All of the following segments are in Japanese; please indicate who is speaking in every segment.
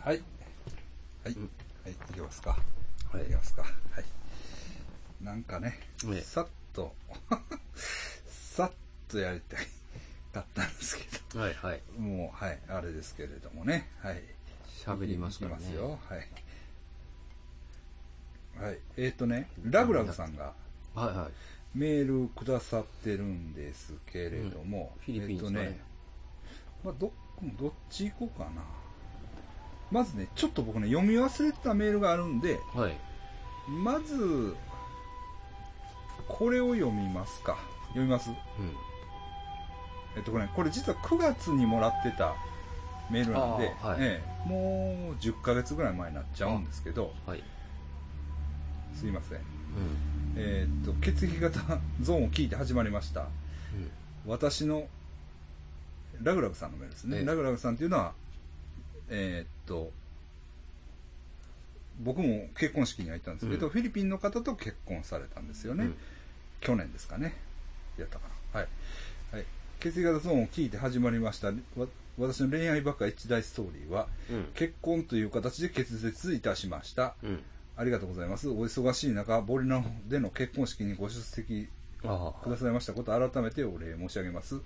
Speaker 1: はい。はい。
Speaker 2: うん
Speaker 1: はい、いきますか。
Speaker 2: はい
Speaker 1: いきますか。はい。なんかね、
Speaker 2: ええ
Speaker 1: さっと、 さっとやりたい かったんですけ
Speaker 2: はいはい。
Speaker 1: ど、もう、はい、あれですけれどもね。はい。
Speaker 2: 喋りますから
Speaker 1: い
Speaker 2: ね。
Speaker 1: きますよ。はい。はい。えっ、とね、ラグラグさんが
Speaker 2: はいはい。
Speaker 1: メールくださってるんですけれども、
Speaker 2: うんフィ
Speaker 1: え
Speaker 2: リピンで
Speaker 1: っ、
Speaker 2: す
Speaker 1: と
Speaker 2: かね
Speaker 1: ね、まあ、ど、どっち行こうかな。まずね、ちょっと僕ね、読み忘れてたメールがあるんで、
Speaker 2: はい。
Speaker 1: まず、これを読みますか。読みます
Speaker 2: う
Speaker 1: えっとね、これ実は9月にもらってたメールなんで、
Speaker 2: あーはい
Speaker 1: ええもう10ヶ月ぐらい前になっちゃうんですけど、
Speaker 2: ん。はい。
Speaker 1: すいません。
Speaker 2: うん。
Speaker 1: えーっと、血液型ゾーンを聞いて始まりました。
Speaker 2: うん。
Speaker 1: 私の、ラグラグさんのメールですね。
Speaker 2: ええ
Speaker 1: ラグラグさんっていうのは、えーっと、僕も結婚式には行ったんですけど、
Speaker 2: うん
Speaker 1: フィリピンの方と結婚されたんですよね。
Speaker 2: うん
Speaker 1: 去年ですかね。やったかな。はい。はい。血液型ゾーンを聞いて始まりました。わ私の恋愛ばっか一大ストーリーは、
Speaker 2: うん。
Speaker 1: 結婚という形で決絶いたしました。
Speaker 2: うん。
Speaker 1: ありがとうございます。お忙しい中、ボリナオでの結婚式にご出席
Speaker 2: ああ。
Speaker 1: くださいましたこと、改めてお礼申し上げます。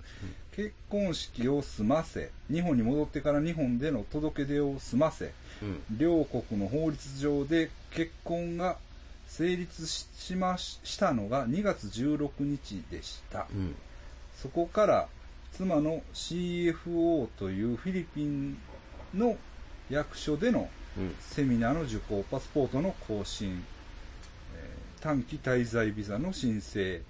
Speaker 1: 結婚式を済ませ、日本に戻ってから日本での届け出を済ませ、
Speaker 2: うん。
Speaker 1: 両国の法律上で結婚が成立ししまししたのが2月16日でした。
Speaker 2: うん。
Speaker 1: そこから妻の CFO というフィリピンの役所での
Speaker 2: うん。
Speaker 1: セミナーの受講、パスポートの更新、えー短期滞在ビザの申請、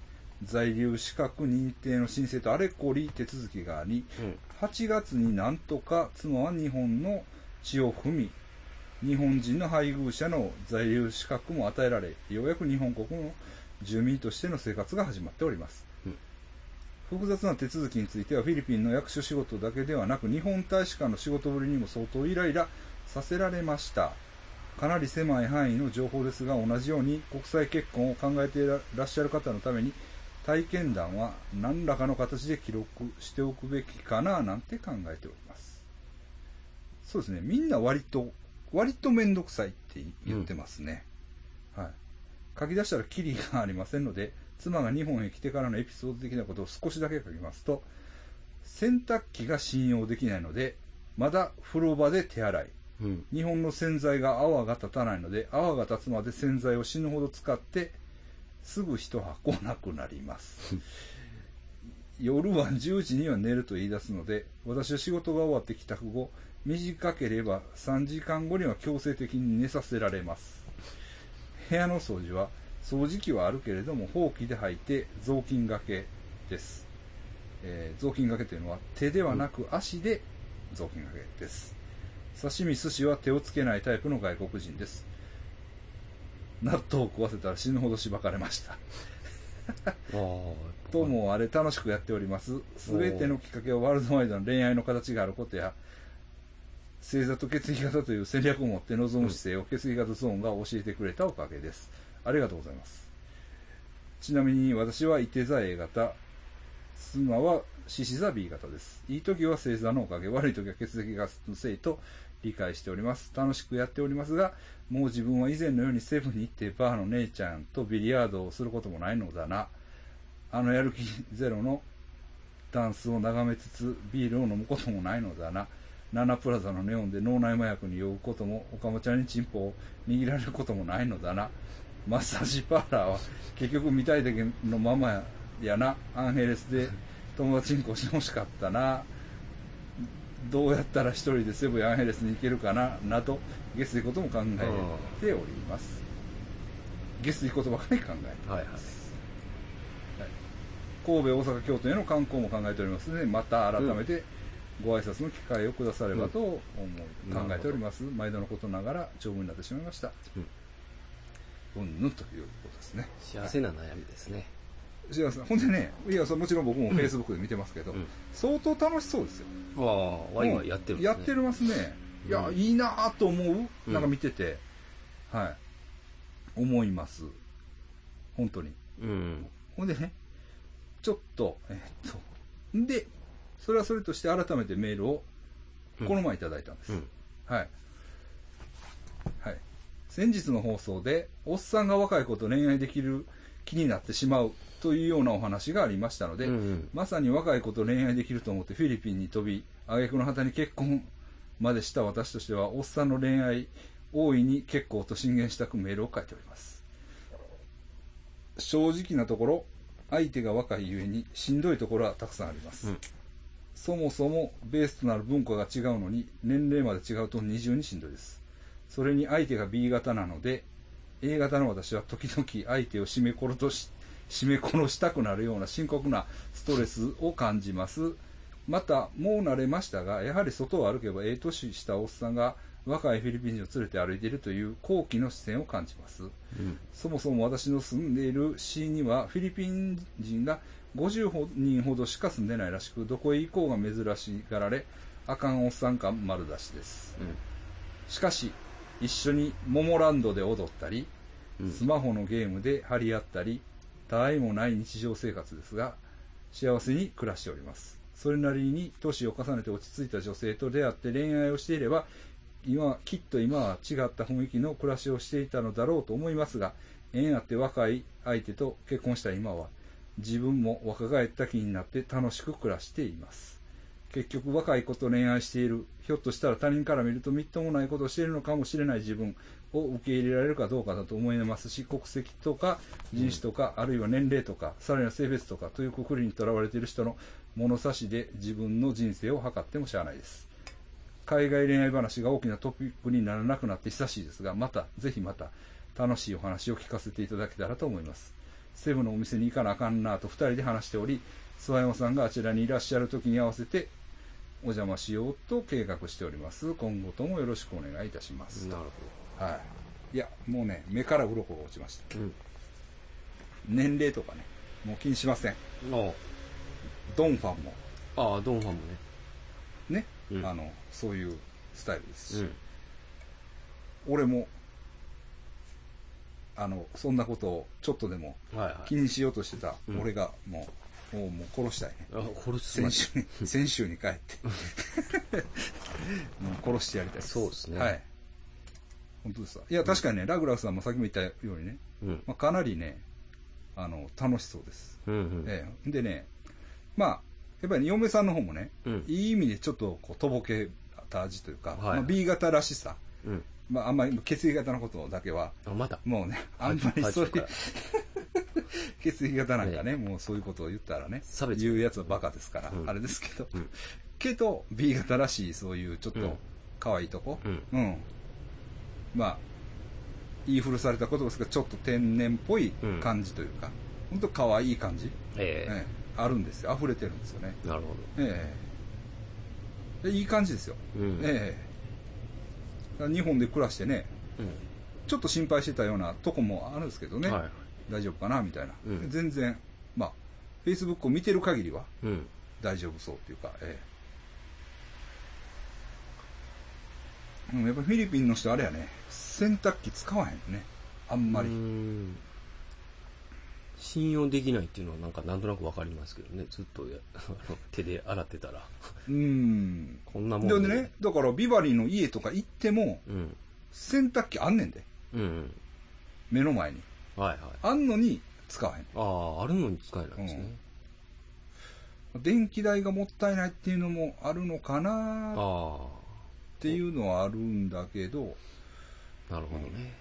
Speaker 1: 在留資格認定の申請とあれこれ手続きがあり、
Speaker 2: うん。
Speaker 1: 8月になんとか妻は日本の血を踏み、日本人の配偶者の在留資格も与えられ、ようやく日本国の住民としての生活が始まっております。
Speaker 2: うん
Speaker 1: 複雑な手続きについてはフィリピンの役所仕事だけではなく日本大使館の仕事ぶりにも相当イライラさせられましたかなり狭い範囲の情報ですが同じように国際結婚を考えていらっしゃる方のために体験談は何らかの形で記録しておくべきかななんて考えておりますそうですねみんな割と割と面倒くさいって言ってますね、はい書き出したらキリがありませんので妻が日本へ来てからのエピソード的なことを少しだけ書きますと洗濯機が信用できないのでまだ風呂場で手洗い
Speaker 2: うん。
Speaker 1: 日本の洗剤が泡が立たないので泡が立つまで洗剤を死ぬほど使ってすぐ一箱なくなります夜は10時には寝ると言い出すので私は仕事が終わって帰宅後短ければ3時間後には強制的に寝させられます部屋の掃除は掃除機はあるけれどもほうきで履いて雑巾がけです、えー雑巾がけというのは手ではなく足で雑巾がけです、刺身寿司は手をつけないタイプの外国人です納豆を食わせたら死ぬほどしばかれました
Speaker 2: ああ。
Speaker 1: どう。もあれ楽しくやっております全てのきっかけはワールドワイドの恋愛の形があることや星座と血液型という戦略を持って臨む姿勢を血液型ゾーンが教えてくれたおかげですありがとうございますちなみに私は伊手座 A 型妻は獅子座 B 型ですいい時は星座のおかげ悪い時は血液型のせいと理解しております楽しくやっておりますがもう自分は以前のようにセブンに行ってバーの姉ちゃんとビリヤードをすることもないのだなあのやる気ゼロのダンスを眺めつつビールを飲むこともないのだなナナプラザのネオンで脳内麻薬に酔うことも岡本ちゃんにチンポを握られることもないのだなマッサージパーラーは 結局見たいだけのままやなアンヘレスで友達に越してほしかったなどうやったら一人でセブンやアンヘレスに行けるかななどゲスいことも考えておりますゲスいことばかり考えてい
Speaker 2: はいはい。
Speaker 1: ますはい神戸、大阪、京都への観光も考えておりますので、また改めてご挨拶の機会をくださればと思う、
Speaker 2: うん
Speaker 1: 考えております。毎度のことながら長文になってしまいました。
Speaker 2: うん
Speaker 1: うんぬんということですね。
Speaker 2: 幸せな悩みですね。
Speaker 1: 幸せほんでね、いや、それもちろん僕も Facebook で見てますけど、
Speaker 2: うん
Speaker 1: 相当楽しそうですよ。
Speaker 2: ああ、わ今やってるん
Speaker 1: うん
Speaker 2: ですね。
Speaker 1: やって。ますね。いや、
Speaker 2: うん
Speaker 1: いいなぁと思う。
Speaker 2: うん
Speaker 1: なんか見てて、はい。思います。本当に。
Speaker 2: うん。
Speaker 1: ほんでね、ちょっと、えーっと、んで、それはそれとして改めてメールを
Speaker 2: うん
Speaker 1: この前いただいたんです。
Speaker 2: うん。
Speaker 1: はい。先日の放送で、おっさんが若い子と恋愛できる気になってしまうというようなお話がありましたので、
Speaker 2: うん
Speaker 1: まさに若い子と恋愛できると思ってフィリピンに飛び、挙句の果てに結婚までした私としては、おっさんの恋愛、大いに結構と進言したくメールを書いております。正直なところ、相手が若いゆえにしんどいところはたくさんあります。
Speaker 2: うん
Speaker 1: そもそもベースとなる文化が違うのに、年齢まで違うと二重にしんどいです。それに相手が B 型なので、A 型の私は時々相手を締め殺とし、締め殺したくなるような深刻なストレスを感じます。また、もう慣れましたが、やはり外を歩けばええ年したおっさんが若いフィリピン人を連れて歩いているという好奇の視線を感じます。
Speaker 2: うん
Speaker 1: そもそも私の住んでいる市にはフィリピン人が50人ほどしか住んでないらしく、どこへ行こうが珍しがられ、あかんおっさん感丸出しです。しかし、一緒にモモランドで踊ったり、
Speaker 2: うん
Speaker 1: スマホのゲームで張り合ったり、たわいもない日常生活ですが、幸せに暮らしております。それなりに年を重ねて落ち着いた女性と出会って恋愛をしていれば、今、きっと今は違った雰囲気の暮らしをしていたのだろうと思いますが、縁あって若い相手と結婚した今は、自分も若返った気になって楽しく暮らしています。結局若い子と恋愛している、ひょっとしたら他人から見るとみっともないことをしているのかもしれない自分を受け入れられるかどうかだと思いますし、国籍とか人種とか、あるいは年齢とか、さらには性別とかというくくりにとらわれている人の物差しで自分の人生を測ってもしゃあないです。海外恋愛話が大きなトピックにならなくなって久しいですが、また、ぜひまた、楽しいお話を聞かせていただけたらと思います。セブンのお店に行かなあかんなあと二人で話しており、諏訪山さんがあちらにいらっしゃる時に合わせて、お邪魔しようと計画しております。今後ともよろしくお願いいたします。
Speaker 2: なる
Speaker 1: はい。いや、もうね、目から鱗が落ちました。
Speaker 2: ほど。うん
Speaker 1: 年齢とかね、もう気にしません。
Speaker 2: お
Speaker 1: ドンファンも、
Speaker 2: ああ、ドンファンもね。
Speaker 1: ね、
Speaker 2: うん
Speaker 1: あの、そういうスタイルですし、
Speaker 2: うん。
Speaker 1: 俺も、あの、そんなことをちょっとでも
Speaker 2: はいは
Speaker 1: 気
Speaker 2: い。
Speaker 1: にしようとしてた
Speaker 2: うん
Speaker 1: 俺がもう、もうもう殺したい ね。
Speaker 2: あ、殺すま
Speaker 1: 先
Speaker 2: で。
Speaker 1: 週 に、先週に帰って。もう殺してやりたいです。
Speaker 2: そうですね
Speaker 1: はい。本当ですわいや、確かにね、ラグラフさんもさっきも言ったようにね、
Speaker 2: うん。
Speaker 1: まあ、かなりね、あの、楽しそうです。
Speaker 2: うんうん。
Speaker 1: ええでね、まあ、やっぱり嫁さんの方もね、
Speaker 2: うん。
Speaker 1: いい意味でちょっとこうとぼけた味というか、
Speaker 2: はい
Speaker 1: まあ、B 型らしさ、
Speaker 2: うん。
Speaker 1: まあ、あんまり血液型のことだけは、
Speaker 2: あ、まだ。
Speaker 1: もうね、あんまりそうい
Speaker 2: 最初か
Speaker 1: う
Speaker 2: ら
Speaker 1: 血液型なんかね、もうそういうことを言ったらね、
Speaker 2: 差別
Speaker 1: 言うやつはバカですから、
Speaker 2: うん
Speaker 1: あれですけど、
Speaker 2: うん
Speaker 1: けど、B 型らしい、そういうちょっ
Speaker 2: うん
Speaker 1: と可愛いとこ、
Speaker 2: うん。
Speaker 1: うん、まあ、言い古された言葉ですが、ちょっと天然っぽい感じというか、本当可愛い感じ、
Speaker 2: え
Speaker 1: ええあるんですよ、溢れてるんですよね。
Speaker 2: え。なるほ
Speaker 1: ええでいい感じですよ。
Speaker 2: ど。うん。
Speaker 1: ええだから日本で暮らしてね、
Speaker 2: うん
Speaker 1: ちょっと心配してたようなとこもあるんですけどね、
Speaker 2: はいはい。
Speaker 1: 大丈夫かなみたいな、
Speaker 2: うん
Speaker 1: 全然、まあ、Facebook を見てる限りは
Speaker 2: うん。
Speaker 1: 大丈夫そうっていうか、ええうん、やっぱフィリピンの人、あれやね、洗濯機使わへんね、あんまり。
Speaker 2: り。信用できないっていうのはなんかなんとなくわかりますけどね。ずっとや あの手で洗ってたら。
Speaker 1: うん。
Speaker 2: こんなもん
Speaker 1: でね、だからビバリーの家とか行っても、
Speaker 2: うん。
Speaker 1: 洗濯機あんねんで、
Speaker 2: うんうん。
Speaker 1: 目の前に。
Speaker 2: はいはい。
Speaker 1: あんのに使わへん。
Speaker 2: ああ、あるのに使えないんですね。
Speaker 1: 電気代がもったいないっていうのもあるのかなっ
Speaker 2: あ
Speaker 1: ていうのはあるんだけど、
Speaker 2: あ、なるほどね。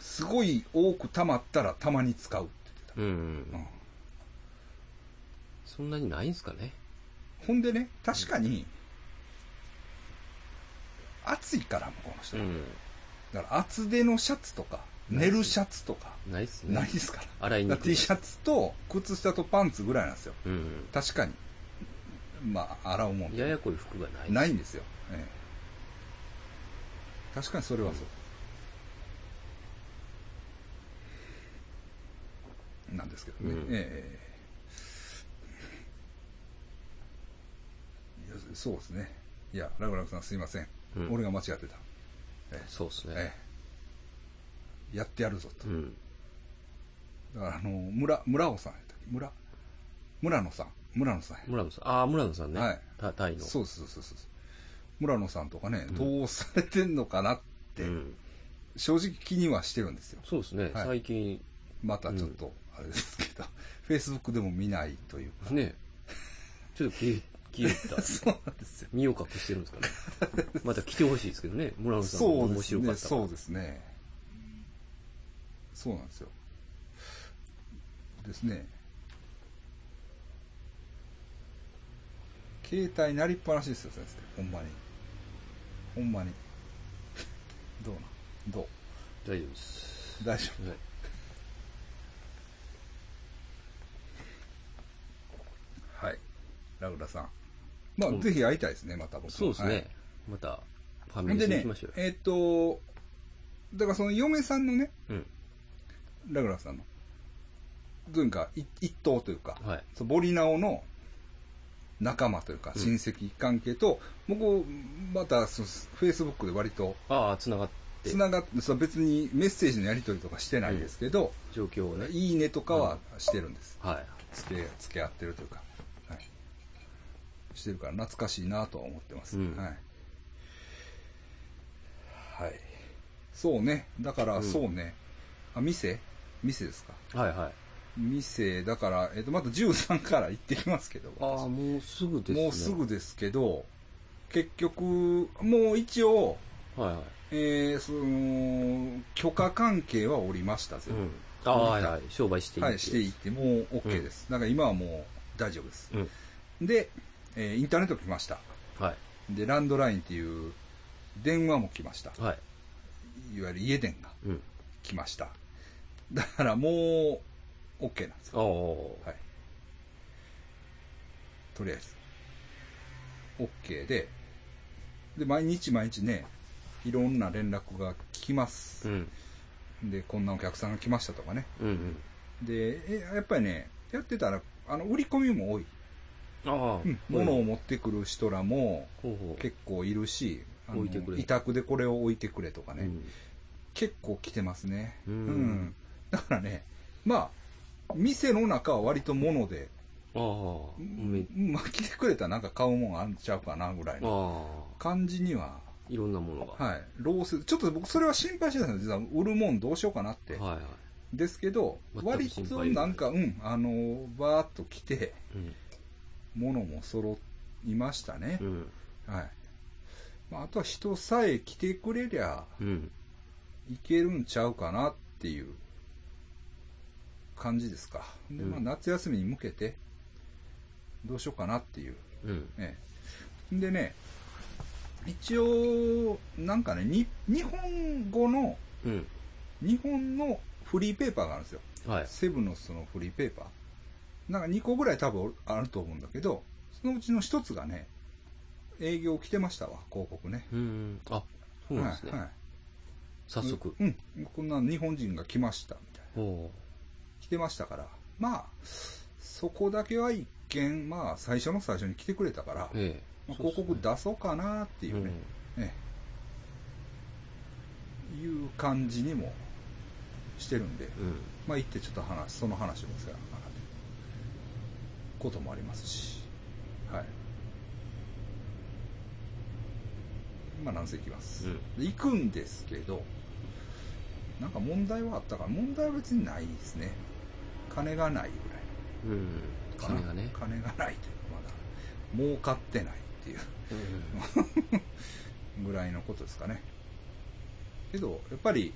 Speaker 1: すごい多く溜まったらたまに使うって
Speaker 2: うん。
Speaker 1: 言ってた。
Speaker 2: そんなにないんすかね。
Speaker 1: うん、ほんでね、確かに、暑いからもうこの人。
Speaker 2: ん。
Speaker 1: だから厚手のシャツとか、寝るシャツとか、
Speaker 2: ないっすね。
Speaker 1: ないですから。
Speaker 2: 洗いに
Speaker 1: だ
Speaker 2: く
Speaker 1: か
Speaker 2: い。
Speaker 1: ら T シャツと靴下とパンツぐらいなんですよ。
Speaker 2: うん。
Speaker 1: 確かに。まあ、洗うもんで
Speaker 2: ややこい服がない。
Speaker 1: ないんですよ、ええ確かにそれはそう、なんですけどね、
Speaker 2: うん
Speaker 1: ええいやそうですねいやラグラグさんすいません、
Speaker 2: うん
Speaker 1: 俺が間違ってた、
Speaker 2: そうっすね
Speaker 1: え。えやってやるぞと、
Speaker 2: うん。
Speaker 1: だからあの村村尾さんやったっけ村村野さん村野さんや
Speaker 2: 村野さん。ああ、村野さんね。
Speaker 1: はい
Speaker 2: たタイの。
Speaker 1: そうですそうですそうです村野さんとかね、どうされてんのかなって、
Speaker 2: うん、
Speaker 1: 正直気にはしてるんですよ。
Speaker 2: そうです
Speaker 1: は
Speaker 2: ね、
Speaker 1: い
Speaker 2: 最近
Speaker 1: またちょっと、あれですけど、Facebook でも見ないという か。
Speaker 2: ね ちょっと消え消え た
Speaker 1: そうなんですよ。
Speaker 2: 身を隠してるんですかねまた来てほしいですけどね村野さんも
Speaker 1: そう
Speaker 2: 面
Speaker 1: です
Speaker 2: 白か
Speaker 1: ね。
Speaker 2: ったから
Speaker 1: そうですね。そうなんですよ。ですね。携帯なりっぱなしですよ、先生。ほんまに。ほんまに。 どうなんどう
Speaker 2: 大丈夫です
Speaker 1: 大丈
Speaker 2: はい
Speaker 1: 夫。はい。ラウラさん。まあ、
Speaker 2: うん
Speaker 1: ぜひ会いたいですね、また僕も
Speaker 2: そうですね、
Speaker 1: はい
Speaker 2: またフ
Speaker 1: ほ
Speaker 2: ァミ
Speaker 1: んで
Speaker 2: レスに行
Speaker 1: ね
Speaker 2: きましょうよ、、
Speaker 1: えーっ、と、だからその嫁さんのね、ラグラさんの、どういうか、い一党というか、
Speaker 2: うんはい
Speaker 1: そのボリナオの仲間というか、
Speaker 2: うん
Speaker 1: 親戚関係と、僕、また、そのフェイスブックで割と、
Speaker 2: ああつながって
Speaker 1: つながって、その別にメッセージのやり取りとかしてないですけど、
Speaker 2: 状況をね
Speaker 1: いいねとかはしてるんです。
Speaker 2: はい
Speaker 1: 付け、付け合ってるというか、はい。してるから懐かしいなとは思ってます。
Speaker 2: うん
Speaker 1: はい。はい。そうね。だから、
Speaker 2: うん
Speaker 1: そうね。あ、店店ですか。
Speaker 2: はいはい
Speaker 1: 店、だから、えっ、と、また13から行ってきますけど、
Speaker 2: ああ
Speaker 1: 私
Speaker 2: もうすぐですね
Speaker 1: もうすぐですけど、結局、もう一応、
Speaker 2: はいはい
Speaker 1: えー、その、許可関係はおりましたぜ、
Speaker 2: うんああはいはい商売していい
Speaker 1: はい、していって、もう OK です。だから今はもう大丈夫です。で、えーインターネット来ました。
Speaker 2: うんは
Speaker 1: で、ランドラインっていう電話も来ました。
Speaker 2: いはい
Speaker 1: いわゆる家電が
Speaker 2: うん
Speaker 1: 来ました。だからもう OK なんですよ。
Speaker 2: ああ、
Speaker 1: はい。とりあえず。OK で、で、毎日毎日ね、いろんな連絡が来ます
Speaker 2: う。ん
Speaker 1: で、こんなお客さんが来ましたとかね。
Speaker 2: うんうん
Speaker 1: で、えやっぱりね、やってたら、あの、売り込みも多い。
Speaker 2: ああ、
Speaker 1: うん、物を持ってくる人らも
Speaker 2: ほうほう
Speaker 1: 結構いるし、あの
Speaker 2: 置いてくれ
Speaker 1: 委託でこれを置いてくれとかね、
Speaker 2: うん
Speaker 1: 結構来てますね。
Speaker 2: う
Speaker 1: うんん。だからね、まあ、店の中は割と物で、
Speaker 2: ああ、め
Speaker 1: うんまあ、来てくれたらなんか買うもんあんちゃうかなぐらいの
Speaker 2: ああ、
Speaker 1: 感じには、
Speaker 2: いろんなものが。
Speaker 1: はい、ロース、ちょっと僕それは心配してたんです実は売るもんどうしようかなって。
Speaker 2: はいはい。
Speaker 1: ですけど、
Speaker 2: 全く
Speaker 1: 割
Speaker 2: 心
Speaker 1: と
Speaker 2: 配いらない
Speaker 1: なんか、うん、あの、バーっと来て、
Speaker 2: うん。
Speaker 1: 物も揃いましたね。
Speaker 2: うん。
Speaker 1: はい。まあ、あとは人さえ来てくれりゃ
Speaker 2: うん。
Speaker 1: いけるんちゃうかなっていう感じですか。で、まあ、
Speaker 2: うん
Speaker 1: 夏休みに向けてどうしようかなっていう。
Speaker 2: うん。
Speaker 1: ね、でね、一応、なんかね、に日本語の、
Speaker 2: うん。
Speaker 1: 日本のフリーペーパーがあるんですよ。
Speaker 2: はい。
Speaker 1: セブンのそのフリーペーパー。なんか2個ぐらい多分あると思うんだけど、そのうちの1つがね、営業来てましたわ、広告ね。
Speaker 2: うん。あ、そうなんですね。
Speaker 1: はいはい、
Speaker 2: 早速。
Speaker 1: うん、こんな日本人が来ました、みたいな。
Speaker 2: ほ
Speaker 1: 来てましたから。まあ、そこだけは一見、まあ、最初の最初に来てくれたから、
Speaker 2: う。ええ。
Speaker 1: まあ、広告
Speaker 2: っ
Speaker 1: 出そうかなって
Speaker 2: て
Speaker 1: いうね、ええいう感じにもしてるんで、
Speaker 2: うん。
Speaker 1: まあ行ってちょっと話、その話もせやなあかんということもありますし、はい。まあなんせ行きます。
Speaker 2: う
Speaker 1: で行くんですけど、なんか問題はあったから、問題は別にないですね。金がないぐらい。
Speaker 2: うん。うん。金がね。
Speaker 1: 金がないというか、まだ、儲かってないっていう。ぐらいのことですかね。けど、やっぱり、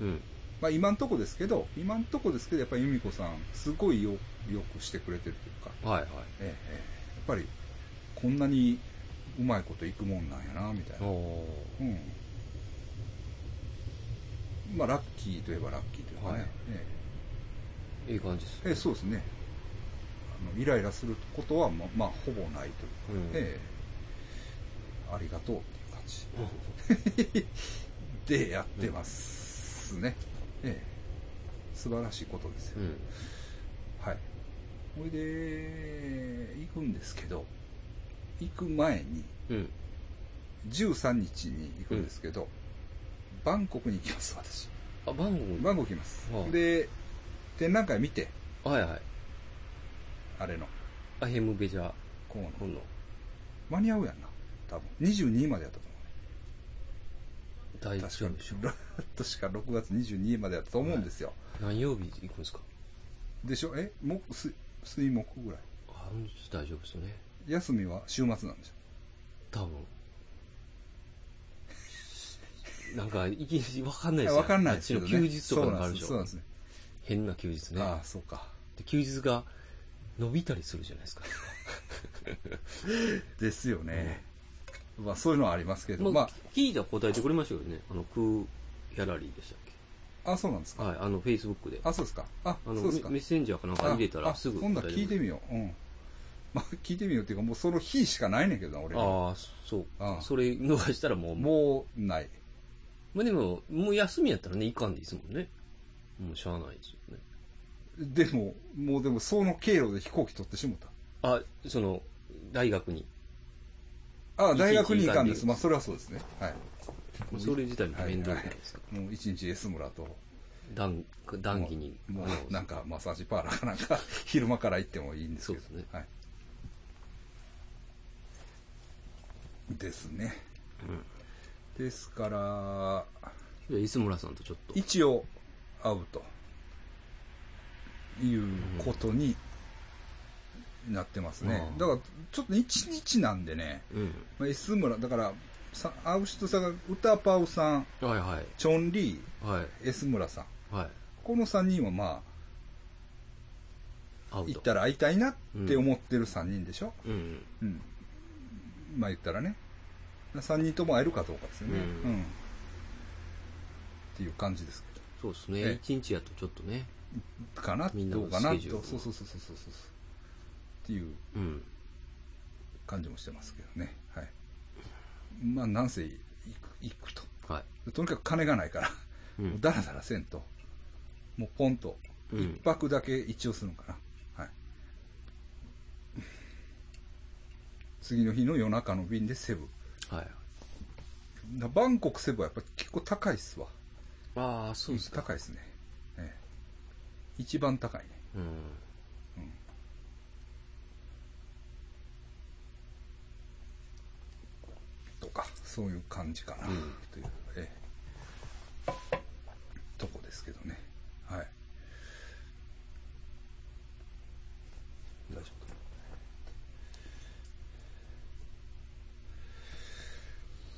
Speaker 2: うん。うん。
Speaker 1: まあ今んとこですけど、今んとこですけど、やっぱり由美子さん、すごいよ、よくしてくれてるというか、
Speaker 2: はいはい。
Speaker 1: ええ、ええやっぱり、こんなにうまいこといくもんなんやな、みたい
Speaker 2: お
Speaker 1: な。
Speaker 2: お。
Speaker 1: うん。まあラッキーといえばラッキーというかね。
Speaker 2: はい
Speaker 1: え
Speaker 2: いい感じです
Speaker 1: えええ
Speaker 2: ね。
Speaker 1: そうですね。あのイライラすることはま、まあ、ほぼないというか、
Speaker 2: うん
Speaker 1: ええありがとうっていう感じ。 でやってますね。ええ。素晴らしいことですよ。
Speaker 2: うん。
Speaker 1: はい。ほいで、行くんですけど、行く前に、
Speaker 2: うん。
Speaker 1: 13日に行くんですけど、バンコクに行きます、私。
Speaker 2: あ、番
Speaker 1: バンコク行きます
Speaker 2: は。あ
Speaker 1: で、展覧会見て、
Speaker 2: 号。はいはい。
Speaker 1: あれの、
Speaker 2: アヘムベジャー。
Speaker 1: こうの。
Speaker 2: 今度。
Speaker 1: 間に合うやんな。多分。22までやったと思うね。
Speaker 2: 大丈
Speaker 1: 確か
Speaker 2: 夫でしょ。
Speaker 1: 確か6月22までやったと思うんですよ。
Speaker 2: 何曜日行くんですか
Speaker 1: でしょえ木、水、水木ぐらい。
Speaker 2: あ、大丈夫ですよね。
Speaker 1: 休みは週末なんでしょ
Speaker 2: 多分。なんか、いきなりわかんない
Speaker 1: い
Speaker 2: で
Speaker 1: や
Speaker 2: すよ。
Speaker 1: わかんない
Speaker 2: あ
Speaker 1: で
Speaker 2: っ
Speaker 1: すけ
Speaker 2: ちの
Speaker 1: どね。
Speaker 2: 休日とかなんかあるでし
Speaker 1: そうなん
Speaker 2: ょ
Speaker 1: で。すね。
Speaker 2: 変な休日ね。
Speaker 1: ああ、そうか。
Speaker 2: で休日が伸びたりするじゃないですか。
Speaker 1: ですよね。まあ、そういうのはあり ますけど、
Speaker 2: まあ
Speaker 1: ま、
Speaker 2: 聞いたら答えてくれましたけどね。あの、クーギャラリーでしたっ
Speaker 1: あ、あ、そうなんです
Speaker 2: け
Speaker 1: か。
Speaker 2: はい、あの、フェイスブックで。あ
Speaker 1: あ、そうですか。あ、そ
Speaker 2: の、
Speaker 1: う
Speaker 2: メ
Speaker 1: ですか
Speaker 2: メッ。センジャーかなんか入れた
Speaker 1: あ
Speaker 2: ら
Speaker 1: あ
Speaker 2: すぐ
Speaker 1: 今度は
Speaker 2: 答えてくれ
Speaker 1: 聞いてみよう。うん。まあ、聞いてみようっていうか、もうその日しかないねんけどな、俺は。
Speaker 2: ああ、そう
Speaker 1: ああ
Speaker 2: それ逃したらもう、
Speaker 1: もう、ない。
Speaker 2: まあでも、もう休みやったらね、行かんでいいですもんね。もうしゃあないですよね。
Speaker 1: でも、もうでも、その経路で飛行機取ってしもた。
Speaker 2: あ、その、大学に。
Speaker 1: ああ、大学に行かんで
Speaker 2: 一日行かんです
Speaker 1: す。まあ、それはそうですね。はい。
Speaker 2: まあそれ自体も面倒じゃないですか。
Speaker 1: もう一日エスムラと、
Speaker 2: 談談義に。
Speaker 1: も
Speaker 2: あの
Speaker 1: うなんかマッサージパーラーかなんか、 昼間から行ってもいいんですけど。
Speaker 2: そうですね
Speaker 1: はい。ですね。ですから、
Speaker 2: 磯村さんとちょっと。
Speaker 1: 一応会うということになってますね。
Speaker 2: うん
Speaker 1: だから、ちょっと一日なんでね、
Speaker 2: うん。
Speaker 1: まあ、S 村、だから、さ会う人さが、歌パウさん、
Speaker 2: はいはい。
Speaker 1: チョンリ
Speaker 2: はい。
Speaker 1: ー、S 村さん。
Speaker 2: はい。
Speaker 1: この3人はま
Speaker 2: ア
Speaker 1: あ、
Speaker 2: ウ
Speaker 1: 行
Speaker 2: ト
Speaker 1: っ。たら会いたいなって思ってる3人でしょ、
Speaker 2: うんうん。
Speaker 1: うん。まあ言ったらね。3人とも会えるかどうかですよね。
Speaker 2: う
Speaker 1: うんん。っていう感じですけど。
Speaker 2: そうです
Speaker 1: ええ
Speaker 2: ね。一日やとちょっとね。
Speaker 1: かな
Speaker 2: みんな
Speaker 1: ど
Speaker 2: の
Speaker 1: うかな
Speaker 2: ス
Speaker 1: と
Speaker 2: ケジュール
Speaker 1: そうそうそうそうそうそうっていう
Speaker 2: うん。
Speaker 1: 感じもしてますけどねはいまあなんせ行く行くと
Speaker 2: は
Speaker 1: とにかく金がないから、
Speaker 2: い。うん。
Speaker 1: ダラダラせんともうポンと
Speaker 2: う
Speaker 1: 一
Speaker 2: ん。
Speaker 1: 泊だけ一応するのかな、はい次の日の夜中の便でセブ
Speaker 2: はい。
Speaker 1: だバンコクセブはやっぱ結構高いっすわ
Speaker 2: ああ、そうですか。
Speaker 1: 高いっすね、ええ一番高いね
Speaker 2: うん。
Speaker 1: とかそういう感じかな、
Speaker 2: うん
Speaker 1: という、ええとこですけどねはい大丈夫か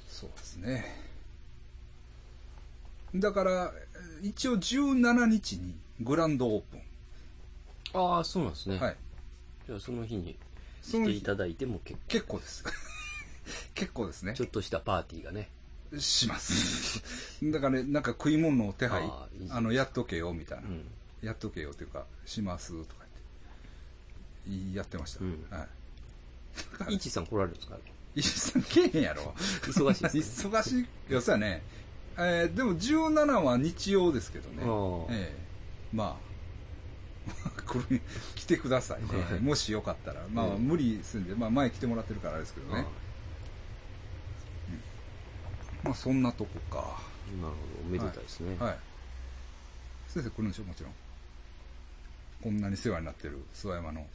Speaker 1: そうですねだからえー一応17日にグランドオープン、
Speaker 2: ああ、そうなんですね。
Speaker 1: はい。
Speaker 2: じゃあその日に
Speaker 1: そ
Speaker 2: 来
Speaker 1: の
Speaker 2: て
Speaker 1: 日
Speaker 2: いただいても結構、
Speaker 1: 結構です 結構ですね
Speaker 2: ちょっとしたパーティーがね。
Speaker 1: します。 だから、ね、なんか食い物の手配、
Speaker 2: あ
Speaker 1: あ
Speaker 2: ーいい
Speaker 1: の、やっとけよ、みたいうな。
Speaker 2: ん。
Speaker 1: やっとけよ、というか、します、とか言って。やってました。
Speaker 2: うん
Speaker 1: はい。
Speaker 2: いちさん来られるんですか
Speaker 1: 石井さんけえへんやろ。
Speaker 2: 忙しい ですね。
Speaker 1: 忙しい。よ、そうやね。えーでも17は日曜ですけどね
Speaker 2: あ。ー
Speaker 1: ええまあ、 来る、来てくださいね
Speaker 2: はい。
Speaker 1: もしよかったら。まあ、
Speaker 2: うん
Speaker 1: 無理すんで、まあ、前来てもらってるからあれですけど
Speaker 2: ああな
Speaker 1: ね
Speaker 2: る。
Speaker 1: まあ、そんなとこか。
Speaker 2: ほど。おめでたいですね。
Speaker 1: はい。先生来るんでしょもちろん。こんなに世話になってる諏訪山の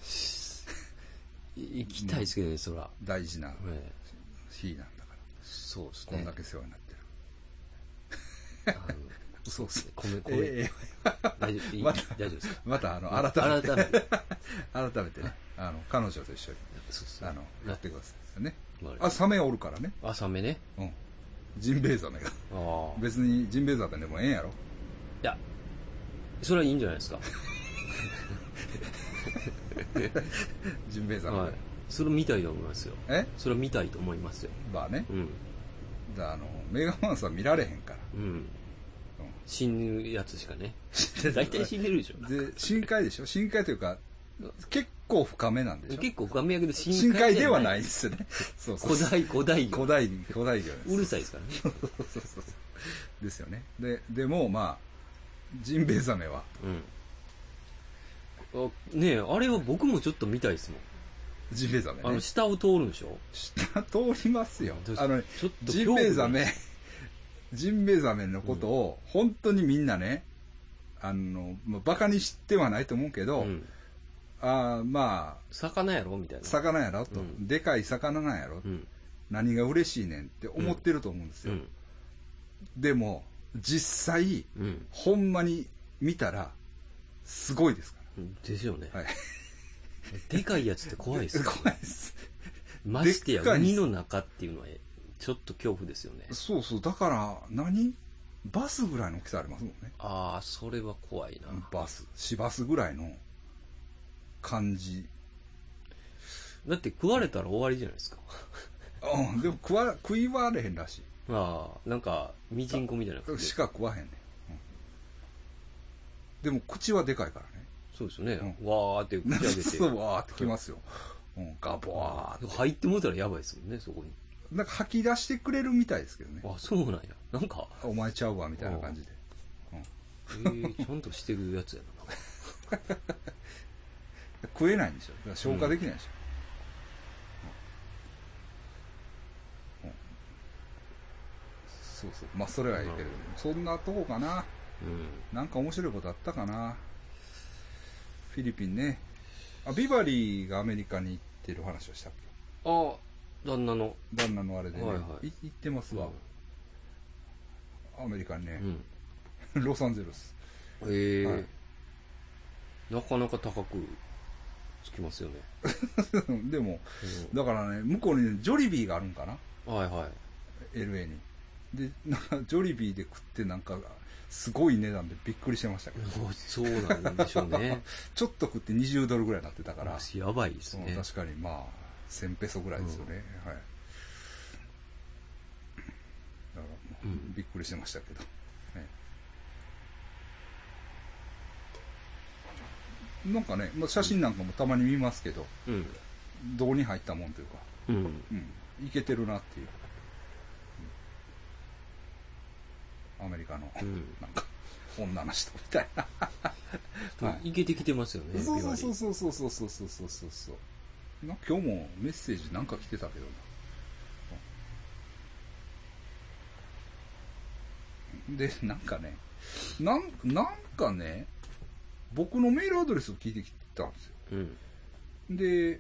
Speaker 2: い行きたいですけどね、そら。
Speaker 1: 大事な
Speaker 2: ええ
Speaker 1: 日なんだから。
Speaker 2: そうです
Speaker 1: こん
Speaker 2: ね
Speaker 1: だ。け世話になってる。
Speaker 2: あの
Speaker 1: そうっすね。
Speaker 2: 米、
Speaker 1: え
Speaker 2: 米、
Speaker 1: え
Speaker 2: 大丈夫、いい
Speaker 1: ま
Speaker 2: 大
Speaker 1: た
Speaker 2: 丈夫ですか
Speaker 1: またあの、
Speaker 2: うん
Speaker 1: 改めて、
Speaker 2: 改めて。
Speaker 1: 改めてね、あの、彼女と一緒に、
Speaker 2: そうですね。
Speaker 1: あの、やってくださいね。
Speaker 2: わかりま
Speaker 1: あ、
Speaker 2: し
Speaker 1: サメおるからね。
Speaker 2: た朝目ね。
Speaker 1: うん。ジンベエザメが。
Speaker 2: ああ。
Speaker 1: 別にジンベエザメでもええんやろ。
Speaker 2: いや、それはいいんじゃないですか。
Speaker 1: ジンベエザメ。
Speaker 2: はい。それ見たいと思いますよ。
Speaker 1: え
Speaker 2: それ見たいと思いますよ。
Speaker 1: まあね
Speaker 2: う。ん。
Speaker 1: だあの、メガマンさん見られへんから。
Speaker 2: うん。
Speaker 1: うん
Speaker 2: 死ぬやつしかね。 大体死んでるでしょ。
Speaker 1: で、深海でしょ深海というか、結構深めなんでしょ
Speaker 2: 結構深めやけど深
Speaker 1: 深海
Speaker 2: じ
Speaker 1: で
Speaker 2: ゃ
Speaker 1: はないで。す ね。そうそう
Speaker 2: 古
Speaker 1: そう。
Speaker 2: 代、古代魚。
Speaker 1: 古代、古代魚です。
Speaker 2: うるさいですからね。
Speaker 1: そうそうそうそう。ですよね。で、でもまあ、ジンベエザメは、
Speaker 2: うん。あねえ、あれは僕もちょっと見たいですもん。
Speaker 1: ジンベエザメ
Speaker 2: あの、
Speaker 1: ね。
Speaker 2: 下を通るんでしょ
Speaker 1: 下通りますよ
Speaker 2: どう。し
Speaker 1: あのね、
Speaker 2: ちょっと
Speaker 1: ジンベエザメ、 ジンベエザメのことを、本当にみんなね、あの、まあ、バカにしてはないと思うけど、
Speaker 2: うん
Speaker 1: ああまあ、
Speaker 2: 魚やろみたいな。
Speaker 1: 魚やろと、
Speaker 2: うん
Speaker 1: でかい魚なんやろ、
Speaker 2: うん。
Speaker 1: 何が嬉しいねんって思ってると思うんです
Speaker 2: う
Speaker 1: よ。
Speaker 2: ん。
Speaker 1: でも、実際、
Speaker 2: うん。
Speaker 1: ほんまに見たら、すごいですか
Speaker 2: ですよね。
Speaker 1: ら。はい。
Speaker 2: でかいやつって怖いですよ、ね。
Speaker 1: 怖いです。
Speaker 2: ましてや、
Speaker 1: でっかいです
Speaker 2: 海の中っていうのは、ちょっと恐怖ですよね。
Speaker 1: そうそう。だから何、バスぐらいの大きさありますもんね。
Speaker 2: ああ、それは怖いな。
Speaker 1: バス。市バスぐらいの感じ。
Speaker 2: だって食われたら終わりじゃないですか。
Speaker 1: うん、でも食わ、食いはれへんらしい。
Speaker 2: ああ、なんか、ミジンコみたいな感じ
Speaker 1: し
Speaker 2: で。
Speaker 1: か食わへんねん、うんでも口はでかいからね。
Speaker 2: そうですよね。
Speaker 1: う
Speaker 2: わーって打ち上げて。
Speaker 1: そう、わーってきますよ。うん、ガボワーって。
Speaker 2: 入ってもうたらやばいですもんね、そこに。
Speaker 1: なんか吐き出してくれるみたいですけどね。
Speaker 2: あ、そうなんや。なんか、
Speaker 1: お前ちゃうわ、みたいな感じで。
Speaker 2: えー、ちゃんとしてるやつやな。
Speaker 1: 食えないんでしょ。だから消化できないでしょ。うんうんそうそう。まあ、それはいいけれども。そんなとこかな。
Speaker 2: うん。
Speaker 1: なんか面白いことあったかな。フィリピンね。あ、ビバリーがアメリカに行ってる話をしたっけ
Speaker 2: ああ、旦那の。
Speaker 1: 旦那のあれでね、
Speaker 2: はいはい
Speaker 1: い行ってますわ、アメリカに
Speaker 2: う
Speaker 1: ね、
Speaker 2: ん。
Speaker 1: ロサンゼルス。
Speaker 2: えー
Speaker 1: はい
Speaker 2: なかなか高くつきますよね。
Speaker 1: でも、だからね、向こうにね、ジョリビーがあるんかな、
Speaker 2: うんはいはい。
Speaker 1: LA に。で、なんか、ジョリビーで食って、なんか、すごい値段でびっくりしてましたけど、
Speaker 2: もうそうなんでしょう ね。
Speaker 1: ちょっと食って20ドルぐらいになってたから、
Speaker 2: やばいです
Speaker 1: う
Speaker 2: ね
Speaker 1: ん。確かに、まあ、1000ペソぐらいですよね、はい。だから、
Speaker 2: うん
Speaker 1: びっくりしてましたけど。ねなんかね、まあ、写真なんかもたまに見ますけど、
Speaker 2: うん。
Speaker 1: どこに入ったもんというか、
Speaker 2: うん。
Speaker 1: うん、いけてるなっていう。うんアメリカの、
Speaker 2: うん。
Speaker 1: なんか、女の人みたいな。はい
Speaker 2: いけてきてますよね、
Speaker 1: そう
Speaker 2: ビバリー
Speaker 1: そうそうそうそうそうそうそうそうそうな今日もメッセージなんか来てたけどなでなんかねなんなんかね僕のメールアドレスを聞いてきたんですよ
Speaker 2: うん。
Speaker 1: で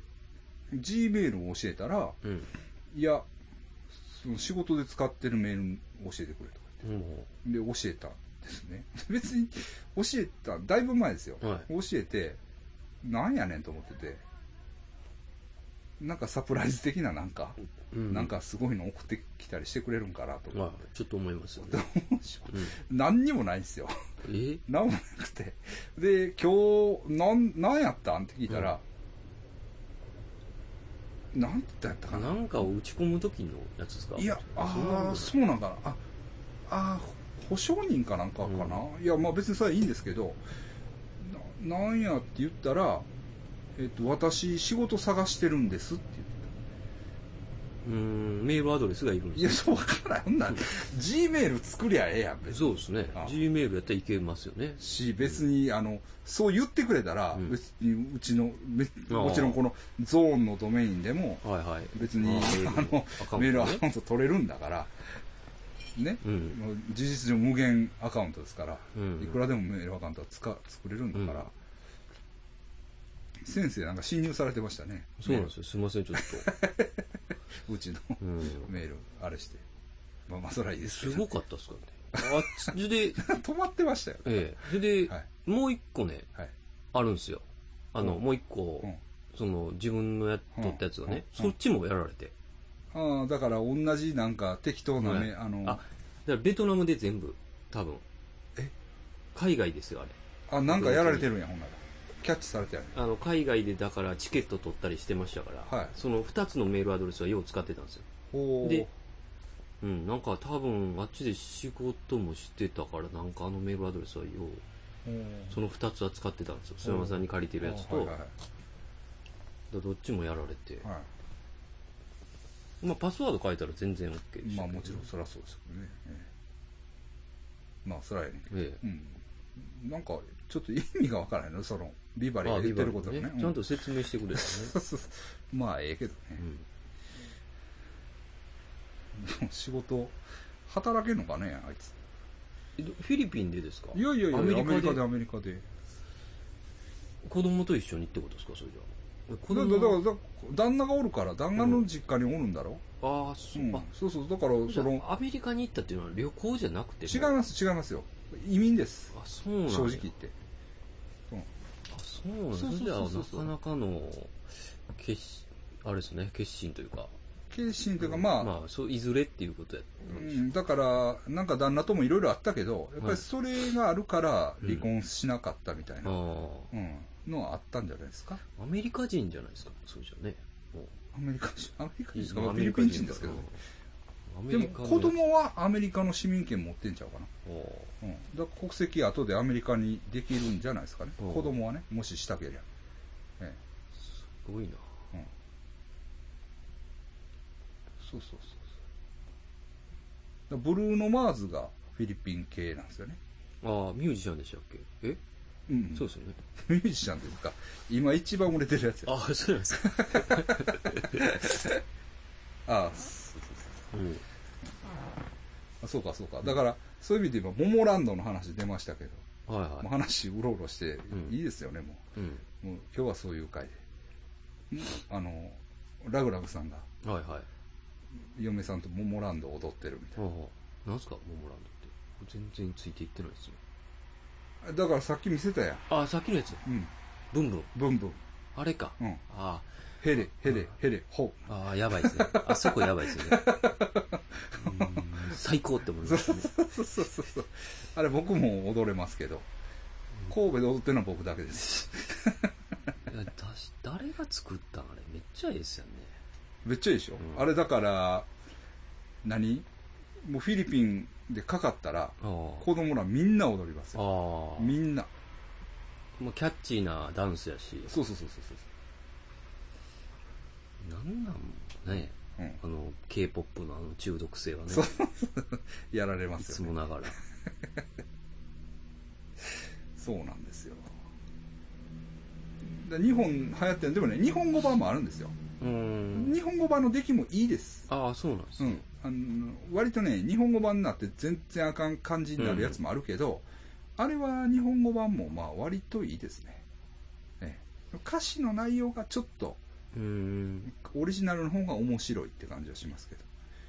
Speaker 1: G メールを教えたら
Speaker 2: うん。
Speaker 1: いやその仕事で使ってるメールを教えてくれとか
Speaker 2: も
Speaker 1: で教えたんですね 別に教えただいぶ前ですよ、
Speaker 2: は
Speaker 1: 教えてなんやねんと思っててなんかサプライズ的ななんか、
Speaker 2: う、うん
Speaker 1: なん、かすごいの送ってきたりしてくれるんかなと
Speaker 2: ま
Speaker 1: か、
Speaker 2: あ、ちょっと思いますよ
Speaker 1: ど
Speaker 2: ね。
Speaker 1: うしよ
Speaker 2: うん
Speaker 1: う 何にもないんですよ
Speaker 2: え
Speaker 1: 何もなくてで今日なんなんやったんって聞いたら、なんてやったかな
Speaker 2: なんかを打ち込む時のやつですか
Speaker 1: いや、ああ、
Speaker 2: そ
Speaker 1: そうなんかな。あ、あー保証人かなんかかな。いや、まあ別にそれはいいんですけど、ななんやって言ったら、えっと、私、仕事探してるんですって言って
Speaker 2: ううん、メールアドレスがいるん
Speaker 1: た。いや、
Speaker 2: です
Speaker 1: そうわからん。そんなん、G メール作りゃええやん、
Speaker 2: ね
Speaker 1: 別に。
Speaker 2: そうですね
Speaker 1: あ。
Speaker 2: G メールやったらいけますよね。
Speaker 1: し、別に、あの、そう言ってくれたら、
Speaker 2: うん
Speaker 1: 別にうちの、め
Speaker 2: あー
Speaker 1: もちろんこのゾーンのドメインでも、
Speaker 2: はいはい。
Speaker 1: 別に、あの、メールアカウント取れるんだから、ね。
Speaker 2: うん。
Speaker 1: もう事実上無限アカウントですから、
Speaker 2: うん
Speaker 1: いくらでもメールアカウントはつか作れるんだから、
Speaker 2: うん
Speaker 1: 先生なんか侵入されてましたね
Speaker 2: そうなんですよ。すみません、ちょっ
Speaker 1: うちの
Speaker 2: と。うん。
Speaker 1: メールあれしてまあまあそれはいいです
Speaker 2: す
Speaker 1: けど
Speaker 2: ごかったっすからね。あっち で、
Speaker 1: 止まってましたよ
Speaker 2: ええ。それで、
Speaker 1: はい
Speaker 2: もう一個ね、
Speaker 1: はい
Speaker 2: あるんですよ。あの、
Speaker 1: うん
Speaker 2: もう一個、
Speaker 1: うん
Speaker 2: その、自分のやっとったやつがね、
Speaker 1: うんう
Speaker 2: そ
Speaker 1: ん
Speaker 2: っちもやられて。
Speaker 1: ああだから同じなんか適当なね、
Speaker 2: は
Speaker 1: あの
Speaker 2: あ、だ
Speaker 1: あ
Speaker 2: からベトナムで全部、多分。
Speaker 1: え
Speaker 2: 海外ですよ、あれ。
Speaker 1: なんかやられてるんやほんならキャッチされてやる
Speaker 2: あの、海外でだからチケット取ったりしてましたから、
Speaker 1: はい
Speaker 2: その二つのメールアドレスはよう使ってたんですよ。
Speaker 1: ほ
Speaker 2: でうん、なんか多分あっちで仕事もしてたから、なんかあのメールアドレスはよう、その二つは使ってたんですよ。菅山さんに借りてるやつと、
Speaker 1: はいはいは
Speaker 2: だどっちもやられて。
Speaker 1: い、は
Speaker 2: まあパスワード書いたら全然 OK で
Speaker 1: い、
Speaker 2: し
Speaker 1: まあ
Speaker 2: たけど
Speaker 1: もちろんそりゃそうですけどね、ええまあそりゃええねんけど
Speaker 2: ええ。
Speaker 1: うんなんか、ちょっと意味がわからないの、その、ビバリー
Speaker 2: あ
Speaker 1: が言ってることが
Speaker 2: ビ
Speaker 1: ね
Speaker 2: バ。リー
Speaker 1: う
Speaker 2: ちゃんと説明してくれたね。
Speaker 1: そうそうそう まあ、ええけどね。でも仕事、働けんのかね、あいつ。
Speaker 2: えどフィリピンでですか
Speaker 1: いやいやいや、ア
Speaker 2: アメ
Speaker 1: メリ
Speaker 2: リカ
Speaker 1: カ
Speaker 2: で
Speaker 1: で、アメリカで。
Speaker 2: 子供と一緒にってことですかそれじゃ子
Speaker 1: だ
Speaker 2: 供
Speaker 1: だだからだ旦那がおるから旦那の実家におるんだろ、
Speaker 2: ああ、そうう、
Speaker 1: ん
Speaker 2: あ、
Speaker 1: そうそうだから
Speaker 2: じ
Speaker 1: そ
Speaker 2: ゃ
Speaker 1: の
Speaker 2: あアメリカに行ったっていうのは旅行じゃなくて
Speaker 1: 違います違いますよ移民です
Speaker 2: あ、そうなんや
Speaker 1: 正直言って
Speaker 2: あ、そうなん
Speaker 1: そ
Speaker 2: そう
Speaker 1: そう
Speaker 2: れでは
Speaker 1: そうそう
Speaker 2: なかなかの、決し、あれですね、決心というか。
Speaker 1: 決心というかまあ、
Speaker 2: まあ、そう、いずれっていうことやった
Speaker 1: うん
Speaker 2: でしょ
Speaker 1: ん、だからなんか旦那ともいろいろあったけどやっぱりそれがあるから離婚しなかったみたいな、
Speaker 2: う。あ
Speaker 1: うんのはあったんじゃないですか
Speaker 2: あ、アメリカ人じゃないですか、そうじゃね。もう
Speaker 1: アメリカ人アメリカ人ですか
Speaker 2: まあ
Speaker 1: まあフィリピン人ですけどね
Speaker 2: アメ
Speaker 1: で
Speaker 2: リ
Speaker 1: も
Speaker 2: カの
Speaker 1: 子供はアメリカの市民権持ってんちゃうかな、
Speaker 2: おう
Speaker 1: うん、だから国籍後でアメリカにできるんじゃないですかね
Speaker 2: うん
Speaker 1: 子供はねもししたけりゃ、え
Speaker 2: すごいな。
Speaker 1: えうん、そうそうそうそうだからブルーノ・マーズがフィリピン系なんですよね、
Speaker 2: ああ、ミュージシャンでしたっけえ、
Speaker 1: うん、
Speaker 2: そうですよね。
Speaker 1: ミュージシャンというか、今一番売れてるやつや。
Speaker 2: ああ、そうなんですか。
Speaker 1: ああそう
Speaker 2: うん。
Speaker 1: あそうか、そうか。だから、そういう意味で今、モモランドの話出ましたけど、
Speaker 2: はい
Speaker 1: もう
Speaker 2: は
Speaker 1: 話うろうろして
Speaker 2: ん、
Speaker 1: いいですよね、も
Speaker 2: い。うん。
Speaker 1: う。もう今日はそういう回で。んあの、ラグラグさんが、
Speaker 2: はいはい。
Speaker 1: 嫁さんとモモランドを踊ってるみたい
Speaker 2: ほうほう。なんすか、モモランドって。全然ついていってないですよ。
Speaker 1: な。だからさっき見せたやん。
Speaker 2: ああ、さっきのやつ。
Speaker 1: うん。
Speaker 2: ブンブン。
Speaker 1: ブンブン。
Speaker 2: あれか。
Speaker 1: うん。
Speaker 2: あ
Speaker 1: ヘレ、ヘレ、ヘレ、ホ
Speaker 2: あ、ああ、やばいで すね。あそこやばいですね。うーん最高って思い ましたね。
Speaker 1: ー。そうそうそうそう。あれ僕も踊れますけど、神戸で踊ってるのは僕だけです。
Speaker 2: いやだし誰が作ったんあれめっちゃええっすよね。
Speaker 1: めっちゃいいでしょ、
Speaker 2: うん
Speaker 1: あれだから何もうフィリピンでかかったら
Speaker 2: あ
Speaker 1: 子供らみんな踊ります
Speaker 2: あ。
Speaker 1: よ
Speaker 2: ああ。
Speaker 1: みんな
Speaker 2: もうキャッチーなダンスやし。
Speaker 1: そうそうそうそうそ
Speaker 2: なんなんね。
Speaker 1: う、うん
Speaker 2: あの、K-POP のあの中毒性はね。
Speaker 1: そうやられま
Speaker 2: い
Speaker 1: す
Speaker 2: つ
Speaker 1: よ、ね、
Speaker 2: もながら。
Speaker 1: そうなんですよだ日本流行ってるでもね日本語版もあるんですよ、
Speaker 2: うーん。
Speaker 1: 日本語版の出来もいいです
Speaker 2: ああ、そうなんです
Speaker 1: う
Speaker 2: ね
Speaker 1: ん。、あの割とね日本語版になって全然あかん感じになるやつもあるけど、あれは日本語版もまあ割といいですね、ええ、歌詞の内容がちょっと
Speaker 2: うーん。
Speaker 1: オリジナルの方が面白いって感じはしますけど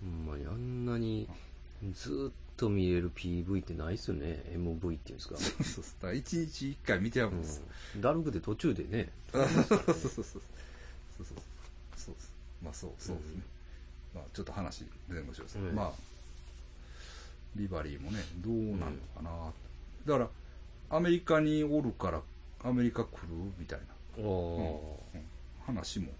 Speaker 2: ほんまにあんなにずーっと見れる PV ってないっすよね。MV っていうんですか。
Speaker 1: そうそうそうだから1日1回見てやるんです、
Speaker 2: うんだるくて途中でね。
Speaker 1: そうそうそうそうそうそうそうそうですまあそうそうですね、まあちょっと話全部します、
Speaker 2: うん
Speaker 1: まあリバリーもねどうなのかな、だからアメリカにおるからアメリカ来るみたいな
Speaker 2: ああ。は
Speaker 1: 話も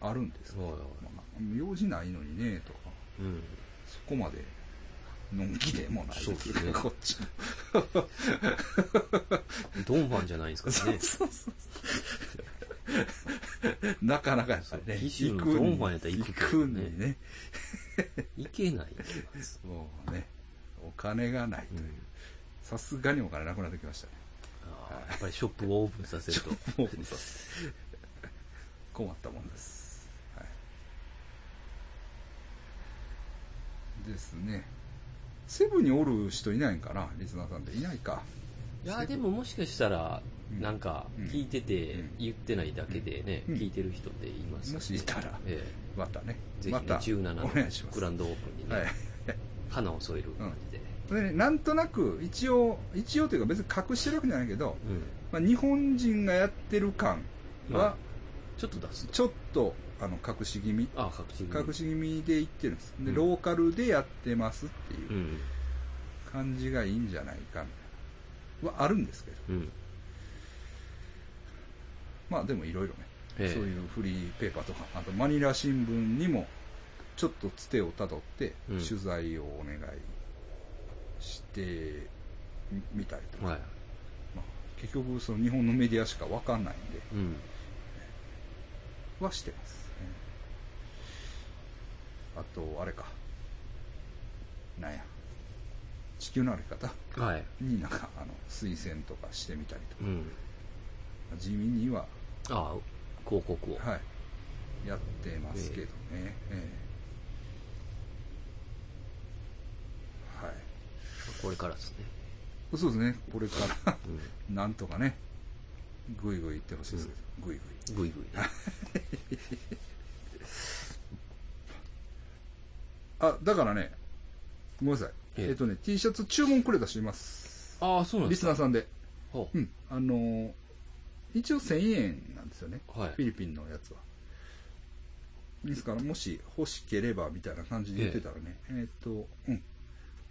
Speaker 1: あるんです
Speaker 2: い
Speaker 1: よ、
Speaker 2: はい。
Speaker 1: まあ、用事ないのにねとか
Speaker 2: うん。
Speaker 1: そこまでのんきでもない
Speaker 2: そうですね
Speaker 1: こっちも
Speaker 2: ドンファンじゃないですからね。
Speaker 1: そうそうそう。なかなかやっぱりね、
Speaker 2: そう紀州のドンファンやったら行くけ
Speaker 1: 行
Speaker 2: ど
Speaker 1: く
Speaker 2: ね
Speaker 1: にね、
Speaker 2: いけないです。
Speaker 1: もうね、お金がないという。さすがにお金なくなってきましたね。
Speaker 2: あーやっぱりショップをオープンさせると。
Speaker 1: もうそう困ったもんです。はい。ですね。セブンにおる人いないんかなリスナーさんで。いないか。
Speaker 2: いや、でももしかしたら、
Speaker 1: うん
Speaker 2: なんか
Speaker 1: うん、
Speaker 2: 聞いてて
Speaker 1: うん、
Speaker 2: 言ってないだけでね、
Speaker 1: うん
Speaker 2: 聞いてる人っていますよね
Speaker 1: もしいたら
Speaker 2: え
Speaker 1: またね
Speaker 2: え。ぜひね
Speaker 1: また、お願いし
Speaker 2: 17の
Speaker 1: ます。
Speaker 2: グランドオープンに
Speaker 1: はい
Speaker 2: ね、。花を添える感じ
Speaker 1: で
Speaker 2: で。
Speaker 1: ね、なんとなく一応一応というか別に隠してるわけじゃないけど、
Speaker 2: うん。
Speaker 1: まあ、日本人がやってる感は
Speaker 2: ちょっと出すと。
Speaker 1: ちょっとあの隠し気味
Speaker 2: あ、確信。
Speaker 1: 隠し気味で言ってるんですで
Speaker 2: うん。
Speaker 1: ローカルでやってますっていううん感じがいいんじゃないかみたいなはあるんですけど
Speaker 2: うん。
Speaker 1: まあでもいろいろね、
Speaker 2: え
Speaker 1: そう
Speaker 2: え。
Speaker 1: いうフリーペーパーとかあとマニラ新聞にもちょっとつてをたどって
Speaker 2: うん
Speaker 1: 取材をお願いしてみたりとか、
Speaker 2: はい。
Speaker 1: まあ、結局その日本のメディアしかわかんないんで
Speaker 2: うん。
Speaker 1: はしてます、あとあれかなんや地球の歩き方
Speaker 2: はい。
Speaker 1: になんかあの推薦とかしてみたりとか
Speaker 2: うん。
Speaker 1: 地味には、
Speaker 2: ああ、広告を。
Speaker 1: はい、やってますけどね、ええはい
Speaker 2: これからですね。
Speaker 1: そうですねこれから
Speaker 2: うん。
Speaker 1: なんとかねぐいぐい行ってほしいです。ぐいぐい。
Speaker 2: ぐいぐい。
Speaker 1: あ、だからね、ごめんなさい。
Speaker 2: ええ
Speaker 1: えっとね、T シャツ注文くれた人います。
Speaker 2: ああ、そうな
Speaker 1: リ
Speaker 2: んで
Speaker 1: ス
Speaker 2: す
Speaker 1: ナー
Speaker 2: か。
Speaker 1: さんで。
Speaker 2: ほ
Speaker 1: うん。あのー一応1000円なんですよね。
Speaker 2: うは
Speaker 1: フィ
Speaker 2: い。
Speaker 1: リピンのやつは。ですから、もし欲しければみたいな感じで言ってたらね、えーっと、うん、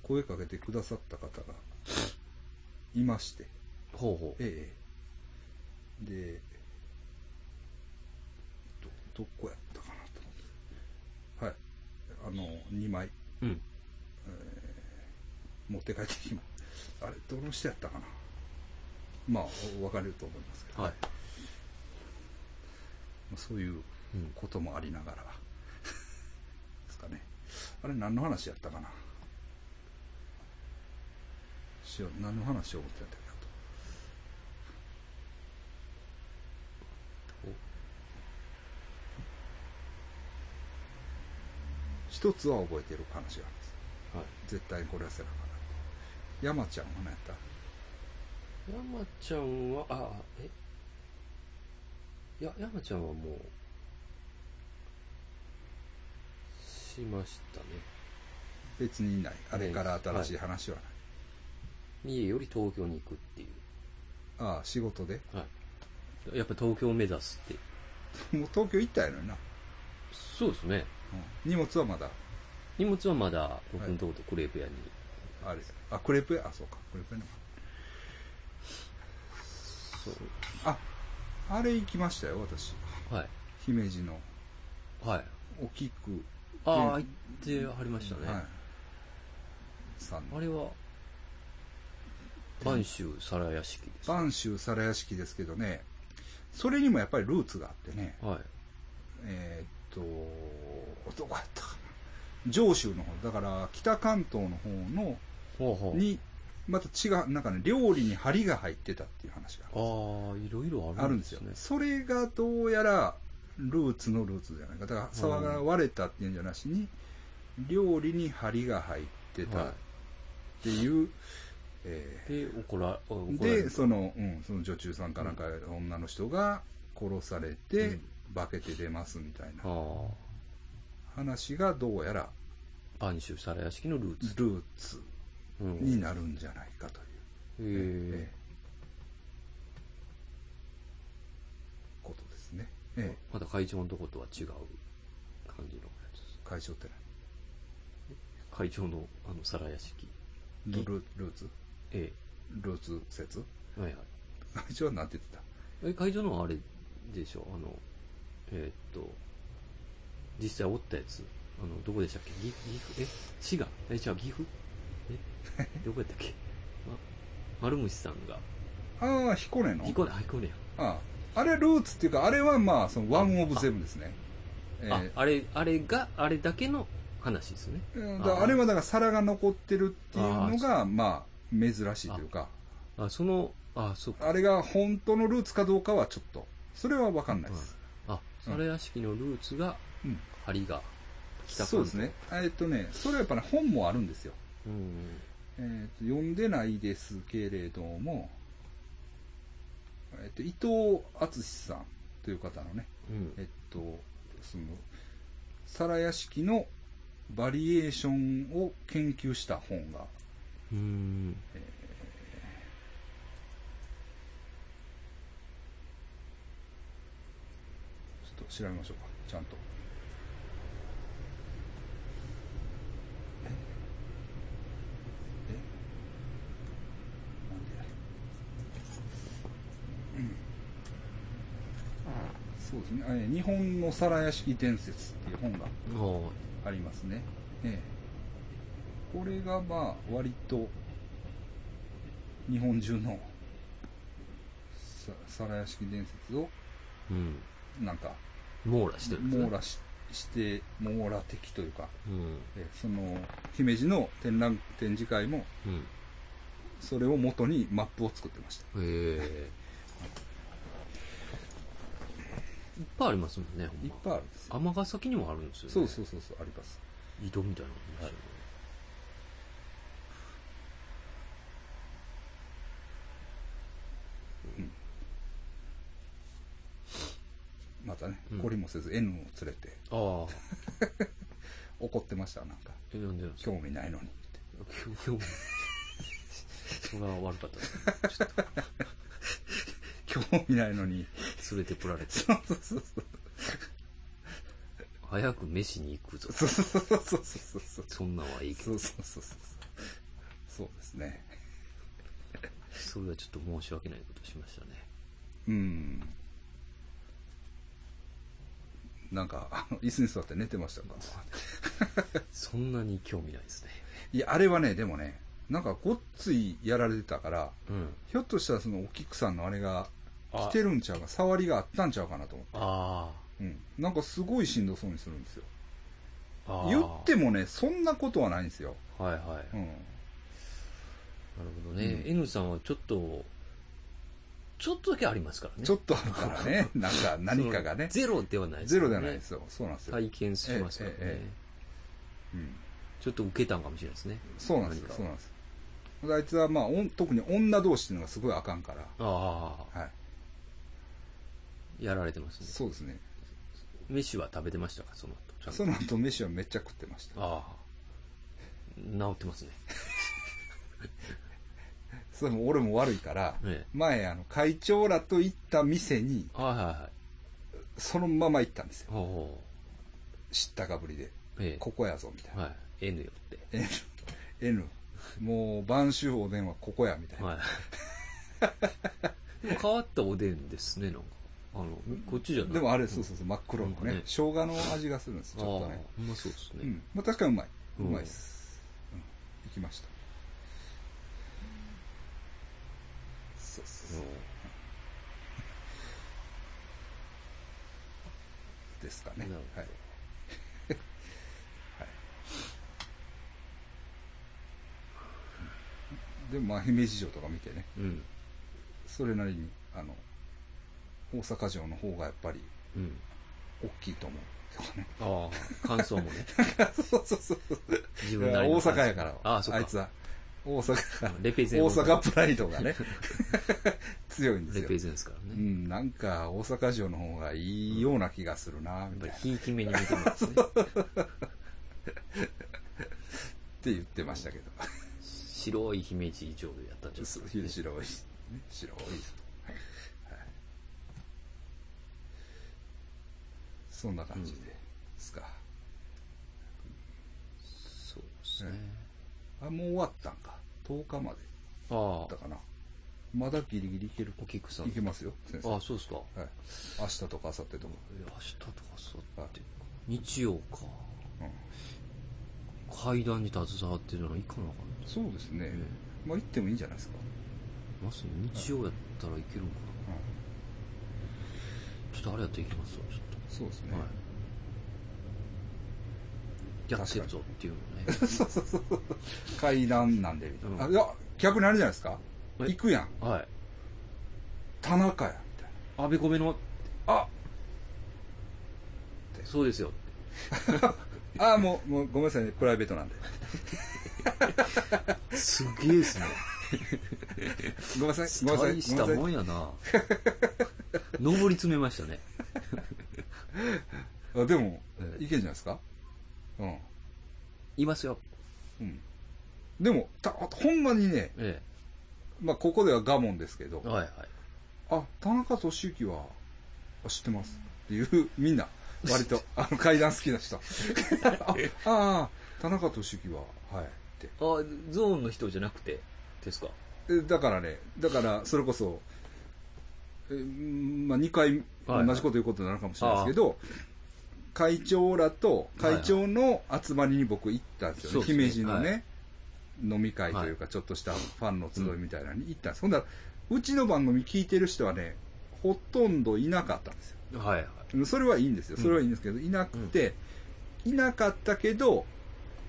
Speaker 1: 声かけてくださった方がいまして、
Speaker 2: ほうほう。
Speaker 1: ええで、ど、どこやったかなと思って。はい。あの、2枚
Speaker 2: うん。
Speaker 1: 持って帰ってきまあれ、どの人やったかなまあ、お分かれると思いますけど、
Speaker 2: はい。
Speaker 1: まあそういう
Speaker 2: うん。
Speaker 1: こともありながらですかねあれ何の話やったかなしよう何の話を思ってたんだっけなと一つは覚えてる話があるんです
Speaker 2: はい。
Speaker 1: 絶対これはせなあかんなと山ちゃんは何やった
Speaker 2: 山ちゃんは、あ、えいや、山ちゃんはもう、しましたね。
Speaker 1: 別にいないあれから新しい話はない、
Speaker 2: 三重より東京に行くってい
Speaker 1: ああ仕事で
Speaker 2: う。はい。やっぱ東京を目指すって。
Speaker 1: もう東京行ったやろな、
Speaker 2: そうですね。
Speaker 1: うん荷物はまだ
Speaker 2: 荷物はまだ僕のとことクレープ屋に。
Speaker 1: あれあクレープ屋あそうかクレープ屋の
Speaker 2: そう。
Speaker 1: ああれ行きましたよ私
Speaker 2: はい。
Speaker 1: 姫路の
Speaker 2: はい。
Speaker 1: おきく
Speaker 2: ああ、行
Speaker 1: で
Speaker 2: ってはりましたね。
Speaker 1: はいさん
Speaker 2: あれは、播州皿屋敷です。はい。
Speaker 1: 播州皿屋敷ですけどねそれにもやっぱりルーツがあってねえーっとどこやったかな上州の方だから北関東の方の
Speaker 2: ほうほう。
Speaker 1: にまた違うなんかね料理に針が入ってたっていう話がある
Speaker 2: ああ、いろいろあ
Speaker 1: ある
Speaker 2: るん
Speaker 1: んで
Speaker 2: で
Speaker 1: す
Speaker 2: す
Speaker 1: よ
Speaker 2: ね。。
Speaker 1: それがどうやらルーツのルーツじゃないか。だから沢が割れたっていうんじゃなしに、料理に針が入ってたっ
Speaker 2: は
Speaker 1: ていう、え
Speaker 2: い。で、怒ら、怒
Speaker 1: ー
Speaker 2: られ
Speaker 1: で、
Speaker 2: る。
Speaker 1: その、うん、その女中さんかなんか、女の人が殺され
Speaker 2: う
Speaker 1: て
Speaker 2: ん、
Speaker 1: 化けて出ますみたいな
Speaker 2: あ
Speaker 1: 話がどうやら
Speaker 2: あ、播州皿屋敷のルーツ。
Speaker 1: ルーツ
Speaker 2: うん。
Speaker 1: になるんじゃないかという。
Speaker 2: へ
Speaker 1: え
Speaker 2: え。
Speaker 1: ーことですね。ええ
Speaker 2: まだ会長のとことは違う感じのやつです。
Speaker 1: 解消ってない。
Speaker 2: 会長の、あの、皿屋敷。
Speaker 1: ルルルーツ
Speaker 2: え
Speaker 1: ルーツ説
Speaker 2: え。はいはい。
Speaker 1: 一応なんて言ってた
Speaker 2: え、会長のはあれでしょあの、えーっと、実際おったやつ。あの、どこでしたっけ岐岐阜え滋賀え、じゃあ岐阜えどこやったっけ あ、丸虫さんが。
Speaker 1: ああ、彦根の
Speaker 2: 彦根、あ、彦根や。
Speaker 1: あああれはルーツっていうか、あれはまあ、そのワンオブセブンですね。え
Speaker 2: あ
Speaker 1: ー、
Speaker 2: あれ、あれが、あれだけの話ですね。
Speaker 1: うん
Speaker 2: あ
Speaker 1: だからあれはだから皿が残ってるっていうのが、まあ、珍しいというか、
Speaker 2: あ、その、あ、そうか。
Speaker 1: あれが本当のルーツかどうかはちょっと、それはわかんないです。
Speaker 2: あ、皿屋敷のルーツが、
Speaker 1: うん。
Speaker 2: 針が、北関東
Speaker 1: そうですね。。えーっとね、それはやっぱね、本もあるんですよ。
Speaker 2: うん。
Speaker 1: えーっと、読んでないですけれども、えーっと、伊藤敦史さんという方のね、
Speaker 2: うん。
Speaker 1: えっと、その、皿屋敷のバリエーションを研究した本が、
Speaker 2: うん。
Speaker 1: ちょっと調べましょうか、ちゃんと。ええなんでやうんそうですねあえー。日本の皿屋敷伝説っていう本が
Speaker 2: あ
Speaker 1: ありますね。ええ、これがまあ割と日本中のさ皿屋敷伝説を
Speaker 2: うん。
Speaker 1: なんか
Speaker 2: 網羅してるんですね
Speaker 1: 網羅しして網羅的というか、
Speaker 2: うん。
Speaker 1: ええその姫路の展覧展示会も
Speaker 2: うん。
Speaker 1: それを元にマップを作ってました。
Speaker 2: ええいっぱいありますもんね、ほん
Speaker 1: いっ
Speaker 2: ま。
Speaker 1: ぱいあるんですよ。
Speaker 2: 尼崎にもあるんですよね。
Speaker 1: そうそうそうそうあります。
Speaker 2: 井戸みたいなのもありま
Speaker 1: ね
Speaker 2: うん。
Speaker 1: 懲りもせず N を連れて
Speaker 2: ああ。
Speaker 1: 怒ってました、なんか。
Speaker 2: え、なんでなんですか
Speaker 1: 興味ないのにって。
Speaker 2: 今 日、それは悪かったですね。ちょっ
Speaker 1: 興味ないのに。
Speaker 2: と、連れてこられて。
Speaker 1: そうそうそうそう。
Speaker 2: 早く飯に行くぞ。
Speaker 1: そうそうそうそうそうそう。
Speaker 2: そんなんはいいけ
Speaker 1: そ
Speaker 2: ど、
Speaker 1: うそうそうそう。そうですね。
Speaker 2: それはちょっと申し訳ないことしましたね。
Speaker 1: うん。なんか、あの、椅子に座って寝てましたか。
Speaker 2: そんなに興味ないですね。
Speaker 1: いや、あれはね、でもね、なんかごっついやられてたから、
Speaker 2: うん。
Speaker 1: ひょっとしたらそのお菊さんのあれが
Speaker 2: あ
Speaker 1: 来てるんちゃうか、触りがあったんちゃうかなと思って。
Speaker 2: あ
Speaker 1: うん。なんかすごいしんどそうにするんですよ。
Speaker 2: あ。ああ。
Speaker 1: 言ってもね、そんなことはないんですよ。
Speaker 2: はいはい。
Speaker 1: うん。
Speaker 2: なるほどね。
Speaker 1: うん
Speaker 2: N さんはちょっと、ちょっとだけありますからね。
Speaker 1: ちょっとあるから ね、なんか何かがね
Speaker 2: そ、のゼロではない
Speaker 1: ゼ
Speaker 2: よ
Speaker 1: ロ
Speaker 2: ね
Speaker 1: じゃないですよ。そうなんですよ。
Speaker 2: 体験しますからね、
Speaker 1: えええうん。
Speaker 2: ちょっと受けたんかもしれないですね。
Speaker 1: そうなんです
Speaker 2: 何
Speaker 1: よ。
Speaker 2: か
Speaker 1: そうなんですよ。あいつはまあ、おん特に女同士っていうのがすごいあかんから。
Speaker 2: ああ、
Speaker 1: はい。
Speaker 2: やられてますね。
Speaker 1: そうですね。
Speaker 2: 飯は食べてましたか、その後。ちゃ
Speaker 1: そ
Speaker 2: んと
Speaker 1: の後飯はめっちゃ食ってました。
Speaker 2: ああ。治っ てますね。
Speaker 1: それも俺も悪いから、
Speaker 2: ええ。
Speaker 1: 前、あの、会長らと行った店に、
Speaker 2: ああ、はいはい。
Speaker 1: そのまま行ったんですよ。
Speaker 2: ほうほ
Speaker 1: 知ったかぶりで。
Speaker 2: う。ええ。
Speaker 1: ここやぞ、みたいな。
Speaker 2: はい。N よって。
Speaker 1: N、N。もう、晩秋おでんはここや、 みたいな。
Speaker 2: はい。でも変わったおでんですね、なんか。あの、こっちじゃない。
Speaker 1: でもあれ、そうそうそう、真っ黒の
Speaker 2: なんかね
Speaker 1: ね、生姜の味がするんです、ちょっと
Speaker 2: ああ
Speaker 1: ね。、
Speaker 2: ほんまそうですね。
Speaker 1: うん。まあ、確かにうまい。
Speaker 2: う
Speaker 1: うんまいっす。うん。行きました。そうそうそう。ですかね
Speaker 2: なる。ほど
Speaker 1: はい。はい。でも、まあ、姫路城とか見てね、
Speaker 2: うん。うん。
Speaker 1: それなりに、あの、大阪城の方がやっぱり
Speaker 2: うん。
Speaker 1: 大きいと思う。とかね。
Speaker 2: ああ、感想もね。
Speaker 1: そうそうそうそう。
Speaker 2: 自
Speaker 1: い
Speaker 2: 分な
Speaker 1: や
Speaker 2: りの
Speaker 1: 大
Speaker 2: 感想
Speaker 1: 阪やから。
Speaker 2: ああ、そっか。
Speaker 1: いつは。大阪から。
Speaker 2: レペゼン
Speaker 1: 大
Speaker 2: を
Speaker 1: 阪プライドがね、 強いんです
Speaker 2: レ
Speaker 1: よ
Speaker 2: ペ。ゼンですから
Speaker 1: う
Speaker 2: ね。
Speaker 1: ん、なんか大阪城の方がいいような気がするな、
Speaker 2: や
Speaker 1: み
Speaker 2: ったぱ
Speaker 1: い
Speaker 2: り
Speaker 1: な。っ
Speaker 2: ひいき目に見てますね。
Speaker 1: て言ってましたけど。
Speaker 2: 白い姫路城やったんじゃないです
Speaker 1: そう
Speaker 2: か、
Speaker 1: 白い。
Speaker 2: ね。
Speaker 1: 白い。白い。はいそんな感じで
Speaker 2: うん
Speaker 1: すか。
Speaker 2: そうですね。
Speaker 1: あ、もう終わったんか。10日まで
Speaker 2: あ
Speaker 1: だ
Speaker 2: あ、
Speaker 1: ったかな。まだギリギリいける
Speaker 2: お菊さん。
Speaker 1: いけますよ、先生。
Speaker 2: あ
Speaker 1: は
Speaker 2: あ、そうですか。
Speaker 1: い。明日とか明後日とか。
Speaker 2: いや明日とか明後日か。日曜か。
Speaker 1: うん
Speaker 2: 階段に携わってるのはいかなあかんです
Speaker 1: そうですね。
Speaker 2: ね。
Speaker 1: まあ行ってもいいんじゃないですか。
Speaker 2: まさに日曜やったらいけるんかな。
Speaker 1: うん
Speaker 2: ちょっとあれやっていきますわ、ちょっ
Speaker 1: そうですね
Speaker 2: と。。はい。やってるぞっていうのね。
Speaker 1: そうそうそうそう。階段なんで、みたいな。あ、
Speaker 2: うん
Speaker 1: いや、逆にあれじゃないですか。
Speaker 2: え
Speaker 1: 行くやん。
Speaker 2: はい。
Speaker 1: 田中や、みたい
Speaker 2: あべこべの、
Speaker 1: な。あ、
Speaker 2: そうですよ。
Speaker 1: あ、もう、もうごめんなさいね。プライベートなんで。
Speaker 2: すげえです ね。
Speaker 1: ごめんなさい。ごめんなさい。
Speaker 2: 大した
Speaker 1: ごめんな
Speaker 2: も
Speaker 1: さ
Speaker 2: んやな。上り詰めましたね。
Speaker 1: い。あでも、
Speaker 2: ええ
Speaker 1: いけんじゃないですか。うん。
Speaker 2: いますよ。
Speaker 1: うん。でも、た、ほんまにね、
Speaker 2: え
Speaker 1: まあ、ここでは我慢ですけど
Speaker 2: え。、はいはい。
Speaker 1: あ、田中俊之は、あ知ってますっていう、みんな、割 と、あの、階段好きな人。あ、 あー、田中俊之は、はい、って。
Speaker 2: あ、ゾーンの人じゃなくて、ですか。
Speaker 1: えだからね、だから、それこそ、えうんまあ、2回
Speaker 2: はい
Speaker 1: 同じこと言うことになるかもしれないですけど、会長らと、会長の集まりに僕行ったんですよね。
Speaker 2: そうですね
Speaker 1: 姫路のね、
Speaker 2: は
Speaker 1: 飲み会というか、ちょっとしたファンの集いみたいなのに行ったんです。ほんだら、うちの番組聞いてる人はね、ほとんどいなかったんです
Speaker 2: はいはい。
Speaker 1: よ。それはいいんですよ。それはいいんですけど、いなくて、いなかったけど、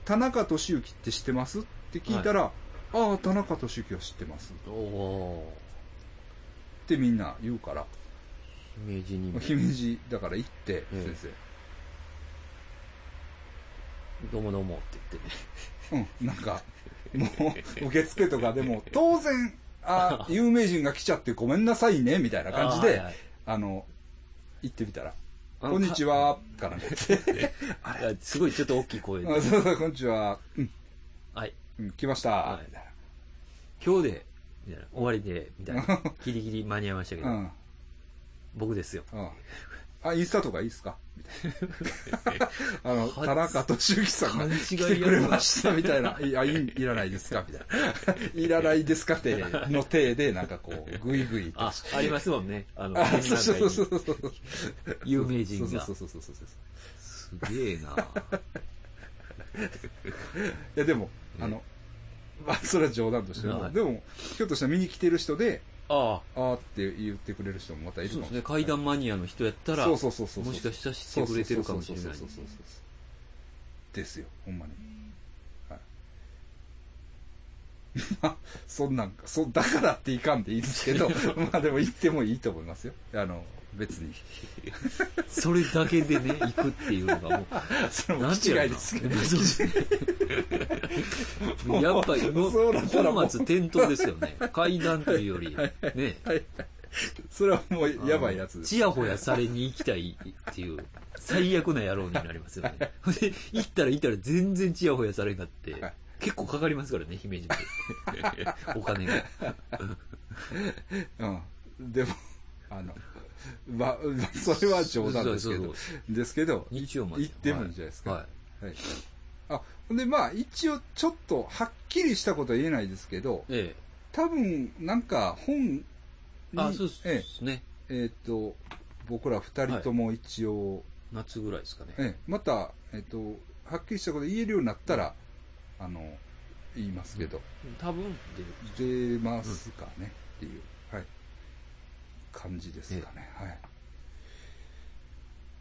Speaker 1: 田中俊之って知ってますって聞いたら、ああ、田中俊之は知ってます。
Speaker 2: おお
Speaker 1: ってみんな言うから、
Speaker 2: ー。 姫路にも。
Speaker 1: 姫路だから行って、
Speaker 2: ええ
Speaker 1: 先
Speaker 2: どうもどうもって言ってね。
Speaker 1: 生。うん、なんか、もう、受付とかで も、当然、あ、有名人が来ちゃってごめんなさいね、みたいな感じ
Speaker 2: あーはい
Speaker 1: で、
Speaker 2: はい
Speaker 1: あの、行ってみたら、
Speaker 2: あの
Speaker 1: こんにちは、から ね。
Speaker 2: あれすごいちょっと大きい声で。
Speaker 1: あ そうそう、こんにちは。うん、
Speaker 2: はい。
Speaker 1: うん来ました。
Speaker 2: はい
Speaker 1: みたいな
Speaker 2: 今日で、みたいな。終わりで、みたいな。ギリギリ間に合いましたけど、
Speaker 1: うん。
Speaker 2: 僕ですよ。
Speaker 1: うんあ、インスタとかいいっすかみたいな。あの、
Speaker 2: は
Speaker 1: 田中俊之さんが
Speaker 2: 勘違い
Speaker 1: 来てくれました、みたいな。いや、いいいらないですかみたいな。いらないですかって、の体で、なんかこう、ぐいぐいと。
Speaker 2: あ、ありますもんね。あの、
Speaker 1: あ、
Speaker 2: 展
Speaker 1: そう
Speaker 2: 覧会
Speaker 1: そうそうそ
Speaker 2: に
Speaker 1: うそう。
Speaker 2: 有名人が
Speaker 1: そう。そうそうそうそうそう。
Speaker 2: すげえ
Speaker 1: い
Speaker 2: な
Speaker 1: や、でも、
Speaker 2: うん
Speaker 1: あの、まあ、それは冗談として
Speaker 2: は
Speaker 1: も、
Speaker 2: い
Speaker 1: でも、ひょっとしたら見に来てる人で、
Speaker 2: あ
Speaker 1: あ
Speaker 2: あ、
Speaker 1: ーって言ってくれる人もまたいるか
Speaker 2: そう
Speaker 1: もし
Speaker 2: です
Speaker 1: れない。
Speaker 2: ね。階段マニアの人やったら、
Speaker 1: そうそうそうそうそう。
Speaker 2: もしかしたら知ってくれてるかもしれない。
Speaker 1: そうそうそうそうそうそうですよほんまに、はい、 まあそんなんかそだからっていかんでいいですけ どまあでも行ってもいいと思いますよあの別 に
Speaker 2: それだけでね、行くっていうの がも
Speaker 1: それ
Speaker 2: う、
Speaker 1: も
Speaker 2: なんて
Speaker 1: 気
Speaker 2: いう
Speaker 1: 違
Speaker 2: の
Speaker 1: いですけど
Speaker 2: そうですねやっぱり、も
Speaker 1: そうなったらもう
Speaker 2: 本末転倒ですよね。階段というより、ね。
Speaker 1: はいそれはもうやばいやつ
Speaker 2: あ
Speaker 1: で
Speaker 2: の
Speaker 1: す
Speaker 2: ちやほやされに行きたいっていう、最悪な野郎になりますよね。で、行ったら行ったら全然ちやほやされになって
Speaker 1: はい、
Speaker 2: 結構かかりますからね、姫路までお金が。
Speaker 1: うんでもあのままそれは冗談ですけ
Speaker 2: そ
Speaker 1: ど
Speaker 2: うそうそう
Speaker 1: ですけど
Speaker 2: 日曜まで。
Speaker 1: 行ってもいいんじゃないですか、
Speaker 2: はい。
Speaker 1: はい。あ、ほんで、まあ、一応、ちょっと、はっきりしたことは言えないですけど、
Speaker 2: え
Speaker 1: 多分、なんか、本に、
Speaker 2: え。あ、そうで
Speaker 1: え
Speaker 2: すね。
Speaker 1: ええっ、と、僕ら二人とも一応、
Speaker 2: 夏ぐらいですかね。
Speaker 1: ええまた、えっ、と、はっきりしたこと言えるようになったら、あの、言いますけど、
Speaker 2: 多分出る
Speaker 1: 出ますかね、っていう、はい、感じですかね、はい。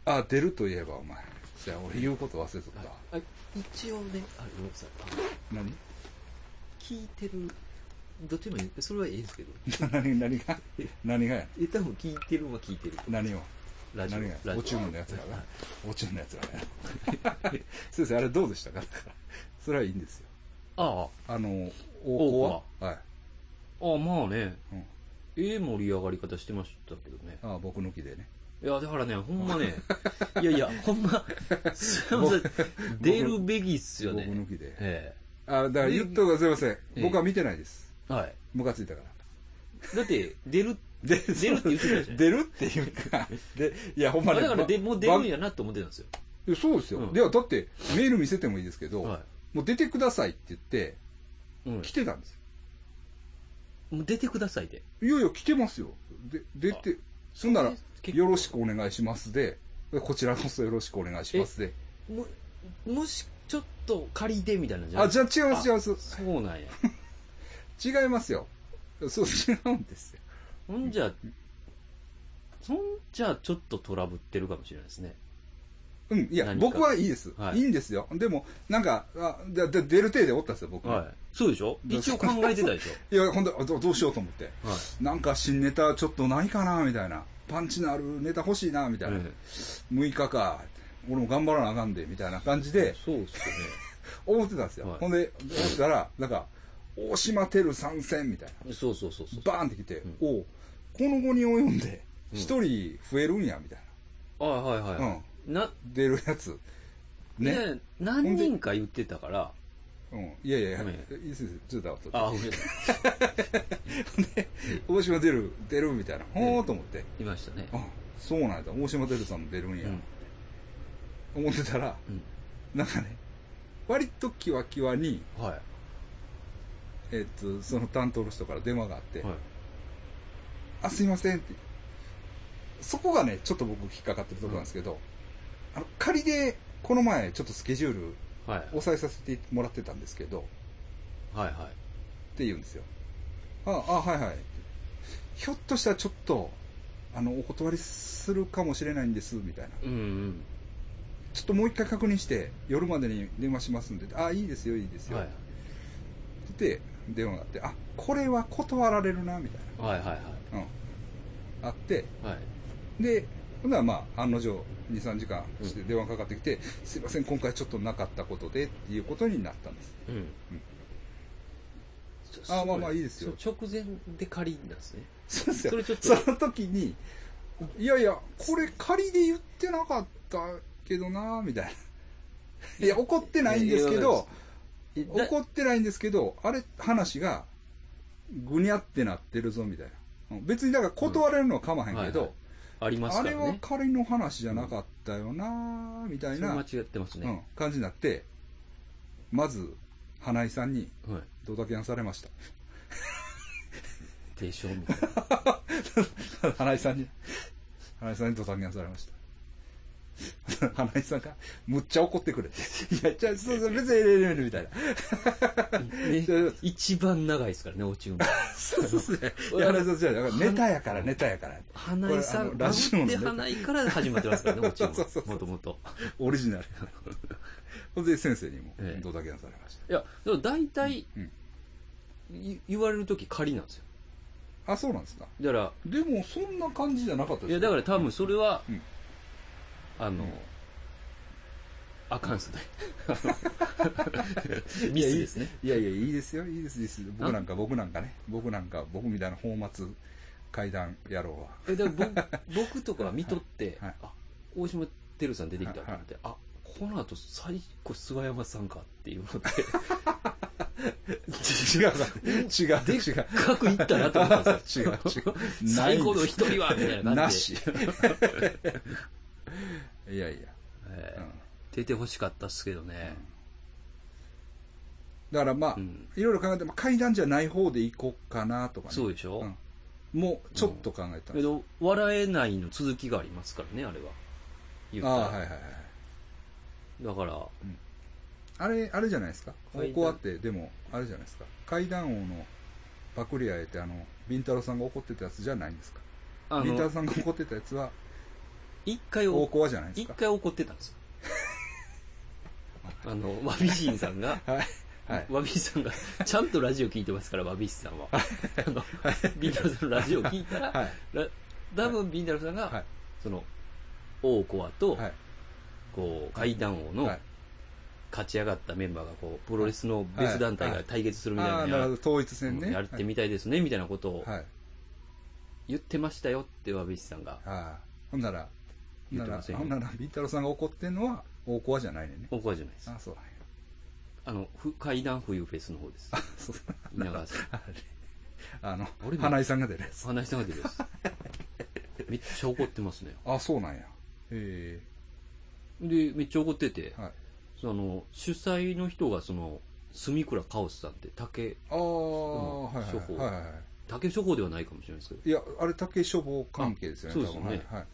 Speaker 1: あ、出るといえば、お前。じゃあ、俺言うこと忘れとった。
Speaker 2: あ一応ね、あ、ごめんなさい。あの
Speaker 1: 何
Speaker 2: 聞いてる、どっちでもいいそれはいいんですけど、
Speaker 1: 何何が何がや
Speaker 2: え、多分聞いてるは聞いてる。
Speaker 1: 何を
Speaker 2: ラジオ。
Speaker 1: 何が
Speaker 2: ラジオ
Speaker 1: お注文のやつだな。お注文のやつだな。 先生、あれどうでしたか それはいいんですよ。
Speaker 2: あ
Speaker 1: あの、大子ははい。
Speaker 2: あ、ああ、まあね、
Speaker 1: うん
Speaker 2: ええ盛り上がり方してましたけどね。
Speaker 1: ああ、僕の木でね。
Speaker 2: いや、だからね、ほんま ね、いやいや、ほんま、すいません出るべきっすよ
Speaker 1: 僕
Speaker 2: ね。
Speaker 1: の木で。
Speaker 2: え
Speaker 1: あだから言ったがすいません。
Speaker 2: え
Speaker 1: 僕は見てないです。
Speaker 2: え。はい。
Speaker 1: ムカついたから。
Speaker 2: だって、出る、
Speaker 1: 出
Speaker 2: 出るって言ってたじゃん。
Speaker 1: 出るっていう か、で、いや、ほんま
Speaker 2: あ
Speaker 1: ね。
Speaker 2: だからで、
Speaker 1: ば
Speaker 2: もう出るんやなと思ってたんですよ。
Speaker 1: ばそうですよ。
Speaker 2: うん
Speaker 1: では、だって、メール見せてもいいですけど、
Speaker 2: は
Speaker 1: もう出てくださいって言って、
Speaker 2: い。うん
Speaker 1: 来てたんですよ。
Speaker 2: もう出てくださいで。
Speaker 1: いやいや、来てますよ。で、出て、そんなら、
Speaker 2: 結構
Speaker 1: よろしくお願いしますで、こちらこそよろしくお願いしますで。
Speaker 2: も、もし、ちょっと仮でみたいなんじゃな
Speaker 1: あ、
Speaker 2: い
Speaker 1: じゃあ違います、違います。
Speaker 2: そう なんや。
Speaker 1: 違いますよ。そう、違うんですよ。
Speaker 2: ほんじゃ、そんじゃちょっとトラブってるかもしれないですね。
Speaker 1: うん、いや、
Speaker 2: 何か
Speaker 1: 僕はいいです。
Speaker 2: はい
Speaker 1: い、いんですよ。でも、なんか、あでで出る程度おったんですよ、僕。
Speaker 2: い。そうでしょ一応考えてたでし
Speaker 1: い、や、ほんであど、どうしようと思って。
Speaker 2: ょはい。
Speaker 1: なんか新ネタちょっとないかな、みたいな。パンチのあるネタ欲しいな、みたいな。
Speaker 2: え
Speaker 1: 6日か。俺も頑張らなあかんで、みたいな感じ
Speaker 2: え
Speaker 1: で、
Speaker 2: そうっすよね。
Speaker 1: 思ってたんですよ。
Speaker 2: はい
Speaker 1: ほんで、思ってたら、なんか、大島てる参戦、みたいな。
Speaker 2: そうそうそうそう。
Speaker 1: バーンってきて、
Speaker 2: うん
Speaker 1: おうこの後に及んで、
Speaker 2: うん
Speaker 1: 一人増えるんや、みたい
Speaker 2: あはいはい
Speaker 1: な。
Speaker 2: はい。な、
Speaker 1: うん。出るやつ。ね。
Speaker 2: ね、何人か言ってたから、
Speaker 1: うん。いやいやいや、
Speaker 2: ごめん
Speaker 1: いいですよちょっと後で
Speaker 2: あ、ごめんなさ
Speaker 1: 大島出る、出るみたいな。ほーと思って。
Speaker 2: い。いましたね。
Speaker 1: あ、そうなんやと。大島出るさんも出るんや。
Speaker 2: うん
Speaker 1: 思ってたら、
Speaker 2: うん。
Speaker 1: なんかね、割とキワキワに、
Speaker 2: はい。
Speaker 1: えっ、と、その担当の人から電話があって、
Speaker 2: はい。
Speaker 1: あ、すいませんって。そこがね、ちょっと僕引っかかってるところなんですけど、あの、仮で、この前、ちょっとスケジュール、
Speaker 2: はい。
Speaker 1: 抑えさせてもらってたんですけど、
Speaker 2: はいはい。
Speaker 1: って言うんですよ。ああ、はいはい。ひょっとしたらちょっと、あの、お断りするかもしれないんです、みたいな。
Speaker 2: うんうん。
Speaker 1: ちょっともう一回確認して、夜までに電話しますんで、あ、いいですよ、いいですよ。
Speaker 2: はい
Speaker 1: で、電話があって、あ、これは断られるな、みたい
Speaker 2: はいはいは
Speaker 1: な。うん。あって、
Speaker 2: い。はい。
Speaker 1: で、ほんならまあ、案の定、2、3時間して電話かかってきて、すいません、今回ちょっとなかったことで、っていうことになったんです。
Speaker 2: うん。
Speaker 1: あまあまあいいですよ
Speaker 2: そう直前で仮なんですね。
Speaker 1: そうですよ。
Speaker 2: それちょっと
Speaker 1: その時に、いやいや、これ仮で言ってなかったけどな、みたいな。いや、怒ってないんですけど、
Speaker 2: えだ
Speaker 1: 怒ってないんですけど、あれ、話が、ぐにゃってなってるぞ、みたいな。うん別に、だから断れるのは構わへんけど、
Speaker 2: あります
Speaker 1: あ
Speaker 2: か
Speaker 1: れ
Speaker 2: ら
Speaker 1: は
Speaker 2: ね。
Speaker 1: 仮の話じゃなかったよな、みた
Speaker 2: そ
Speaker 1: い
Speaker 2: れ
Speaker 1: な、
Speaker 2: 間違ってます
Speaker 1: うん
Speaker 2: ね。、
Speaker 1: 感じになって、まず、花井さんに、
Speaker 2: はい。
Speaker 1: ドタキャンされました。
Speaker 2: 提 唱みたいな。
Speaker 1: 花井さんに、花井さんにドタキャンされました。 花井さんが、むっちゃ怒ってくれて。いや、じゃあ、そうそう、別に入れれるみたいな。
Speaker 2: ね一番長いですからね、お中も。
Speaker 1: そうそうそう。いや、花井さん、じゃあ、だからネタやから、ネタやから。
Speaker 2: 花井さ
Speaker 1: こ
Speaker 2: ん、
Speaker 1: れあのラ
Speaker 2: ラ
Speaker 1: ジオ
Speaker 2: ブ
Speaker 1: の
Speaker 2: っ
Speaker 1: ね
Speaker 2: て花井から始まってま すからね、お中
Speaker 1: そうそうそう
Speaker 2: も。もともと。
Speaker 1: オリジナル。ほんで、先生にも
Speaker 2: ええ、
Speaker 1: ドタキャンされました。
Speaker 2: いや、でも大体
Speaker 1: うん、
Speaker 2: い言われるとき仮なんですよ。
Speaker 1: あ、そうなんですか。
Speaker 2: だから、
Speaker 1: でも、そんな感じじゃなかったです
Speaker 2: いや、だから多分それは
Speaker 1: うん、
Speaker 2: あの
Speaker 1: うん、
Speaker 2: あかんっすね。 ミスですね。
Speaker 1: いやいや、いいですよ、いいです、いいです。僕なんか、僕なんかね、僕なんか、僕みたいな本末階段野郎は。
Speaker 2: えだから僕僕とかは見とって、
Speaker 1: はい
Speaker 2: あ大島てるさん出てきたと思って、あこの後最後諏訪山さんかっていうの で
Speaker 1: 違うな、違う、違う。
Speaker 2: 各行ったなと思ったんですよ
Speaker 1: 違 う違う。
Speaker 2: 最後の
Speaker 1: ない
Speaker 2: 一人はみたいな感じで
Speaker 1: なし。いやいや、
Speaker 2: え
Speaker 1: う
Speaker 2: ー
Speaker 1: ん
Speaker 2: 出てほしかったっすけどね、
Speaker 1: だからまあ、
Speaker 2: うん
Speaker 1: いろいろ考えて、まあ、階段じゃない方で行こうかなとかね。
Speaker 2: そうでしょ、
Speaker 1: うんもうちょっと考えたん
Speaker 2: け
Speaker 1: です、
Speaker 2: ど笑えないの続きがありますからねあれは言っ
Speaker 1: あ
Speaker 2: た
Speaker 1: あ
Speaker 2: ら、
Speaker 1: はいはいはい
Speaker 2: だから
Speaker 1: あれあれじゃないですか
Speaker 2: 階段
Speaker 1: ここあってでもあれじゃないですか階段王のパクリアえってあのビンタロウさんが怒ってたやつじゃないんですか
Speaker 2: あ
Speaker 1: ビンタロウ
Speaker 2: の
Speaker 1: さんが怒ってたやつは
Speaker 2: 一回
Speaker 1: 大
Speaker 2: お
Speaker 1: コアじゃないです
Speaker 2: 一
Speaker 1: か
Speaker 2: 回怒ってたんです よあの和美人さんが
Speaker 1: はいはい
Speaker 2: わびしさんが、ちゃんとラジオ聞いてますから、わびしさんは。あの、ビンダルさんのラジオ聞いたら、
Speaker 1: はい
Speaker 2: ら多分ビンダルさんが、
Speaker 1: はい
Speaker 2: その、大コアと、
Speaker 1: はい
Speaker 2: こう、階段王の
Speaker 1: はい
Speaker 2: 勝ち上がったメンバーが、こう、プロレスの別団体が対決するみたい
Speaker 1: あ
Speaker 2: な
Speaker 1: あ
Speaker 2: の
Speaker 1: な
Speaker 2: や
Speaker 1: るほど統一戦ね
Speaker 2: やってみたいですね、みたいなことを
Speaker 1: はいはい
Speaker 2: 言ってましたよって、わびしさんが。
Speaker 1: ああほんならほん
Speaker 2: 言っ
Speaker 1: な
Speaker 2: て
Speaker 1: ら
Speaker 2: ませんよ
Speaker 1: ほんならビンタロウさんが怒ってんのは大コアじゃないねんね
Speaker 2: 大コアじゃないです
Speaker 1: あ。あそうなんや
Speaker 2: あの、ふ階段冬フェスの方です。
Speaker 1: そう
Speaker 2: 稲川さん。
Speaker 1: あれあの
Speaker 2: 俺も
Speaker 1: 花井さんが出るやつ
Speaker 2: 話しながら です。めっちゃ怒ってますね。
Speaker 1: あそうなんやへ
Speaker 2: で、めっちゃ怒ってて
Speaker 1: え、はい
Speaker 2: その主催の人がその住倉カオスさんって竹
Speaker 1: ああ、はいはい
Speaker 2: 処方
Speaker 1: はいは
Speaker 2: 竹処方ではないかもしれないですけ
Speaker 1: い。いや、あれ、竹処方関係ですよね、
Speaker 2: あそうですよね
Speaker 1: 多分はい。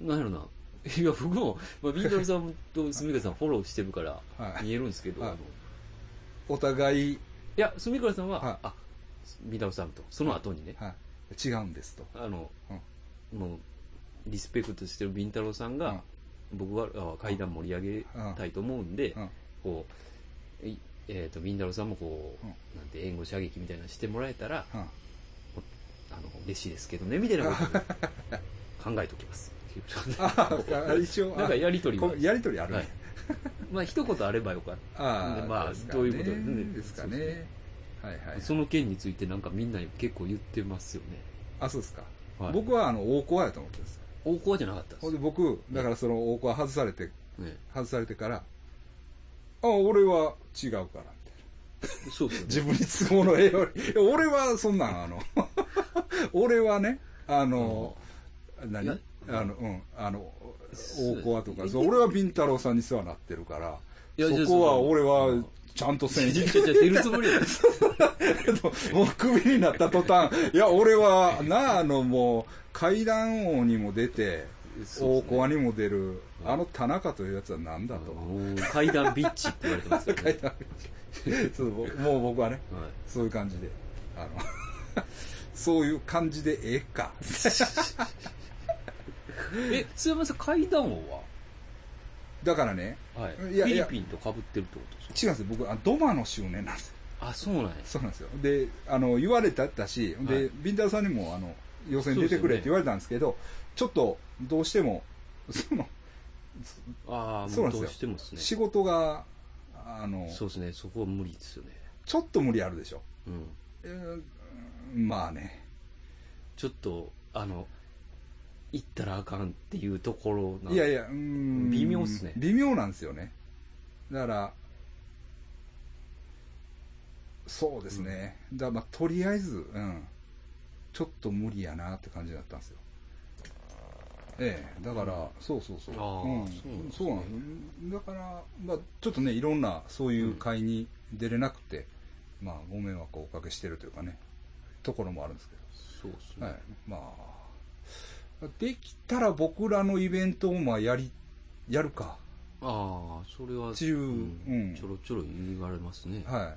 Speaker 2: どなんやろないや僕も、まあ、ビートルさんと住倉さんフォローしてるから
Speaker 1: はい。はい
Speaker 2: 見えるんですけど、
Speaker 1: はい
Speaker 2: あのい
Speaker 1: お互い、
Speaker 2: や住倉さんは、
Speaker 1: はい
Speaker 2: あビートルさんとその後にね、
Speaker 1: はい、違うんですと。
Speaker 2: あの、もうリスペクトしてるビンタロウさんが、僕はあ階段盛り上げたいと思うんで、
Speaker 1: うん
Speaker 2: こういえー、とビンタロウさんもこ
Speaker 1: う
Speaker 2: う、
Speaker 1: ん
Speaker 2: なんて援護射撃みたいなのしてもらえたら、
Speaker 1: うん
Speaker 2: あの嬉しいですけどねみたいな ことを考えておきますっていう
Speaker 1: ああ、一応、
Speaker 2: なんか
Speaker 1: あ
Speaker 2: やりとりは
Speaker 1: こやりとりある
Speaker 2: は
Speaker 1: ね
Speaker 2: い。まあ一言あればよかっ
Speaker 1: ああ、
Speaker 2: まあ
Speaker 1: ですかね
Speaker 2: どういうことですね
Speaker 1: ですかね。はいは
Speaker 2: た
Speaker 1: い。
Speaker 2: その件についてなんかみんな結構言ってますよね、
Speaker 1: あ、そうですか。
Speaker 2: はい、
Speaker 1: 僕は、あの、大コアやと思ってます。
Speaker 2: 大コアじゃなかったんです
Speaker 1: ほん
Speaker 2: よ
Speaker 1: で、僕、だからその大コア外されて、
Speaker 2: ね、
Speaker 1: 外されてから、あ、俺は違うから、みたいな。
Speaker 2: そうですよね
Speaker 1: 自分に都合のええより。いや俺は、そんなん、あの、 俺はね、あの、
Speaker 2: い
Speaker 1: 何
Speaker 2: や
Speaker 1: あの、うん、あの、
Speaker 2: そう
Speaker 1: 大コアとか、
Speaker 2: いや
Speaker 1: そう俺はビンタロウさんに世話になってるから、
Speaker 2: いやじゃ
Speaker 1: そ
Speaker 2: あ
Speaker 1: こは俺
Speaker 2: う
Speaker 1: は
Speaker 2: ん、
Speaker 1: ちゃんとせん
Speaker 2: 自
Speaker 1: け
Speaker 2: 転車出るつもりやった
Speaker 1: ど、 もうクビになった途端、いや、俺は、なあ、あの、もう、階段王にも出て、大コアにも出る、
Speaker 2: うん
Speaker 1: あの田中というやつは何だと。
Speaker 2: 階段ビッチって言われてます からね、
Speaker 1: 階段そうもう僕はね、
Speaker 2: はい
Speaker 1: そういう感じで。あの、 そういう感じでええか。
Speaker 2: え津山さん階段王は
Speaker 1: だからね、
Speaker 2: はい、
Speaker 1: いや
Speaker 2: フ
Speaker 1: い
Speaker 2: ィ
Speaker 1: や
Speaker 2: リピンと被ってるってことです
Speaker 1: 違
Speaker 2: か
Speaker 1: うんですよ。僕、あドマの執念なんですよ。
Speaker 2: あそうなんや
Speaker 1: そうなんですよ。で、あの、言われたったし、で、
Speaker 2: はい
Speaker 1: ビンタルさんにも、あの、予選出てくれって言われたんですけど、ちょっと、どうしても、その、
Speaker 2: ああ
Speaker 1: そう
Speaker 2: も
Speaker 1: な
Speaker 2: う
Speaker 1: です
Speaker 2: ん
Speaker 1: よ
Speaker 2: どうしてもですね
Speaker 1: 仕事が、あの、
Speaker 2: そうですねそこは無理ですよね
Speaker 1: ちょっと無理あるでしょ。
Speaker 2: うん
Speaker 1: えーまあね。
Speaker 2: ちょっと、あの、行ったらあかんっていうところなん
Speaker 1: いやいや、うーん。
Speaker 2: 微妙っすね
Speaker 1: 微妙なんですよね。だから、そうですね。だからまあ、とりあえず、うん。ちょっと無理やなって感じだったんですよ。ええ、だから、そうそうそう。
Speaker 2: ああ
Speaker 1: うん
Speaker 2: そうなんですね
Speaker 1: そうなんですだから、まあ、ちょっとね、いろんなそういう会に出れなくて、まあ、ご迷惑をおかけしてるというかね、ところもあるんですけど。
Speaker 2: そうですね。
Speaker 1: はい、まあ、できたら僕らのイベントをまあやり、やるか。
Speaker 2: ああ、それは、
Speaker 1: っていううん
Speaker 2: ちょろちょろ言われますね。
Speaker 1: は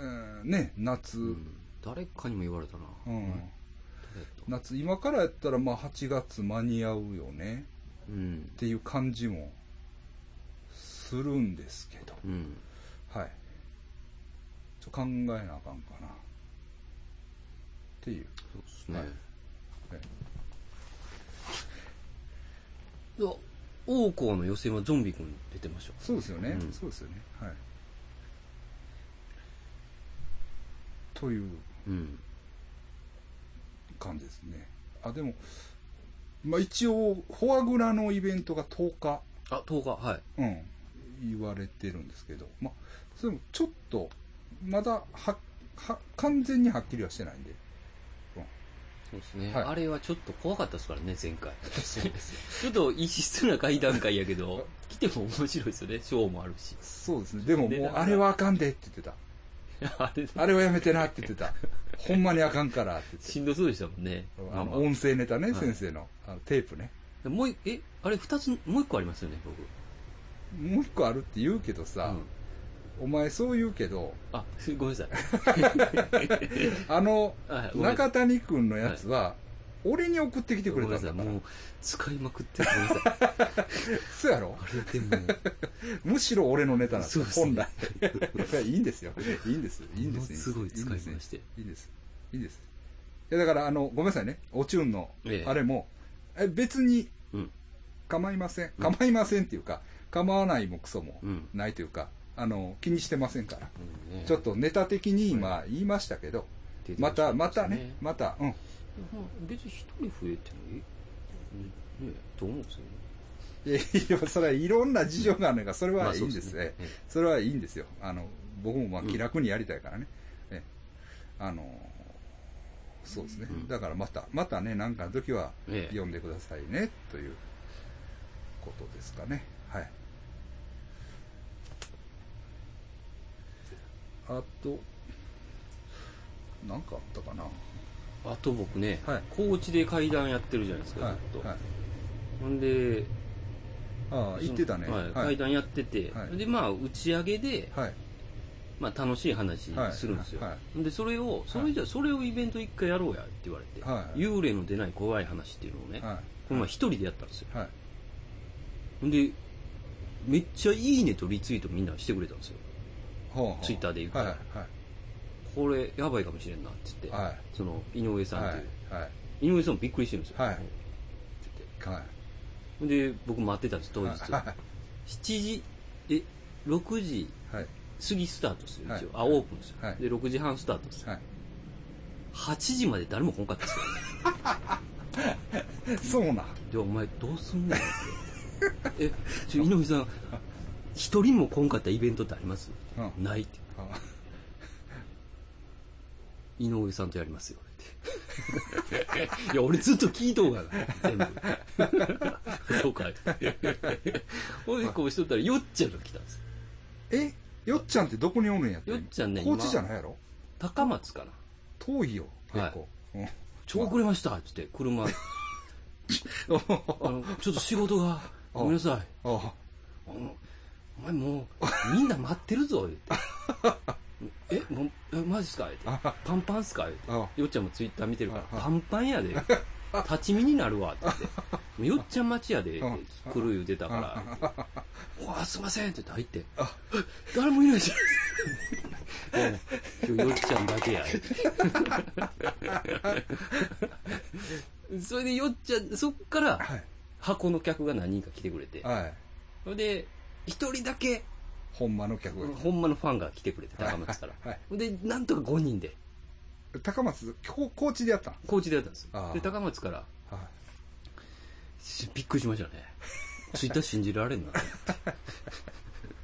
Speaker 1: い。うんね、夏、
Speaker 2: う
Speaker 1: うん
Speaker 2: ん誰かにも言われたな。誰やった
Speaker 1: 夏、今からやったらまあ8月間に合うよね
Speaker 2: うん
Speaker 1: っ。ていう感じもするんですけど、
Speaker 2: うん。
Speaker 1: はい。ちょ考えなあかんかな。っていう。
Speaker 2: そうですね。
Speaker 1: はいはい
Speaker 2: いや、王校の予選はゾンビ君出てましたから
Speaker 1: そうですよね、
Speaker 2: うん
Speaker 1: そうですよね。はい。という
Speaker 2: うん。
Speaker 1: 感じですね。あ、でも、まあ一応、フォアグラのイベントが10日、
Speaker 2: あ、10日、はい。
Speaker 1: うん、言われてるんですけど、まあ、それもちょっと、まだ、は、は、完全にはっきりはしてないんで。
Speaker 2: そうですね、
Speaker 1: はい
Speaker 2: あれはちょっと怖かったですからね、前回。
Speaker 1: そうです
Speaker 2: ちょっと異質な会談会や けど、来ても面白いですよね。ショーもあるし。
Speaker 1: そうですね。でも
Speaker 2: で
Speaker 1: もう
Speaker 2: な、んか
Speaker 1: あれはあかんでって言ってた。
Speaker 2: あれ、
Speaker 1: あれはやめてなって言ってた。ほんまにあかんからって言って
Speaker 2: しんどそうでしたもんね。
Speaker 1: あ
Speaker 2: まあ
Speaker 1: の、
Speaker 2: ま
Speaker 1: 音声ネタね、
Speaker 2: はい
Speaker 1: 先生の。あの、テープね。
Speaker 2: あ。もうい、え、あれ二つ、もう一個ありますよね、僕。
Speaker 1: もう一個あるって言うけどさ、
Speaker 2: うん
Speaker 1: お前そう言うけど、
Speaker 2: あ、すご めんなさい。
Speaker 1: あの、
Speaker 2: はいごめんなさ
Speaker 1: 中
Speaker 2: い
Speaker 1: 谷くんのやつは、俺に送ってきてく
Speaker 2: ごめ
Speaker 1: れ
Speaker 2: んな
Speaker 1: たん
Speaker 2: さい。
Speaker 1: だから。
Speaker 2: もう、使いまくってる、ごめんなさい。
Speaker 1: そうやろ
Speaker 2: あれでも、
Speaker 1: むしろ俺のネタなんですよ、
Speaker 2: そう
Speaker 1: 本
Speaker 2: で
Speaker 1: 来。いやいいんですよ。いいんです。いいんです。
Speaker 2: ものすごい使い
Speaker 1: いいん
Speaker 2: 回
Speaker 1: で
Speaker 2: し
Speaker 1: す。
Speaker 2: て。
Speaker 1: いいんです。いいんです。いや、だから、あの、ごめんなさいね。おチュンの
Speaker 2: ええ、
Speaker 1: あれも、え別に
Speaker 2: うん。
Speaker 1: 構いません。
Speaker 2: うん
Speaker 1: 構いませんっていうか、構わないもクソも
Speaker 2: うん
Speaker 1: ないというか、あの、気にしてませんから。
Speaker 2: うんね
Speaker 1: ちょっとネタ的に今言いましたけど、
Speaker 2: 出て
Speaker 1: ま
Speaker 2: ほしか
Speaker 1: た、
Speaker 2: っ
Speaker 1: ま
Speaker 2: です
Speaker 1: たね、また、うん。
Speaker 2: まあ別に一人増えてもいい。ねねと思うんですよね。
Speaker 1: いやいや、それはいろんな事情があるのが、それ
Speaker 2: ま
Speaker 1: は
Speaker 2: あ
Speaker 1: いい
Speaker 2: そうんで
Speaker 1: ですす
Speaker 2: ね
Speaker 1: ね。それはいいんですよ。あの、僕もまあ
Speaker 2: うん
Speaker 1: 気楽にやりたいからね。ええあの、そうですね
Speaker 2: うん。
Speaker 1: だからまた、またね、なんかの時は
Speaker 2: ええ
Speaker 1: 読んでくださいね、ということですかね。はい。あと、なんかあったかな
Speaker 2: あと僕ね、
Speaker 1: はい
Speaker 2: 高知で階段やってるじゃないですか、
Speaker 1: はい
Speaker 2: ずっ。と。
Speaker 1: はい、
Speaker 2: ほんで、
Speaker 1: ああ、言ってたね。
Speaker 2: その
Speaker 1: は
Speaker 2: はいい。階段やってて、
Speaker 1: はい
Speaker 2: で、まあ、打ち上げで、
Speaker 1: はい。
Speaker 2: まあ、楽しい話するんですよ。
Speaker 1: はいは
Speaker 2: で、それを、それじゃ、それをイベント一回やろうやって言われて、
Speaker 1: はい
Speaker 2: 幽霊の出ない怖い話っていうのをね、
Speaker 1: は
Speaker 2: この前一人でやったんですよ。
Speaker 1: い。はい。
Speaker 2: ほんで、めっちゃいいねとリツイートみんなしてくれたんですよ。
Speaker 1: ほうほう
Speaker 2: ツイッターで言うか
Speaker 1: はい
Speaker 2: ら
Speaker 1: はい
Speaker 2: これ、やばいかもしれんなって言って、
Speaker 1: はい
Speaker 2: その、井上さんっていう、
Speaker 1: はいはい
Speaker 2: 井上さんもびっくりしてるんですよ。
Speaker 1: はい
Speaker 2: って言って
Speaker 1: はい
Speaker 2: ほんで、僕待ってたんです、当日。
Speaker 1: はい
Speaker 2: 7時、え、6時
Speaker 1: はい
Speaker 2: 過ぎスタートですよ、一応。
Speaker 1: はい
Speaker 2: あ、オープンですよ、
Speaker 1: はい
Speaker 2: で、6時半スタートですよ。
Speaker 1: は
Speaker 2: 8時まで誰も来んかったです よ。
Speaker 1: いそうなん
Speaker 2: で、お前どうすんねんって。え、ちょ、井上さ ん、一人も来んかったイベントってあります、
Speaker 1: うん
Speaker 2: ないって。井上さんとやりますよ、って。い や、俺ずっと聞いとうがな、全部。 そうかい。 ほいで、こうしとったら、よっちゃんが来たんですよ。
Speaker 1: えよっちゃんってどこにおるんやって
Speaker 2: よっちゃんね
Speaker 1: 高
Speaker 2: 今
Speaker 1: 知じゃないやろ
Speaker 2: 高松かな。
Speaker 1: 遠いよ結構 うん
Speaker 2: 超遅れました、つって、車。あの、ちょっと仕事 が、ごめんなさい。
Speaker 1: あ
Speaker 2: あのお前もう、みんな待ってるぞ、 言って。え、もう、えマジっすか言って。パンパンっすか言って。
Speaker 1: あ
Speaker 2: よっちゃんもツイッター見てるから、
Speaker 1: ああ
Speaker 2: パンパン やで。立ち見になるわ、って言って。もうよっちゃん待ちやで、って
Speaker 1: あ
Speaker 2: 来る言うてたから言うて。おすいませんって言って入って。誰もいないじゃん。も う今日よっちゃんだけや。 それでよっちゃん、そっから
Speaker 1: はい
Speaker 2: 箱の客が何人か来てくれて。
Speaker 1: はい
Speaker 2: それで、一人だけ、
Speaker 1: ほんまの客が
Speaker 2: ほんまのファンが来てくれて、高松から。
Speaker 1: はい
Speaker 2: で、なんとか5人で、
Speaker 1: 高松こ高知でやったん
Speaker 2: 高知でやったんです
Speaker 1: あ
Speaker 2: よ。
Speaker 1: あ
Speaker 2: で、高松から、
Speaker 1: は
Speaker 2: しびっくりしましたね。ツイッター信じられんなと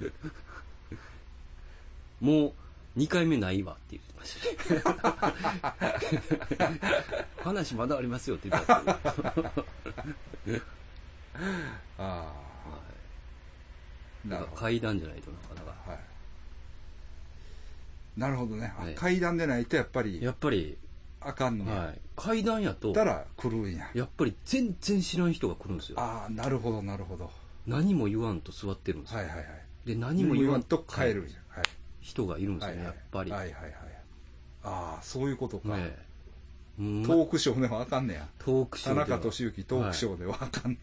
Speaker 2: 思って。もう、2回目ないわって言ってましたね。話まだありますよって言ってたんですけどは
Speaker 1: ああ
Speaker 2: い。
Speaker 1: な
Speaker 2: な
Speaker 1: る
Speaker 2: んか
Speaker 1: ほど、
Speaker 2: 階段じゃないとなかなか。
Speaker 1: はい、なるほどね、あ
Speaker 2: はい
Speaker 1: 階段でないとやっぱり
Speaker 2: やっぱり、
Speaker 1: あかんのや、
Speaker 2: はい。階段やと
Speaker 1: た、ら来るんや
Speaker 2: やっぱり全然知らん人が来るんですよ。
Speaker 1: ああなるほどなるほど
Speaker 2: 何も言わんと座ってるんですよ。
Speaker 1: はいはいはい
Speaker 2: で、何も言わんと
Speaker 1: と帰るんやはい
Speaker 2: 人がいるんです
Speaker 1: は
Speaker 2: よ
Speaker 1: い
Speaker 2: ね、
Speaker 1: はい
Speaker 2: やっぱり。
Speaker 1: はいはいはいああそういうことか、
Speaker 2: ねえうん
Speaker 1: トークショーではあかんねや
Speaker 2: トークショ
Speaker 1: 田
Speaker 2: ーでは
Speaker 1: 中俊之トークショーではあかんね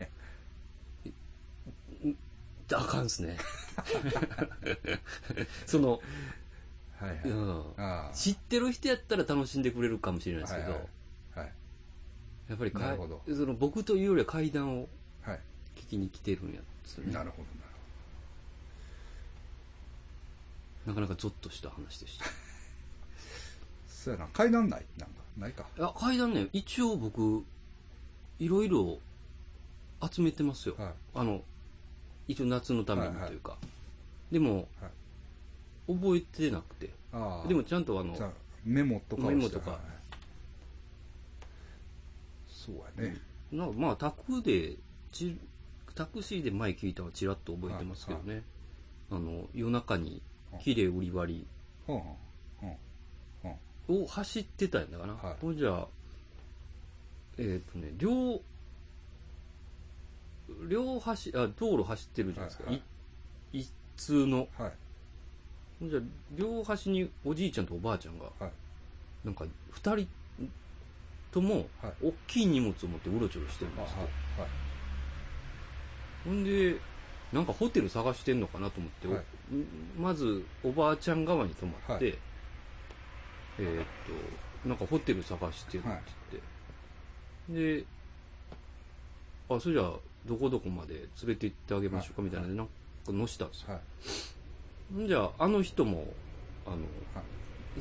Speaker 1: や、
Speaker 2: あかんっすね。 その、
Speaker 1: はいは
Speaker 2: う
Speaker 1: い。
Speaker 2: ん、
Speaker 1: あ
Speaker 2: 知ってる人やったら楽しんでくれるかもしれないですけど、
Speaker 1: はいあ、はい。
Speaker 2: やっぱりか
Speaker 1: なるほど
Speaker 2: その僕というよりは階段を
Speaker 1: はい。
Speaker 2: 聞きに来てるんやつね。
Speaker 1: なるほど、なる
Speaker 2: なかなかゾッとした話でした。
Speaker 1: ほど。そうやな、階段ないなんか、ないか。
Speaker 2: いや、階段ね、一応僕、いろいろ集めてますよ。
Speaker 1: は
Speaker 2: あの、一応夏のためにというか。でも、
Speaker 1: はい
Speaker 2: 覚えてなくて。
Speaker 1: い。ああ。
Speaker 2: でもちゃんとあの、
Speaker 1: じゃあメモとかをして
Speaker 2: メモとか
Speaker 1: はいはいそうやね。
Speaker 2: なんかまあ、タクで、ちタクシーで前聞いたのちらっと覚えてますけどね。あの、夜中に、綺麗売り割
Speaker 1: ほんほん。ほん
Speaker 2: りを走ってたんだかな。
Speaker 1: はい
Speaker 2: ほんじゃ、えっ、とね、両、両走、あ、道路走ってるじゃないですか。
Speaker 1: はいはい
Speaker 2: い一通の。
Speaker 1: はい。
Speaker 2: ほんじゃ、両端におじいちゃんとおばあちゃんが、
Speaker 1: はい
Speaker 2: なんか、二人とも、
Speaker 1: はい。
Speaker 2: 大きい荷物を持ってうろちょろしてるん
Speaker 1: あ
Speaker 2: ですよ。
Speaker 1: はい。
Speaker 2: ほんで、なんかホテル探してんのかなと思って、お
Speaker 1: はい
Speaker 2: まずおばあちゃん側に泊まって、
Speaker 1: は
Speaker 2: えーっと、なんかホテル探してるっつって、で、あ、それじゃあ、どこどこまで連れて行ってあげましょうかみたいなんで、なんか乗したんですよ。
Speaker 1: はい。
Speaker 2: ほんじゃあ、あの人も、あの、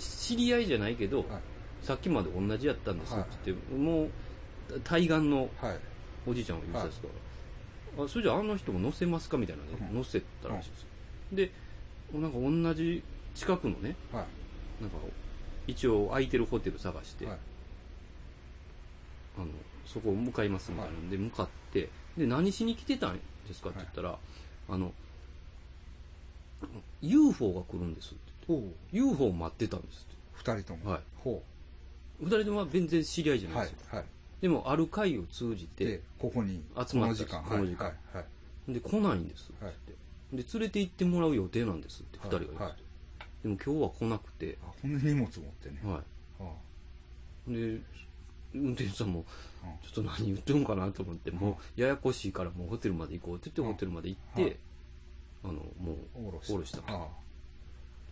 Speaker 2: 知り合いじゃないけど、さっきまで同じやったんですよ
Speaker 1: はい
Speaker 2: っつって、もう、対岸の
Speaker 1: はい。
Speaker 2: おじいちゃんを言ってたんですから、あそれじゃああの人も乗せますかみたいなね
Speaker 1: うん
Speaker 2: 乗せたらしいですよ、でなんか同じ近くのね
Speaker 1: はい。
Speaker 2: なんか一応空いてるホテル探して、
Speaker 1: はい。
Speaker 2: あのそこを向かいますみたいなんで向かってで何しに来てたんですかって言ったら、あの UFO が来るんですって
Speaker 1: おう。
Speaker 2: 言って UFO を待ってたんですって
Speaker 1: 二人とも。
Speaker 2: はい
Speaker 1: ほ
Speaker 2: 二人ともは全然知り合いじゃ
Speaker 1: う。
Speaker 2: ない
Speaker 1: は
Speaker 2: で
Speaker 1: い
Speaker 2: すよ、。
Speaker 1: はい。
Speaker 2: でもある会を通じて
Speaker 1: で、ここに、
Speaker 2: 集まったん
Speaker 1: この
Speaker 2: です
Speaker 1: 時間。
Speaker 2: この時間
Speaker 1: はい。はい。
Speaker 2: で来ないんですって、
Speaker 1: はい
Speaker 2: で連れて行ってもらう予定なんですって2
Speaker 1: はい
Speaker 2: 人が言って、
Speaker 1: はい
Speaker 2: でも今日は来なくて、
Speaker 1: あ、ほんで荷物持ってね。
Speaker 2: は
Speaker 1: あ
Speaker 2: い、で運転手さんも
Speaker 1: うん
Speaker 2: ちょっと何言ってんかなと思ってもうややこしいからもうホテルまで行こうって言っ
Speaker 1: うん
Speaker 2: てホテルまで行って、
Speaker 1: はい
Speaker 2: あのも
Speaker 1: あおろし
Speaker 2: おろした
Speaker 1: あ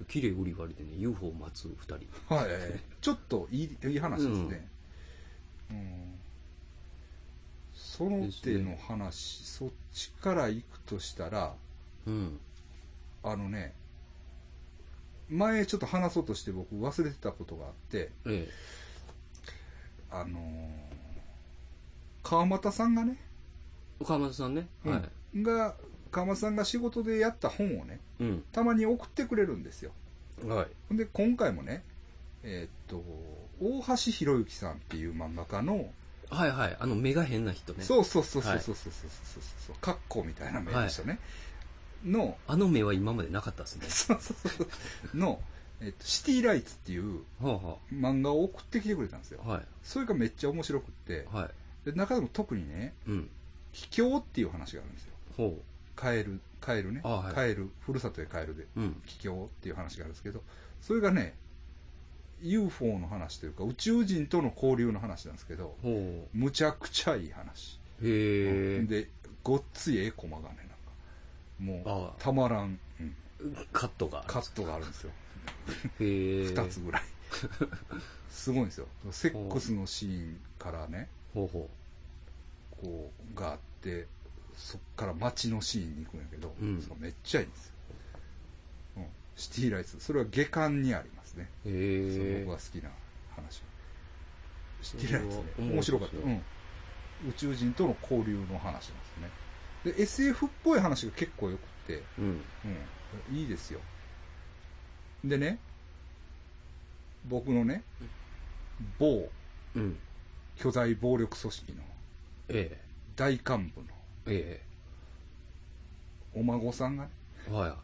Speaker 2: う綺麗売り割りでね UFO を待つ2人
Speaker 1: あはい。 ちょっといい、いい話ですね。うんその手の話、そっちから行くとしたら、
Speaker 2: うん
Speaker 1: あのね、前ちょっと話そうとして僕忘れてたことがあって、
Speaker 2: ええ
Speaker 1: あのー川又さんがね、
Speaker 2: 岡松さんね、
Speaker 1: うん
Speaker 2: はい
Speaker 1: が、川又さんが仕事でやった本をね、
Speaker 2: うん
Speaker 1: たまに送ってくれるんですよ。
Speaker 2: はい
Speaker 1: ほんで、今回もね、えーっと、大橋博之さんっていう漫画家の、
Speaker 2: はいはいあの目が変な人ね
Speaker 1: そうそうそうそう
Speaker 2: はい
Speaker 1: そうそうそうそうそう、カッコみたいな目でしたね。の、
Speaker 2: あの目は今までなかったですね
Speaker 1: そうそうそうそう、の、えっと、シティライツっていう
Speaker 2: は
Speaker 1: 漫画を送ってきてくれたんですよ
Speaker 2: あ。はあはい
Speaker 1: それがめっちゃ面白くって、
Speaker 2: はい
Speaker 1: で中でも特にね、
Speaker 2: うん
Speaker 1: 秘境っていう話があるんですよ。
Speaker 2: ほ
Speaker 1: カエル、カエルね。
Speaker 2: あはい
Speaker 1: カエル、ふるさとでカエルで、
Speaker 2: ううん
Speaker 1: 秘境っていう話があるんですけど、それがね、UFO の話というか、宇宙人との交流の話なんですけど、
Speaker 2: ほ
Speaker 1: むちゃくちゃいい話。
Speaker 2: うへえ
Speaker 1: で、ごっついええコマがね、なんか、も
Speaker 2: あ
Speaker 1: う、たまらん、うん
Speaker 2: カットが
Speaker 1: カットがあるんですよ。
Speaker 2: へえ
Speaker 1: 二つ ぐらい。すごいんですよ。セックスのシーンからね、
Speaker 2: ほうほ
Speaker 1: こう、があって、そっから街のシーンに行くんやけど、
Speaker 2: うん
Speaker 1: そのめっちゃいいんですよ。うん、シティライツ、それは下巻にありますね。
Speaker 2: うへ
Speaker 1: その
Speaker 2: え
Speaker 1: 僕が好きな話は。シティライツね
Speaker 2: それ、は
Speaker 1: 面白かった。
Speaker 2: 面
Speaker 1: う
Speaker 2: 白
Speaker 1: ん。
Speaker 2: い
Speaker 1: 宇宙人との交流の話なんですね。で、SF っぽい話が結構よくって、
Speaker 2: うん。
Speaker 1: うん、いいですよ。でね、僕のね、某
Speaker 2: うん。
Speaker 1: 巨大暴力組織の
Speaker 2: え
Speaker 1: 大幹部の
Speaker 2: え。え
Speaker 1: お孫さんがね、
Speaker 2: え。は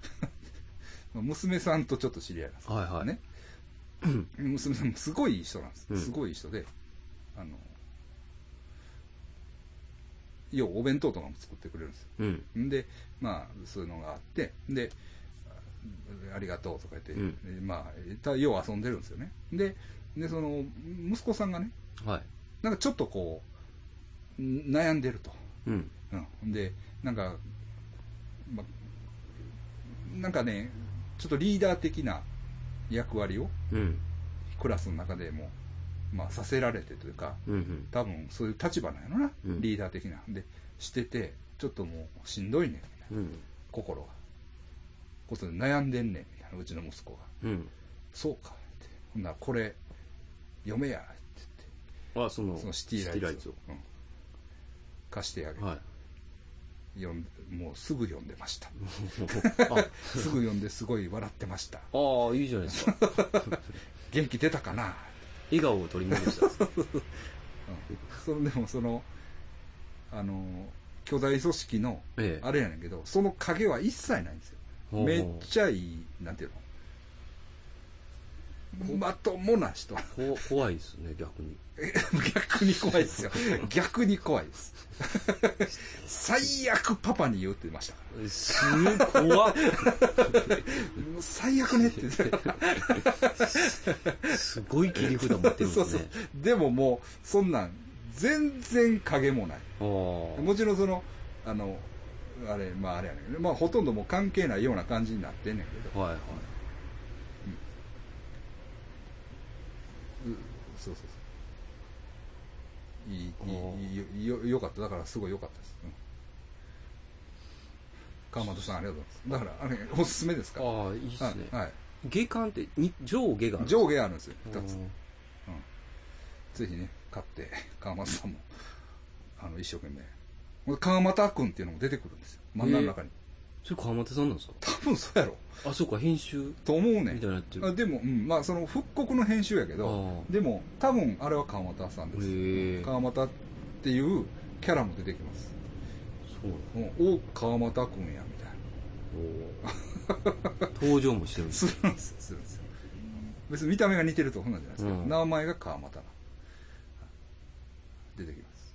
Speaker 2: い。
Speaker 1: 娘さんとちょっと知り合いなんです
Speaker 2: はいはい。
Speaker 1: ね。娘さんもすごいいい人なんです。
Speaker 2: うん
Speaker 1: すごいいい人で、あの、ようお弁当とかも作ってくれるんですよ。
Speaker 2: うん。
Speaker 1: んで、まあ、そういうのがあって、で、あありがとうとか言って、
Speaker 2: う
Speaker 1: まあ、たよう遊んでるんですよね。で、で、その、息子さんがね、
Speaker 2: はい。
Speaker 1: なんかちょっとこう、ん悩んでると。
Speaker 2: うん。
Speaker 1: うん。で、なんか、ま、なんかね、ちょっとリーダー的な役割を
Speaker 2: うん。
Speaker 1: クラスの中でも、まあ、させられてというか、
Speaker 2: うん。うん。
Speaker 1: 多分そういう立場なんやろな、
Speaker 2: うん
Speaker 1: リーダー的な。で、してて、ちょっともうしんどいね、みたいな。
Speaker 2: うん。
Speaker 1: 心が。ことで悩んでんねん、みたいな、うちの息子が。
Speaker 2: うん。
Speaker 1: そうか、って。ほんなら、これ、読めや、って
Speaker 2: あ、そ
Speaker 1: 言
Speaker 2: の、
Speaker 1: って。そのシティライツを。うん貸してあげて、
Speaker 2: はい。
Speaker 1: 読んもうすぐ読んでました。
Speaker 2: あ
Speaker 1: すぐ読んですごい笑ってました。
Speaker 2: ああ、いいじゃないですか。
Speaker 1: 元気出たかな
Speaker 2: 笑顔を取り戻 した。
Speaker 1: うん。その、でもその、あの、巨大組織の、
Speaker 2: え
Speaker 1: あれやねんけど、その影は一切ないんですよ。
Speaker 2: え。
Speaker 1: めっちゃいい、なんていうのまともな人。
Speaker 2: こう怖いですね、逆に。
Speaker 1: 逆に怖いです よ。逆に怖いです。最悪パパに言うって言いました。
Speaker 2: すごい怖
Speaker 1: も
Speaker 2: っ
Speaker 1: う最悪ねって言って。
Speaker 2: すごい切り札持ってるんです
Speaker 1: そ
Speaker 2: ね。
Speaker 1: うそう。でももう、そんなん、全然影もない。
Speaker 2: ああ。
Speaker 1: もちろんその、あの、あれ、まああれやねんけど、まあほとんどもう関係ないような感じになってんねんけど、
Speaker 2: はいはい。
Speaker 1: うそうそうそう。いいいい、いい、よ、よかった。だからすごい良かったです。うん。川本さんありがとうございます。だから、あれ、おすすめですか
Speaker 2: ああ、いいですね。
Speaker 1: はい。はい
Speaker 2: 下巻って、に上下があるんですか
Speaker 1: 上下あるんですよ、2つ。
Speaker 2: うん
Speaker 1: ぜひね、買って、川俣さんも、あの、一生懸命。これ川俣くんっていうのも出てくるんですよ。漫画の中に。
Speaker 2: それ川又さんなんですか
Speaker 1: 多分そうやろ。
Speaker 2: あ、そうか、編集
Speaker 1: と思うね
Speaker 2: み
Speaker 1: ん
Speaker 2: たいになってる。
Speaker 1: あでも、うん、まあ、その、復刻の編集やけど、
Speaker 2: あ
Speaker 1: でも、多分、あれは川俣さん
Speaker 2: あ。
Speaker 1: です。
Speaker 2: へえ。
Speaker 1: 川俣っていうキャラも出てきます。
Speaker 2: そうなの
Speaker 1: うん、お川俣くんや、みたいな。
Speaker 2: おー登場もしてるんです。
Speaker 1: するんですよ、するんですよ。別に見た目が似てるとかそんなんじゃないですか。
Speaker 2: うん
Speaker 1: 名前が川又な。出てきます。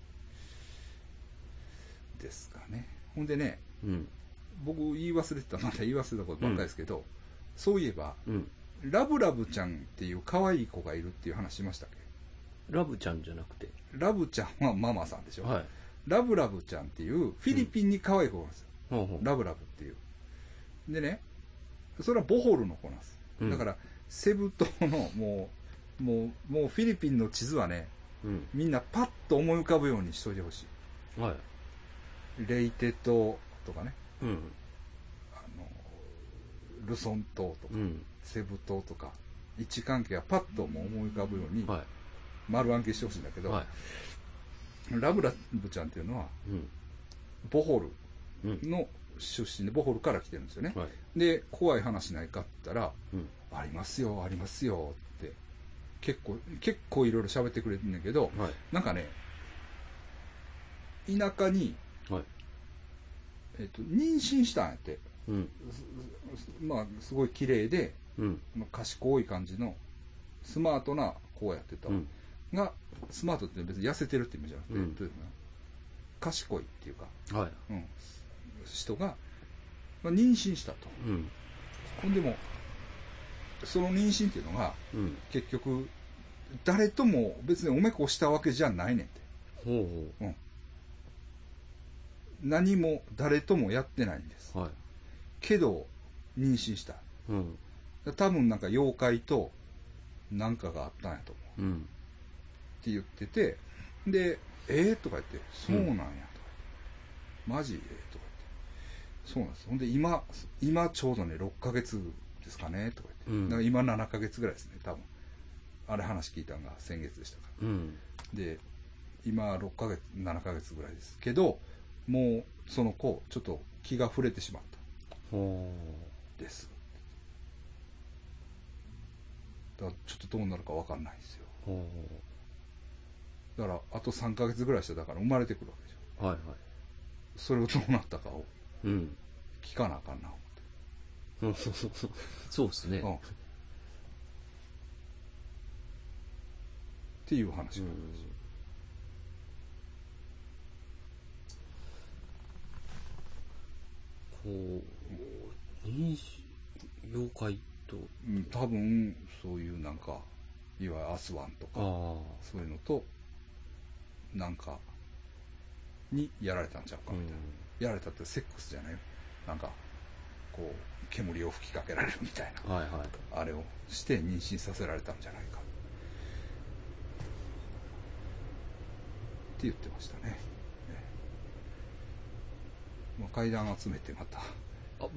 Speaker 1: ですかね。ほんでね、
Speaker 2: うん。
Speaker 1: 僕言い忘れてた、まだ言い忘れたことばっかりですけど、そういえば、
Speaker 2: うん。
Speaker 1: ラブラブちゃんっていう可愛い子がいるっていう話しましたっけ
Speaker 2: ラブちゃんじゃなくて。
Speaker 1: ラブちゃんはママさんでしょ、
Speaker 2: はい。
Speaker 1: ラブラブちゃんっていうフィリピンに可愛い子がいるんですよ。
Speaker 2: ほうほう。
Speaker 1: ラブラブっていう。でね、それはボホルの子なんです。
Speaker 2: うん
Speaker 1: だから、セブ島の、もう、もう、もうフィリピンの地図はね、
Speaker 2: うん。
Speaker 1: みんなパッと思い浮かぶようにしといてほし
Speaker 2: はい。
Speaker 1: い。レイテ島とかね、
Speaker 2: うん。
Speaker 1: あの、ルソン島とか、
Speaker 2: うん。
Speaker 1: セブ島とか、位置関係がパッともう思い浮かぶように
Speaker 2: は
Speaker 1: 丸暗記してほしいんだけ
Speaker 2: い。
Speaker 1: ど、
Speaker 2: は
Speaker 1: ラブラブちゃんっていうのは、
Speaker 2: い。うん。
Speaker 1: ボホル
Speaker 2: うん。
Speaker 1: の出身で、ボホルから来てるんですよね。
Speaker 2: はい。
Speaker 1: で、怖い話ないかって言ったら、
Speaker 2: うん。
Speaker 1: ありますよ、ありますよって、結構、結構いろいろ喋ってくれてんだけど、
Speaker 2: はい。
Speaker 1: なんかね、田舎に、
Speaker 2: はい。
Speaker 1: えっと、妊娠したんやって。
Speaker 2: うん。
Speaker 1: すまあ、すごい綺麗で、
Speaker 2: うん。
Speaker 1: まあ賢い感じの、スマートな子やってた。
Speaker 2: うん。
Speaker 1: が、スマートって別に痩せてるって意味じゃなくて、
Speaker 2: うん
Speaker 1: というのは賢いっていうか、
Speaker 2: はい。
Speaker 1: うん、人が、まあ、妊娠したと。
Speaker 2: うん。
Speaker 1: ほんでも、その妊娠っていうのが、
Speaker 2: うん。
Speaker 1: 結局、誰とも別におめこしたわけじゃないねんて。
Speaker 2: ほう
Speaker 1: 何も誰ともやってないんです。
Speaker 2: ほう。はい。
Speaker 1: けど、妊娠した。
Speaker 2: うん。
Speaker 1: 多分なんか妖怪となんかがあったんやと思う。
Speaker 2: うん。
Speaker 1: って言ってて、で、えー、とか言って、そうなんや、とか言って。マジえー、とか言って。そうなんです。ほんで、今、今ちょうどね、6ヶ月ですかね、とか言って。
Speaker 2: うん
Speaker 1: だから今7ヶ月ぐらいですね、多分。あれ話聞いたのが先月でしたから。
Speaker 2: うん。
Speaker 1: で、今6ヶ月、7ヶ月ぐらいです。けど、もうその子、ちょっと気が触れてしまった。
Speaker 2: ほ
Speaker 1: です。だからちょっとどうなるかわかんないんですよ。
Speaker 2: うほ
Speaker 1: だから、あと3ヶ月ぐらいしたら、だから生まれてくるわけでしょ。
Speaker 2: うはいはい
Speaker 1: それをどうなったかを
Speaker 2: うん
Speaker 1: 聞かなあかんな思っ
Speaker 2: うんそうそうそうそうですね
Speaker 1: て。うん。っていう話なんですよ。
Speaker 2: こう妊娠妖怪と
Speaker 1: うん、多分、そういうなんか、いわゆるアスワンと
Speaker 2: ああ
Speaker 1: か、そういうのと、なんか、にやられたんちゃうか
Speaker 2: う
Speaker 1: みたいな。
Speaker 2: ん
Speaker 1: やられたってセックスじゃないよ。なんか、こう、煙を吹きかけられるみたい
Speaker 2: はいはい
Speaker 1: な、あれをして妊娠させられたんじゃないか。って言ってましたね。ねまあ、階段集めてまた。
Speaker 2: あ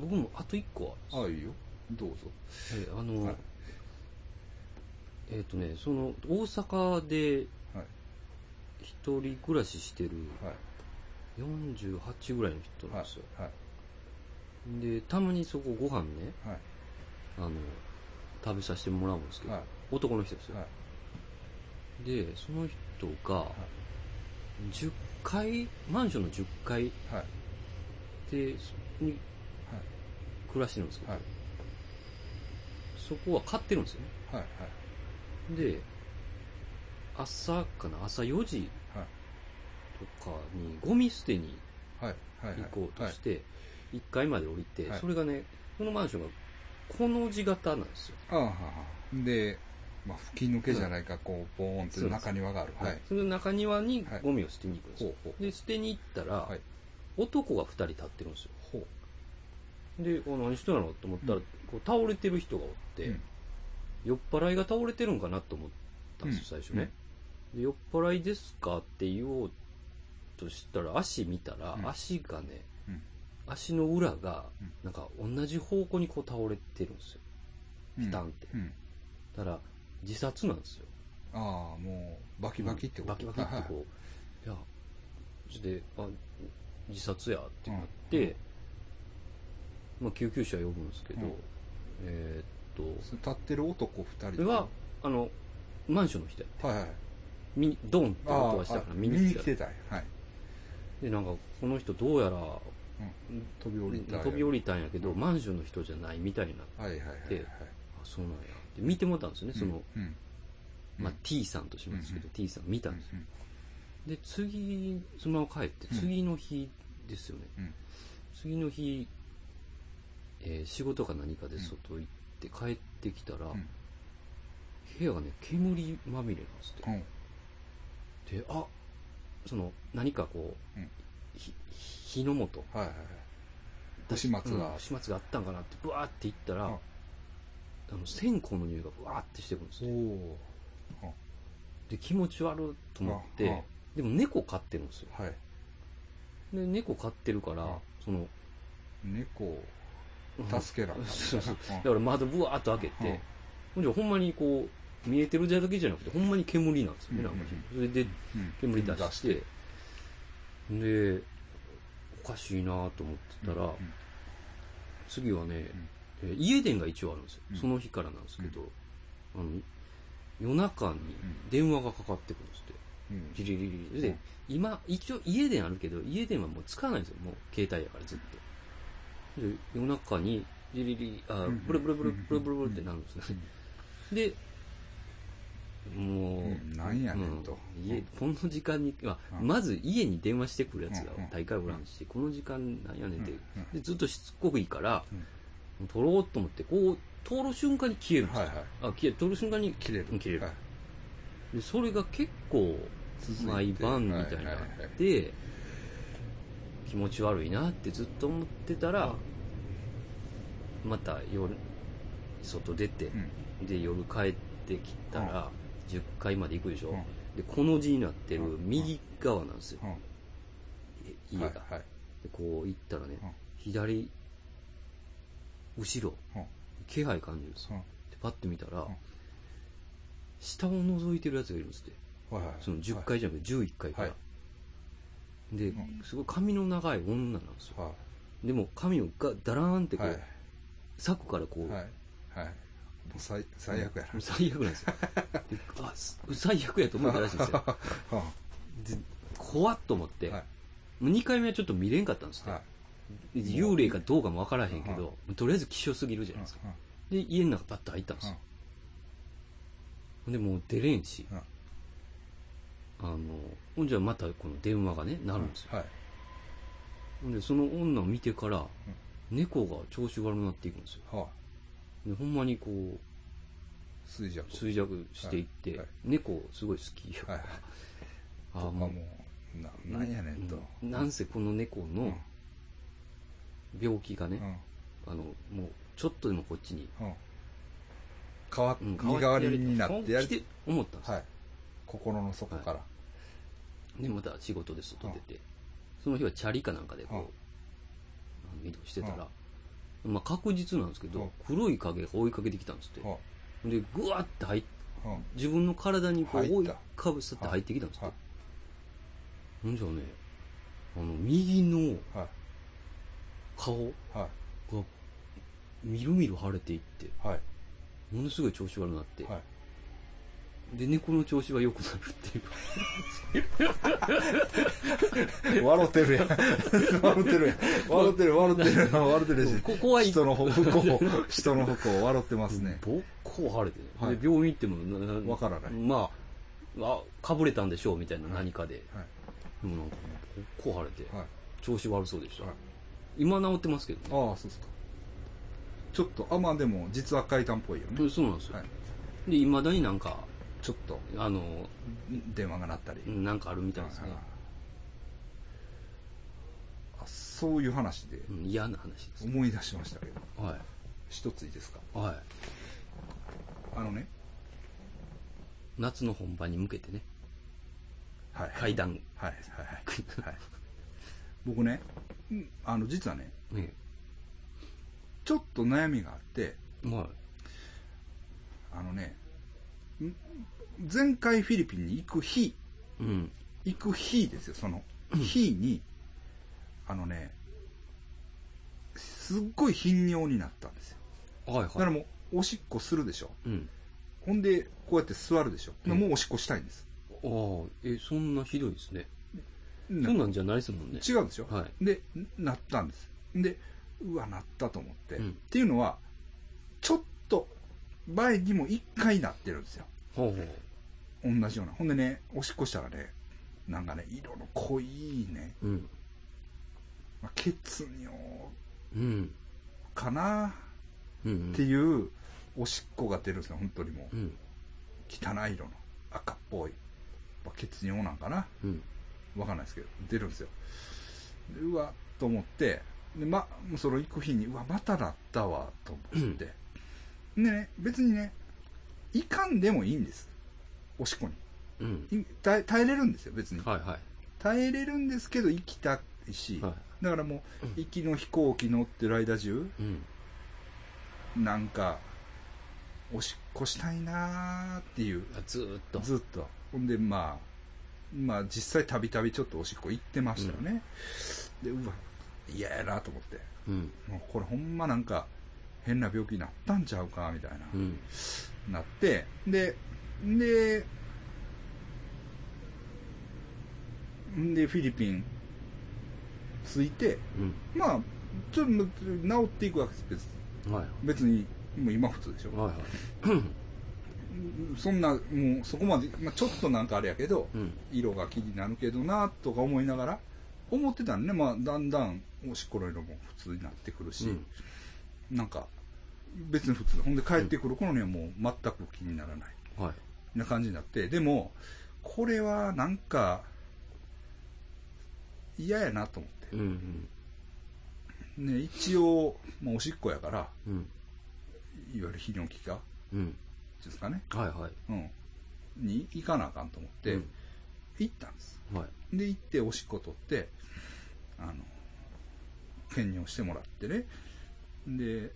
Speaker 2: 僕もあと一個は
Speaker 1: ああ、いいよ。どうぞ。
Speaker 2: えーあの、
Speaker 1: はい
Speaker 2: えっ、とねその大阪で
Speaker 1: はい。
Speaker 2: 一人暮らししてる
Speaker 1: はい。
Speaker 2: 48ぐらいの人なん
Speaker 1: はい
Speaker 2: ですよ、。
Speaker 1: はい。
Speaker 2: でたまにそこご飯ね
Speaker 1: はい。
Speaker 2: あの食べさせてもらうんですけど、
Speaker 1: はい
Speaker 2: 男の人ですよ、
Speaker 1: はい。
Speaker 2: でその人が10階マンションの10階
Speaker 1: はい。
Speaker 2: でそに暮らしてるんですけど、
Speaker 1: はい
Speaker 2: そこは買ってるんですよね
Speaker 1: はい。はい。はい。
Speaker 2: で朝かな朝4時
Speaker 1: はい。
Speaker 2: とかにゴミ捨てに
Speaker 1: はい。はい。
Speaker 2: 行こうと
Speaker 1: はい
Speaker 2: し。て、1階まで降りて、
Speaker 1: はい
Speaker 2: それがね、このマンションが、この字型なんですよ。
Speaker 1: ああ、ははで、まあ、吹き抜けじゃないか、こう、ボーンという中庭がある。はい。
Speaker 2: その中庭に
Speaker 1: はい
Speaker 2: ゴミを捨てに行くんですよ。
Speaker 1: ほうほう
Speaker 2: で、捨てに行ったら、
Speaker 1: はい
Speaker 2: 男が2人立ってるんですよ。
Speaker 1: ほう。
Speaker 2: で、あ何してんやろと思ったら、
Speaker 1: うん
Speaker 2: こう倒れてる人がおって、
Speaker 1: うん
Speaker 2: 酔っ払いが倒れてるんかなと思ったんですよ、最初ね。で酔っ払いですかって言おうとしたら、足見たら、
Speaker 1: うん
Speaker 2: 足がね、
Speaker 1: うん
Speaker 2: 足の裏が
Speaker 1: うん、
Speaker 2: なんか同じ方向にこう倒れてるんですよ。
Speaker 1: うん
Speaker 2: ピタンって。
Speaker 1: うん。
Speaker 2: ただ、自殺なんですよ。
Speaker 1: ああ、もう、バキバキってこと
Speaker 2: バキバキって
Speaker 1: はい
Speaker 2: こう、いや、それで、あ、自殺やってなって、まあ救急車呼ぶんですけど、
Speaker 1: うん
Speaker 2: えーっ
Speaker 1: 立ってる男二
Speaker 2: と、
Speaker 1: 人
Speaker 2: それは、あの、マンションの人や
Speaker 1: はいはい。
Speaker 2: 見にドンって
Speaker 1: あ
Speaker 2: 音
Speaker 1: あ
Speaker 2: がしたか
Speaker 1: あ
Speaker 2: ら見
Speaker 1: 見
Speaker 2: に
Speaker 1: に
Speaker 2: 来
Speaker 1: 来
Speaker 2: て
Speaker 1: てたんやはい。
Speaker 2: で、なんか、この人どうやら、
Speaker 1: 飛び降りたんや。
Speaker 2: 飛び降りたんやけど、マンションの人じゃないみたいになって、
Speaker 1: はいはいはいはい。
Speaker 2: であ、そうなんや。で、見てもらったんですよね、その、
Speaker 1: うん、
Speaker 2: まあ T さんとしますけど、
Speaker 1: うん
Speaker 2: T さん見た
Speaker 1: うん
Speaker 2: ですよ
Speaker 1: ん。
Speaker 2: で、次、スマホ帰って、
Speaker 1: うん
Speaker 2: 次の日ですよね。
Speaker 1: うん
Speaker 2: 次の日、えー仕事か何かで外行って帰ってきたら、
Speaker 1: ん
Speaker 2: 部屋がね、煙まみれなんです
Speaker 1: うん。
Speaker 2: って。で、あ、その、何かこう、
Speaker 1: うん
Speaker 2: ひ火の元、
Speaker 1: はいはいはい。不始末が
Speaker 2: うん不始末があったんかなって、ブワーって行ったら、
Speaker 1: うん
Speaker 2: あの、線香の匂いがブワーってしてくるんです
Speaker 1: お
Speaker 2: よ。
Speaker 1: お。
Speaker 2: で、気持ち悪いと思って、
Speaker 1: うんうん
Speaker 2: でも猫飼ってるんですよ。
Speaker 1: はい。
Speaker 2: で、猫飼ってるから、
Speaker 1: うん
Speaker 2: その、
Speaker 1: 猫を
Speaker 2: うん
Speaker 1: 助けられた。
Speaker 2: そうそう
Speaker 1: うん
Speaker 2: だから窓ブワーッと開けて、ほんじゃほんまにこう、見えてるだけじゃなくて、ほんまに煙なんですよね、
Speaker 1: うん
Speaker 2: なんか
Speaker 1: う
Speaker 2: それで
Speaker 1: うん
Speaker 2: 煙出して、で、おかしいなと思ってたら、
Speaker 1: うん
Speaker 2: 次はね、えー家電が一応あるんですよ
Speaker 1: う。ん
Speaker 2: その日からなんですけど、あの、夜中に電話がかかってくるんですっ
Speaker 1: う
Speaker 2: て。
Speaker 1: ん
Speaker 2: リリリリリ
Speaker 1: う
Speaker 2: で
Speaker 1: ん、
Speaker 2: 今、一応家電あるけど、家電はもう使わないんですよ。もう携帯やからずっと。で、夜中に、リリリリ、あ
Speaker 1: うん、
Speaker 2: ブルブルブルブルブルブルってなるんですよね。で、もう、
Speaker 1: うんなんやねんと
Speaker 2: うん家、この時間に、まあ
Speaker 1: うん
Speaker 2: まず家に電話してくるやつが
Speaker 1: うん
Speaker 2: 大会おらんし、この時間なんやねんって
Speaker 1: うん、
Speaker 2: でずっとしつこくいいから
Speaker 1: うん、
Speaker 2: 取ろうと思って、こう、通る瞬間に消えるんです
Speaker 1: はい
Speaker 2: よ。
Speaker 1: はい。
Speaker 2: あ、消える、取る瞬間に
Speaker 1: 切れる。
Speaker 2: うん切れる
Speaker 1: はい。
Speaker 2: でそれが結構、
Speaker 1: 続
Speaker 2: 毎
Speaker 1: いて
Speaker 2: 晩みたいな
Speaker 1: は
Speaker 2: の
Speaker 1: は
Speaker 2: が
Speaker 1: は
Speaker 2: あって気持ち悪いなってずっと思ってたらまた夜外出て
Speaker 1: う、ん
Speaker 2: で夜帰ってきたら、10階まで行くでしょ、
Speaker 1: うん
Speaker 2: でこの字になってる
Speaker 1: うん
Speaker 2: 右側なんですよ、
Speaker 1: うん
Speaker 2: え家が、
Speaker 1: はいはい
Speaker 2: でこう行ったらね、
Speaker 1: うん
Speaker 2: 左後ろ
Speaker 1: うん
Speaker 2: 気配感じるんですよ
Speaker 1: うん
Speaker 2: でパッて見たら、
Speaker 1: ん
Speaker 2: 下を覗いてるやつがいるんですって
Speaker 1: はいはい。
Speaker 2: その10回じゃなくて11回から。
Speaker 1: は
Speaker 2: で
Speaker 1: う、
Speaker 2: すごい髪の長い女なんですよ。
Speaker 1: は
Speaker 2: でも髪をがだらーんって
Speaker 1: い。
Speaker 2: こ
Speaker 1: は
Speaker 2: う、
Speaker 1: い。はい。
Speaker 2: 柵からこう、
Speaker 1: はい。はい。もう最最悪やな
Speaker 2: もう。最悪なんですよ。であす最悪やと思ったらしいんですよ。
Speaker 1: は
Speaker 2: で怖っと思っ
Speaker 1: い
Speaker 2: て、
Speaker 1: はい。
Speaker 2: もう2回目はちょっと見れんかったんですね。
Speaker 1: は
Speaker 2: で幽霊かどうかもわからへんけど、とりあえず希少すぎるじゃ
Speaker 1: い。
Speaker 2: ないですか。で、家の中パッと入ったんですよ。ほんで、もう出れんし、
Speaker 1: うん
Speaker 2: あの、ほんじゃまたこの電話がね、な
Speaker 1: あ
Speaker 2: るんですよ。
Speaker 1: はい。
Speaker 2: ほんで、その女を見てから、猫が調子悪くなっていくんですよ。
Speaker 1: はい。
Speaker 2: で、ほんまにこう、
Speaker 1: 衰弱。
Speaker 2: 衰弱していって、
Speaker 1: はいはい
Speaker 2: 猫すごい好きよ。
Speaker 1: はい。
Speaker 2: あ
Speaker 1: と
Speaker 2: ー
Speaker 1: か
Speaker 2: も
Speaker 1: も
Speaker 2: う
Speaker 1: う、ななんやねんと。
Speaker 2: うんなんせこの猫
Speaker 1: うん。う
Speaker 2: の病気がね、
Speaker 1: ん。
Speaker 2: あの、もうちょっとでもこっちに、
Speaker 1: うん変わっ、
Speaker 2: うん
Speaker 1: 身代わりになってや
Speaker 2: 来
Speaker 1: り、
Speaker 2: て思ったんですよ、
Speaker 1: はい。心の底から。
Speaker 2: で、また仕事で外出て、その日はチャリかなんかでこう、
Speaker 1: うん
Speaker 2: あの移動してたら、まあ確実なんですけど、黒い影が追いかけてきたんですって。
Speaker 1: は
Speaker 2: で、ぐわって入っ
Speaker 1: い。うん
Speaker 2: 自分の体にこう
Speaker 1: 入った
Speaker 2: 覆いかぶさって入ってきたんですって
Speaker 1: は。
Speaker 2: ほんじゃね、あの、右の
Speaker 1: い。はい。
Speaker 2: 顔
Speaker 1: は
Speaker 2: が、みるみる腫れていって、
Speaker 1: い。はい。
Speaker 2: ものすごい調子悪くなって、
Speaker 1: はい。
Speaker 2: で、猫の調子が良くなるっていう。
Speaker 1: 笑ってるやん。笑ってるやん。笑ってる、笑ってる、笑ってるし。
Speaker 2: ここは一
Speaker 1: 人の不幸、人の不幸、笑ってますね。
Speaker 2: ぼっこ腫れてね、
Speaker 1: はい
Speaker 2: で、病院行ってもな、な
Speaker 1: わからない
Speaker 2: まあ、あ、かぶれたんでしょうみたいな
Speaker 1: はい
Speaker 2: 何かで。
Speaker 1: はい。
Speaker 2: でもなんか、ぼっこ腫れて、
Speaker 1: はい。
Speaker 2: 調子悪そうでした。
Speaker 1: はい
Speaker 2: 今治ってますけどね。
Speaker 1: ああ、そうっすか。ちょっと、あ、まあでも、実は階段っぽいよね。
Speaker 2: そうなんですよ。
Speaker 1: はい。
Speaker 2: で、いまだになんか、
Speaker 1: ちょっと、
Speaker 2: あの、
Speaker 1: 電話が鳴ったり。
Speaker 2: なんかあるみたいです
Speaker 1: は
Speaker 2: ね
Speaker 1: い。あそういう話で
Speaker 2: うん嫌な話です。
Speaker 1: 思い出しましたけど、
Speaker 2: は
Speaker 1: 一ついいですか
Speaker 2: い。はい。
Speaker 1: あのね、
Speaker 2: 夏の本番に向けてね、
Speaker 1: はい。はい。
Speaker 2: 階段。
Speaker 1: はい。はい。はい、僕ね、うんあの、実はね、
Speaker 2: ね。
Speaker 1: ちょっと悩みがあって、
Speaker 2: ま
Speaker 1: あのね、ん前回フィリピンに行く日、
Speaker 2: あ、うん。
Speaker 1: 行く日ですよ、その日に、あのね、すっごい頻尿になったんですよ。
Speaker 2: はい
Speaker 1: だか
Speaker 2: は
Speaker 1: ら
Speaker 2: い。
Speaker 1: もう、おしっこするでしょ。
Speaker 2: うん。
Speaker 1: ほんで、こうやって座るでしょ。
Speaker 2: うん
Speaker 1: もうおしっこしたいんです。
Speaker 2: ああ、え、そんなひどいですね。
Speaker 1: うん
Speaker 2: そんなんじゃないですもんね。
Speaker 1: 違うんでしょ、
Speaker 2: はい。
Speaker 1: で、なったんです。で、うわ、なったと思って。
Speaker 2: うん
Speaker 1: っていうのは、ちょっと前にも一回なってるんですよ。
Speaker 2: ほうほう。
Speaker 1: 同じような。ほんでね、おしっこしたらね、なんかね、色の濃いね、
Speaker 2: うん。
Speaker 1: まあ、血尿
Speaker 2: うん。
Speaker 1: かな
Speaker 2: うんうん。
Speaker 1: っていうおしっこが出るんですよ、本当にもう
Speaker 2: う。ん。
Speaker 1: 汚い色の、赤っぽい。まあ、血尿なんかな
Speaker 2: うん。
Speaker 1: わかんないですけど、出るんですよ。でうわ、と思って、で、ま、その行く日に、うわ、またなったわ、と思って。でね、別にね、行かんでもいいんです。おしっこ
Speaker 2: うん。
Speaker 1: に。い耐え耐えれるんですよ、別に。
Speaker 2: はいは
Speaker 1: 耐えれるんですけど、行きたいし、
Speaker 2: い。は
Speaker 1: だからもう、行きの飛行機乗ってる間中、
Speaker 2: い。うん。
Speaker 1: なんか、おしっこしたいなーっていう、
Speaker 2: あずーっと。
Speaker 1: ずっと。ほんで、まあ、まあ実際たびたびちょっとおしっこ行ってましたよね。で、うわ、嫌やなと思って。
Speaker 2: うん。
Speaker 1: もうこれほんまなんか、変な病気になったんちゃうか、みたいな、
Speaker 2: うん。
Speaker 1: なって、で、で、んで、フィリピン着いて、まあ、ちょっと治っていくわけです、別に
Speaker 2: うん。はいは
Speaker 1: 別に、もう今普通でしょ
Speaker 2: い。。はいはい。
Speaker 1: そんな、もうそこまで、まあ、ちょっとなんかあれやけど、
Speaker 2: うん。
Speaker 1: 色が気になるけどなとか思いながら思ってたんね、まあ、だんだんおしっこの色も普通になってくるし、
Speaker 2: うん。
Speaker 1: なんか別に普通ほんで帰ってくる頃にはもう全く気にならない
Speaker 2: はい。
Speaker 1: な感じになってでもこれはなんか嫌やなと思って
Speaker 2: う、ん。
Speaker 1: ね、一応、まあ、おしっこやからいわ
Speaker 2: うん。
Speaker 1: ゆる泌尿器科
Speaker 2: うん。
Speaker 1: ですかね、
Speaker 2: はいはい。
Speaker 1: うん、に行かなあかんと思って、
Speaker 2: うん
Speaker 1: 行ったんです
Speaker 2: はい。
Speaker 1: で行っておしっこ取ってあの検尿してもらってねで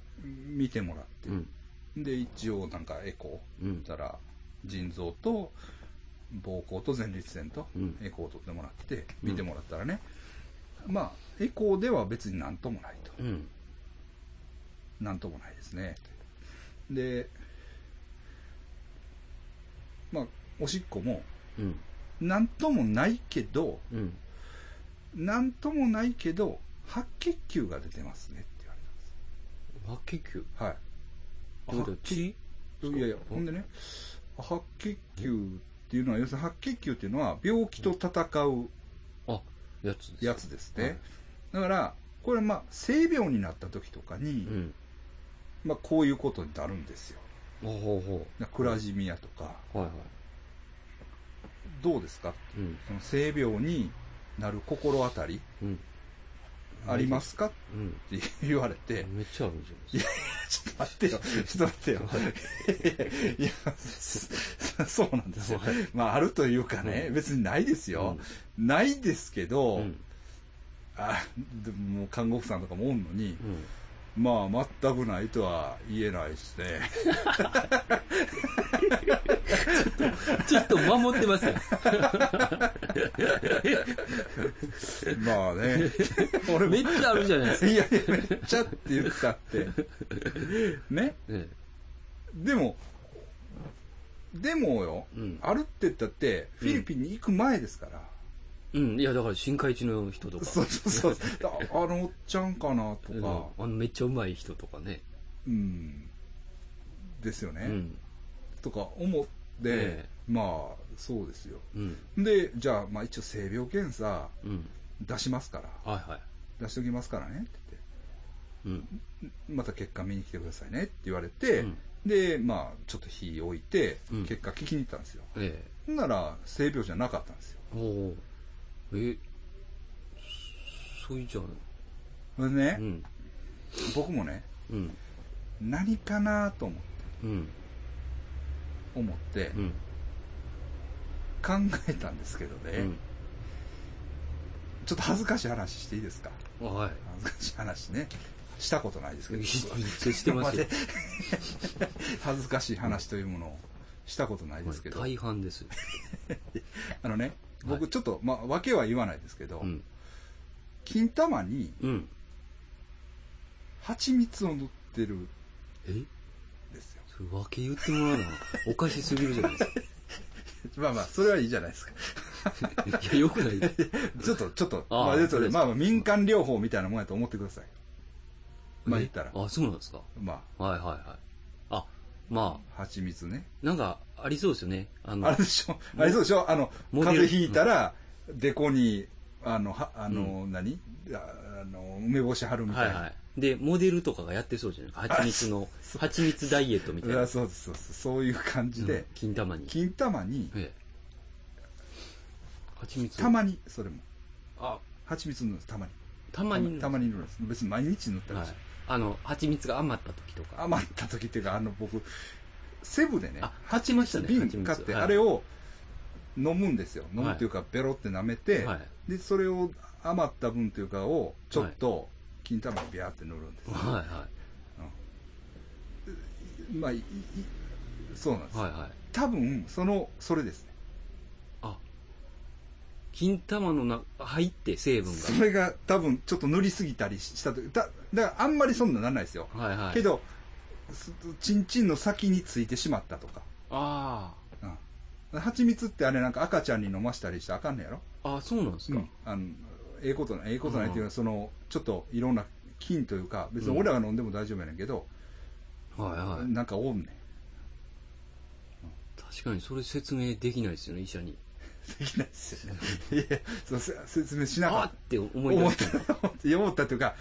Speaker 1: 見てもらって
Speaker 2: う、ん。
Speaker 1: で一応なんかエコ
Speaker 2: う
Speaker 1: ー
Speaker 2: ん
Speaker 1: し。たら腎臓と膀胱と前立腺と
Speaker 2: うん
Speaker 1: エコーを取ってもらって、
Speaker 2: うん
Speaker 1: 見てもらったらね、まあ、エコーでは別になんともないと。
Speaker 2: うん。
Speaker 1: なんともないですね。で、まあ、おしっこも、
Speaker 2: うん。
Speaker 1: なんともないけど、
Speaker 2: うん。
Speaker 1: なんともないけど、白血球が出てますねって言われたんです。
Speaker 2: 白血球
Speaker 1: はい。
Speaker 2: どういうこと
Speaker 1: 白血
Speaker 2: 血
Speaker 1: いやいや、ほんでね、白血球っていうのは、要するに白血球っていうのは病気と戦う
Speaker 2: あ、やつです。
Speaker 1: やつです
Speaker 2: は
Speaker 1: ね
Speaker 2: い。
Speaker 1: だから、これまあ、性病になった時とか
Speaker 2: う
Speaker 1: に、
Speaker 2: ん。
Speaker 1: まあ、こういうことになるんですよ。
Speaker 2: ほうほうほ
Speaker 1: だからクラジミアとか、
Speaker 2: う。はいは
Speaker 1: どうですか
Speaker 2: い。うん。
Speaker 1: その性病になる心当たり
Speaker 2: うん。
Speaker 1: ありますかっ
Speaker 2: うん。
Speaker 1: て言われて、
Speaker 2: めっちゃあるじゃないですか。
Speaker 1: ちょっと待ってよ、ちょっと待ってよ。いや、そそうなんですよ
Speaker 2: はい。
Speaker 1: まあ、あるというかね
Speaker 2: う、ん
Speaker 1: 別にないですよ。ないですけど、
Speaker 2: うん。
Speaker 1: あでももう看護婦さんとかもおんのに、
Speaker 2: うん。
Speaker 1: まあ、全くないとは言えないです ね。
Speaker 2: ちょっと守って ますよ。
Speaker 1: まあね、俺も、
Speaker 2: め
Speaker 1: い
Speaker 2: っちゃあるじゃないですか。
Speaker 1: やいや、めっちゃって言ったって。ね。
Speaker 2: え
Speaker 1: でも、でもよ、
Speaker 2: え。うん。
Speaker 1: あるって言ったって、フィリピンに行く前ですから。
Speaker 2: うん。いや、だから深海地の人とか。
Speaker 1: そうそうそう。ああのおっちゃんかなと
Speaker 2: うん。
Speaker 1: か、
Speaker 2: あのめっちゃうまい人とかね。
Speaker 1: うん。ですよね。
Speaker 2: うん。
Speaker 1: とか思って、
Speaker 2: ええ
Speaker 1: まあ、そうですよ。
Speaker 2: うん。
Speaker 1: で、じゃあ、まあ一応性病検査
Speaker 2: うん。
Speaker 1: 出しますから、
Speaker 2: はいはい。
Speaker 1: 出しときますからねって言っ
Speaker 2: うん。
Speaker 1: て、また結果見に来てくださいねって言われて、
Speaker 2: うん
Speaker 1: で、まあ、ちょっと火置いて
Speaker 2: うん、
Speaker 1: 結果聞きに行ったんですよ。
Speaker 2: え
Speaker 1: ほんなら、性病じゃなかったんですよ。
Speaker 2: え。おお。え、そそういじゃん。
Speaker 1: それでね、
Speaker 2: うん。
Speaker 1: 僕もね、
Speaker 2: うん。
Speaker 1: 何かなと思って、
Speaker 2: うん。
Speaker 1: 思って
Speaker 2: うん。
Speaker 1: 考えたんですけどね、ちょっと恥ずかしい話していいですか
Speaker 2: うん。はい。
Speaker 1: 恥ずかしい話ね。したことないですけ
Speaker 2: め
Speaker 1: ど。
Speaker 2: っ
Speaker 1: 僕は
Speaker 2: ちゃして ますよ。
Speaker 1: 恥ずかしい話というものをしたことないですけど、
Speaker 2: 大半ですよ。
Speaker 1: あのね、
Speaker 2: は
Speaker 1: 僕ちょっと、まあ、わけは言わないですけど、
Speaker 2: うん。
Speaker 1: 金玉に
Speaker 2: うん。
Speaker 1: 蜂蜜を塗ってるん
Speaker 2: え
Speaker 1: ですよ。
Speaker 2: それ分け言ってもらうな。おかしすぎるじゃないですか。
Speaker 1: まあまあ、それはいいじゃないですか。
Speaker 2: いや、よくない。
Speaker 1: ちょっと、ちょっと、
Speaker 2: ああ
Speaker 1: まあ、ちょっと
Speaker 2: そう
Speaker 1: ね
Speaker 2: です
Speaker 1: まあまあ、民間療法みたいなもんやと思ってください。まあ言ったら
Speaker 2: えあ、そうなんですか。
Speaker 1: ま
Speaker 2: はいはいはい。あ、ま
Speaker 1: あ、蜂蜜ね。
Speaker 2: あ、なんか、ありそうですよね。あの、
Speaker 1: あれでしょあれそうでしょあの、
Speaker 2: モデル
Speaker 1: 風邪ひいたら、デコに、あの、は、あの、何ああの、梅干し貼るみた
Speaker 2: はいい
Speaker 1: な。
Speaker 2: はい。で、モデルとかがやってそうじゃないですか。蜂蜜の、蜂蜜ダイエットみたいな。
Speaker 1: あそうです、そうです。そういう感じで
Speaker 2: うん、金玉に。
Speaker 1: 金玉に、
Speaker 2: ええ。蜂蜜。
Speaker 1: たまに、それも。
Speaker 2: あ、
Speaker 1: 蜂蜜塗るんです、たまに。
Speaker 2: たまに。
Speaker 1: たまに塗るんです。別に毎日塗った
Speaker 2: は
Speaker 1: り
Speaker 2: い
Speaker 1: し。
Speaker 2: あの、蜂蜜が余った時とか。
Speaker 1: 余った時っていうか、あの、僕、セブでね、
Speaker 2: あ、蜂蜜だね。
Speaker 1: 瓶
Speaker 2: 蜂蜜
Speaker 1: 買って、
Speaker 2: はい
Speaker 1: あれを飲むんですよ。飲む
Speaker 2: はい
Speaker 1: っていうか、ベロって舐めて、
Speaker 2: はい。
Speaker 1: で、それを余った分というかを、ちょっと、金玉にビャーって塗るんです。
Speaker 2: はいは
Speaker 1: まあ、いいいそうなんで
Speaker 2: い。
Speaker 1: す。
Speaker 2: はいはい。
Speaker 1: 多分、その、それですね。
Speaker 2: あ、金玉のな、入って成分
Speaker 1: それが多分、ちょっと塗りすぎたりしたとだ、だからあんまりそんなならないですよ。
Speaker 2: が。はいはい。
Speaker 1: け。ど、すちんちんの先についてしまったとか。
Speaker 2: あ
Speaker 1: うん。蜂蜜ってあれなんか赤ちゃんに飲ましたりしたらあかんねやろ
Speaker 2: あ。あ、そうなんですか。
Speaker 1: あの、ええことない、ええことないっていうのは、その、ちょっといろんな菌というか、別に俺らが飲んでも大丈夫やねんけど、
Speaker 2: はいはい。
Speaker 1: なんかおんねん。
Speaker 2: 確かにそれ説明できないですよね、医者に。
Speaker 1: できないです よね。いや、そうせ説明しなか
Speaker 2: あ
Speaker 1: っ。
Speaker 2: ったて思い
Speaker 1: 思
Speaker 2: 出
Speaker 1: っ
Speaker 2: した。
Speaker 1: た、思った 思ったというか、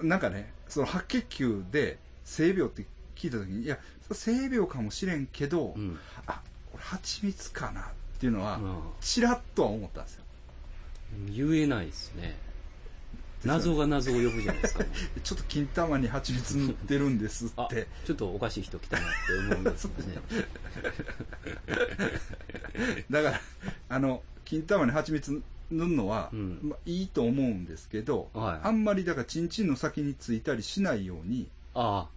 Speaker 2: うん。
Speaker 1: なんかね、その白血球で性病って聞いたときに、いや、性病かもしれんけど、
Speaker 2: うん。
Speaker 1: あ、俺蜂蜜かなっていうのは、
Speaker 2: あ
Speaker 1: ちらっとは思ったんですよ。
Speaker 2: 言えないですね。
Speaker 1: よね
Speaker 2: 謎が謎を呼ぶじゃないですか。
Speaker 1: ちょっと金玉に蜂蜜塗ってるんです
Speaker 2: あ
Speaker 1: っ、て。
Speaker 2: ちょっとおかしい人来たなって思いますよね。
Speaker 1: だから、あの、金玉に蜂蜜塗るのは、
Speaker 2: うん
Speaker 1: まあ、いいと思うんですけど、
Speaker 2: はい
Speaker 1: あんまりだから、チンチンの先についたりしないように、
Speaker 2: ああ。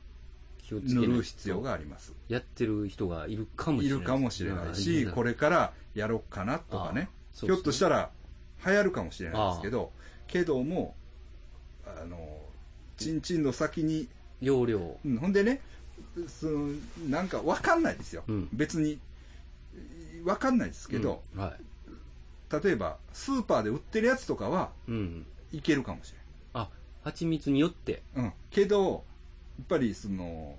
Speaker 2: 気をつけ
Speaker 1: 塗
Speaker 2: ないと
Speaker 1: る必要があります。
Speaker 2: やってる人がいるかもし
Speaker 1: い
Speaker 2: れない
Speaker 1: るかもしれないし、こ
Speaker 2: れ
Speaker 1: れからやろうかなとかね。ひょっとした
Speaker 2: ら
Speaker 1: ら流行るかもしれないですけど、けども、あの、チンチンの先に、
Speaker 2: 容量
Speaker 1: うんほんでね、その、なんかわかんないですよ。
Speaker 2: うん
Speaker 1: 別に、わかんないですけど、、
Speaker 2: うんはい
Speaker 1: 例えば、スーパーで売ってるやつとかは
Speaker 2: うん
Speaker 1: いけるかもし
Speaker 2: あ蜂蜜によって
Speaker 1: れない。うん。けど、やっぱりその、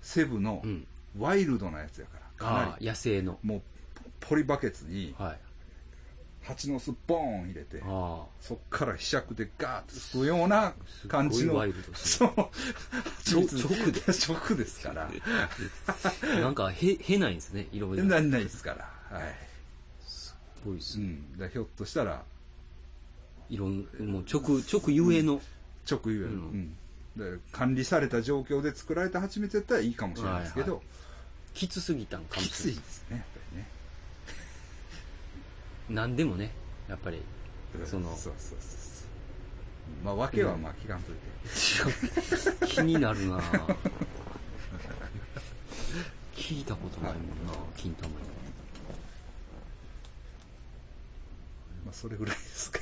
Speaker 1: セブの
Speaker 2: うん
Speaker 1: ワイルドなやつやから、かな
Speaker 2: あ
Speaker 1: り、
Speaker 2: ー野生の
Speaker 1: もう、ポリバケツに
Speaker 2: はい
Speaker 1: 蜂の巣ボーン入れて、
Speaker 2: あ
Speaker 1: そっからひしゃくでガーッとすくような
Speaker 2: あ
Speaker 1: 感じの
Speaker 2: ワイルドです
Speaker 1: そう。
Speaker 2: 直直
Speaker 1: で。直ですから。
Speaker 2: ね なんかへへないんですね色々
Speaker 1: なんないですから。はい。
Speaker 2: すごいです
Speaker 1: う
Speaker 2: ね
Speaker 1: ん。だからひょっとしたら、
Speaker 2: いろんもう直直ゆえの
Speaker 1: 直言うよりも
Speaker 2: う
Speaker 1: うん。だから管理された状況で作られた蜂蜜やったらいいかもしれないですけど、
Speaker 2: きつすぎたんかも
Speaker 1: きつ
Speaker 2: し
Speaker 1: い
Speaker 2: れ
Speaker 1: で
Speaker 2: ない
Speaker 1: すね、やっぱりね。
Speaker 2: 何でもねやっぱりその
Speaker 1: そうそうそうそう。まあ、訳はまあ、聞かんといて。
Speaker 2: 気になるなぁ聞いたことないもんな金玉に
Speaker 1: まあ、それぐらいです か。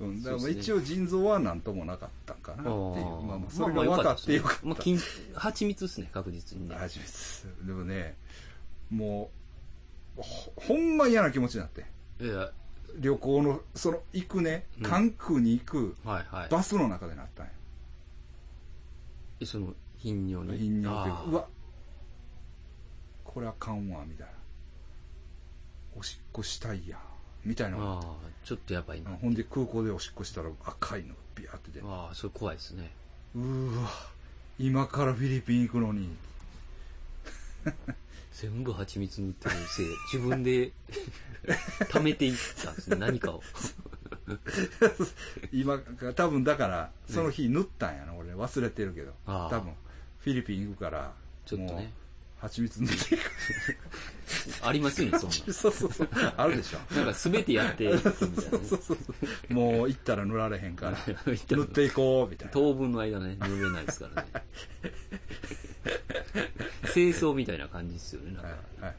Speaker 1: うん。だ
Speaker 2: そう
Speaker 1: からまあ
Speaker 2: ですね
Speaker 1: 一応、腎臓はなんともなかったんかなっていう。
Speaker 2: ー
Speaker 1: まあまあ、それが分かってよかった
Speaker 2: まあ、。金、蜂蜜ですね、確実にね。
Speaker 1: 初めてですでもねもうほほんま嫌な気持ちになって
Speaker 2: いや、はい
Speaker 1: 旅行のその行くね
Speaker 2: うん
Speaker 1: 関空に行く
Speaker 2: はい。
Speaker 1: バスの中でなったんや、
Speaker 2: えその、頻尿に。
Speaker 1: 頻尿という
Speaker 2: あ
Speaker 1: か
Speaker 2: ー
Speaker 1: うわこれあかんわみたいなおしっこしたいやんみたいな
Speaker 2: あーちょっとやばいな。
Speaker 1: ほんで空港でおしっこしたら赤いのがビャーって出て
Speaker 2: ああ、それ怖いですね。
Speaker 1: うーわ今からフィリピン行くのに
Speaker 2: 全部蜂蜜塗ってるせい、自分で 溜めていったんですね、何かを。
Speaker 1: 今か多分だからその日縫ったんやな俺忘れてるけど
Speaker 2: あ
Speaker 1: 多
Speaker 2: あ
Speaker 1: 分フィリピン行くから
Speaker 2: ちょっと
Speaker 1: もう
Speaker 2: ね。
Speaker 1: 蜂蜜塗っていく。
Speaker 2: ありますよね、そんな
Speaker 1: そうそうそうあるでしょ
Speaker 2: ん。なんか全てやっていくみたいなね
Speaker 1: そうそうそう もう行ったら塗られへんから塗っていこうみたいな
Speaker 2: 当分の間ね、塗れないですか らね。清掃みたいな感じですよね、なんか。
Speaker 1: はいはい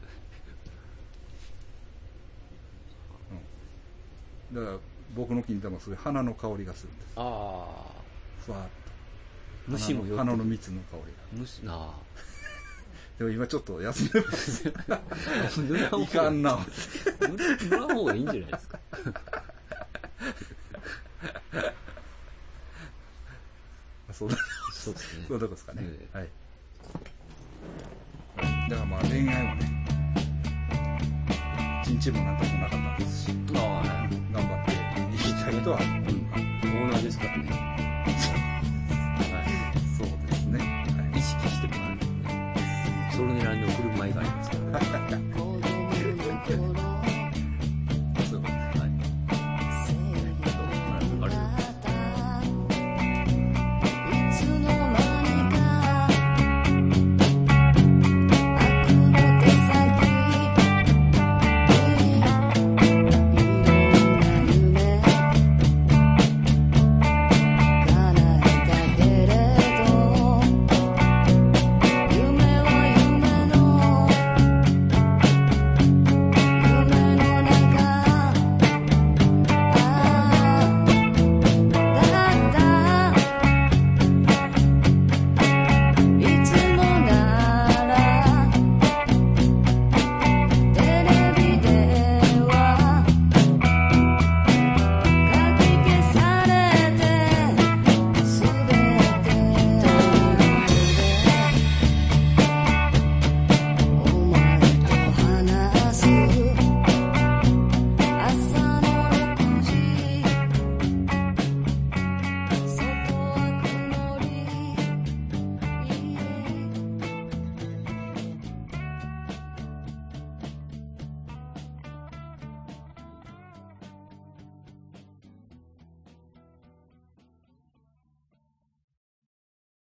Speaker 1: うんだから僕の金玉それ花の香りがするんで
Speaker 2: ああ。
Speaker 1: すふわーっと
Speaker 2: 虫も
Speaker 1: 花の花の
Speaker 2: 寄ってくる。
Speaker 1: 蜜の香りが
Speaker 2: 虫なあ。
Speaker 1: でも今ちょっと休んでます
Speaker 2: 塗らん方が
Speaker 1: いかんな
Speaker 2: 塗らん方がいいんじゃないですか。
Speaker 1: そうだ
Speaker 2: そうですね。
Speaker 1: そういうとこですかね、
Speaker 2: え
Speaker 1: はいだからまあ恋愛もね一日もなんともなかったですし
Speaker 2: あ
Speaker 1: 頑張って生きたいとは
Speaker 2: あ、うん。オーナーですからね。は
Speaker 1: そうですね、はい
Speaker 2: い。意識してもらう。それなりの振る舞いがありますから。
Speaker 3: 子供の頃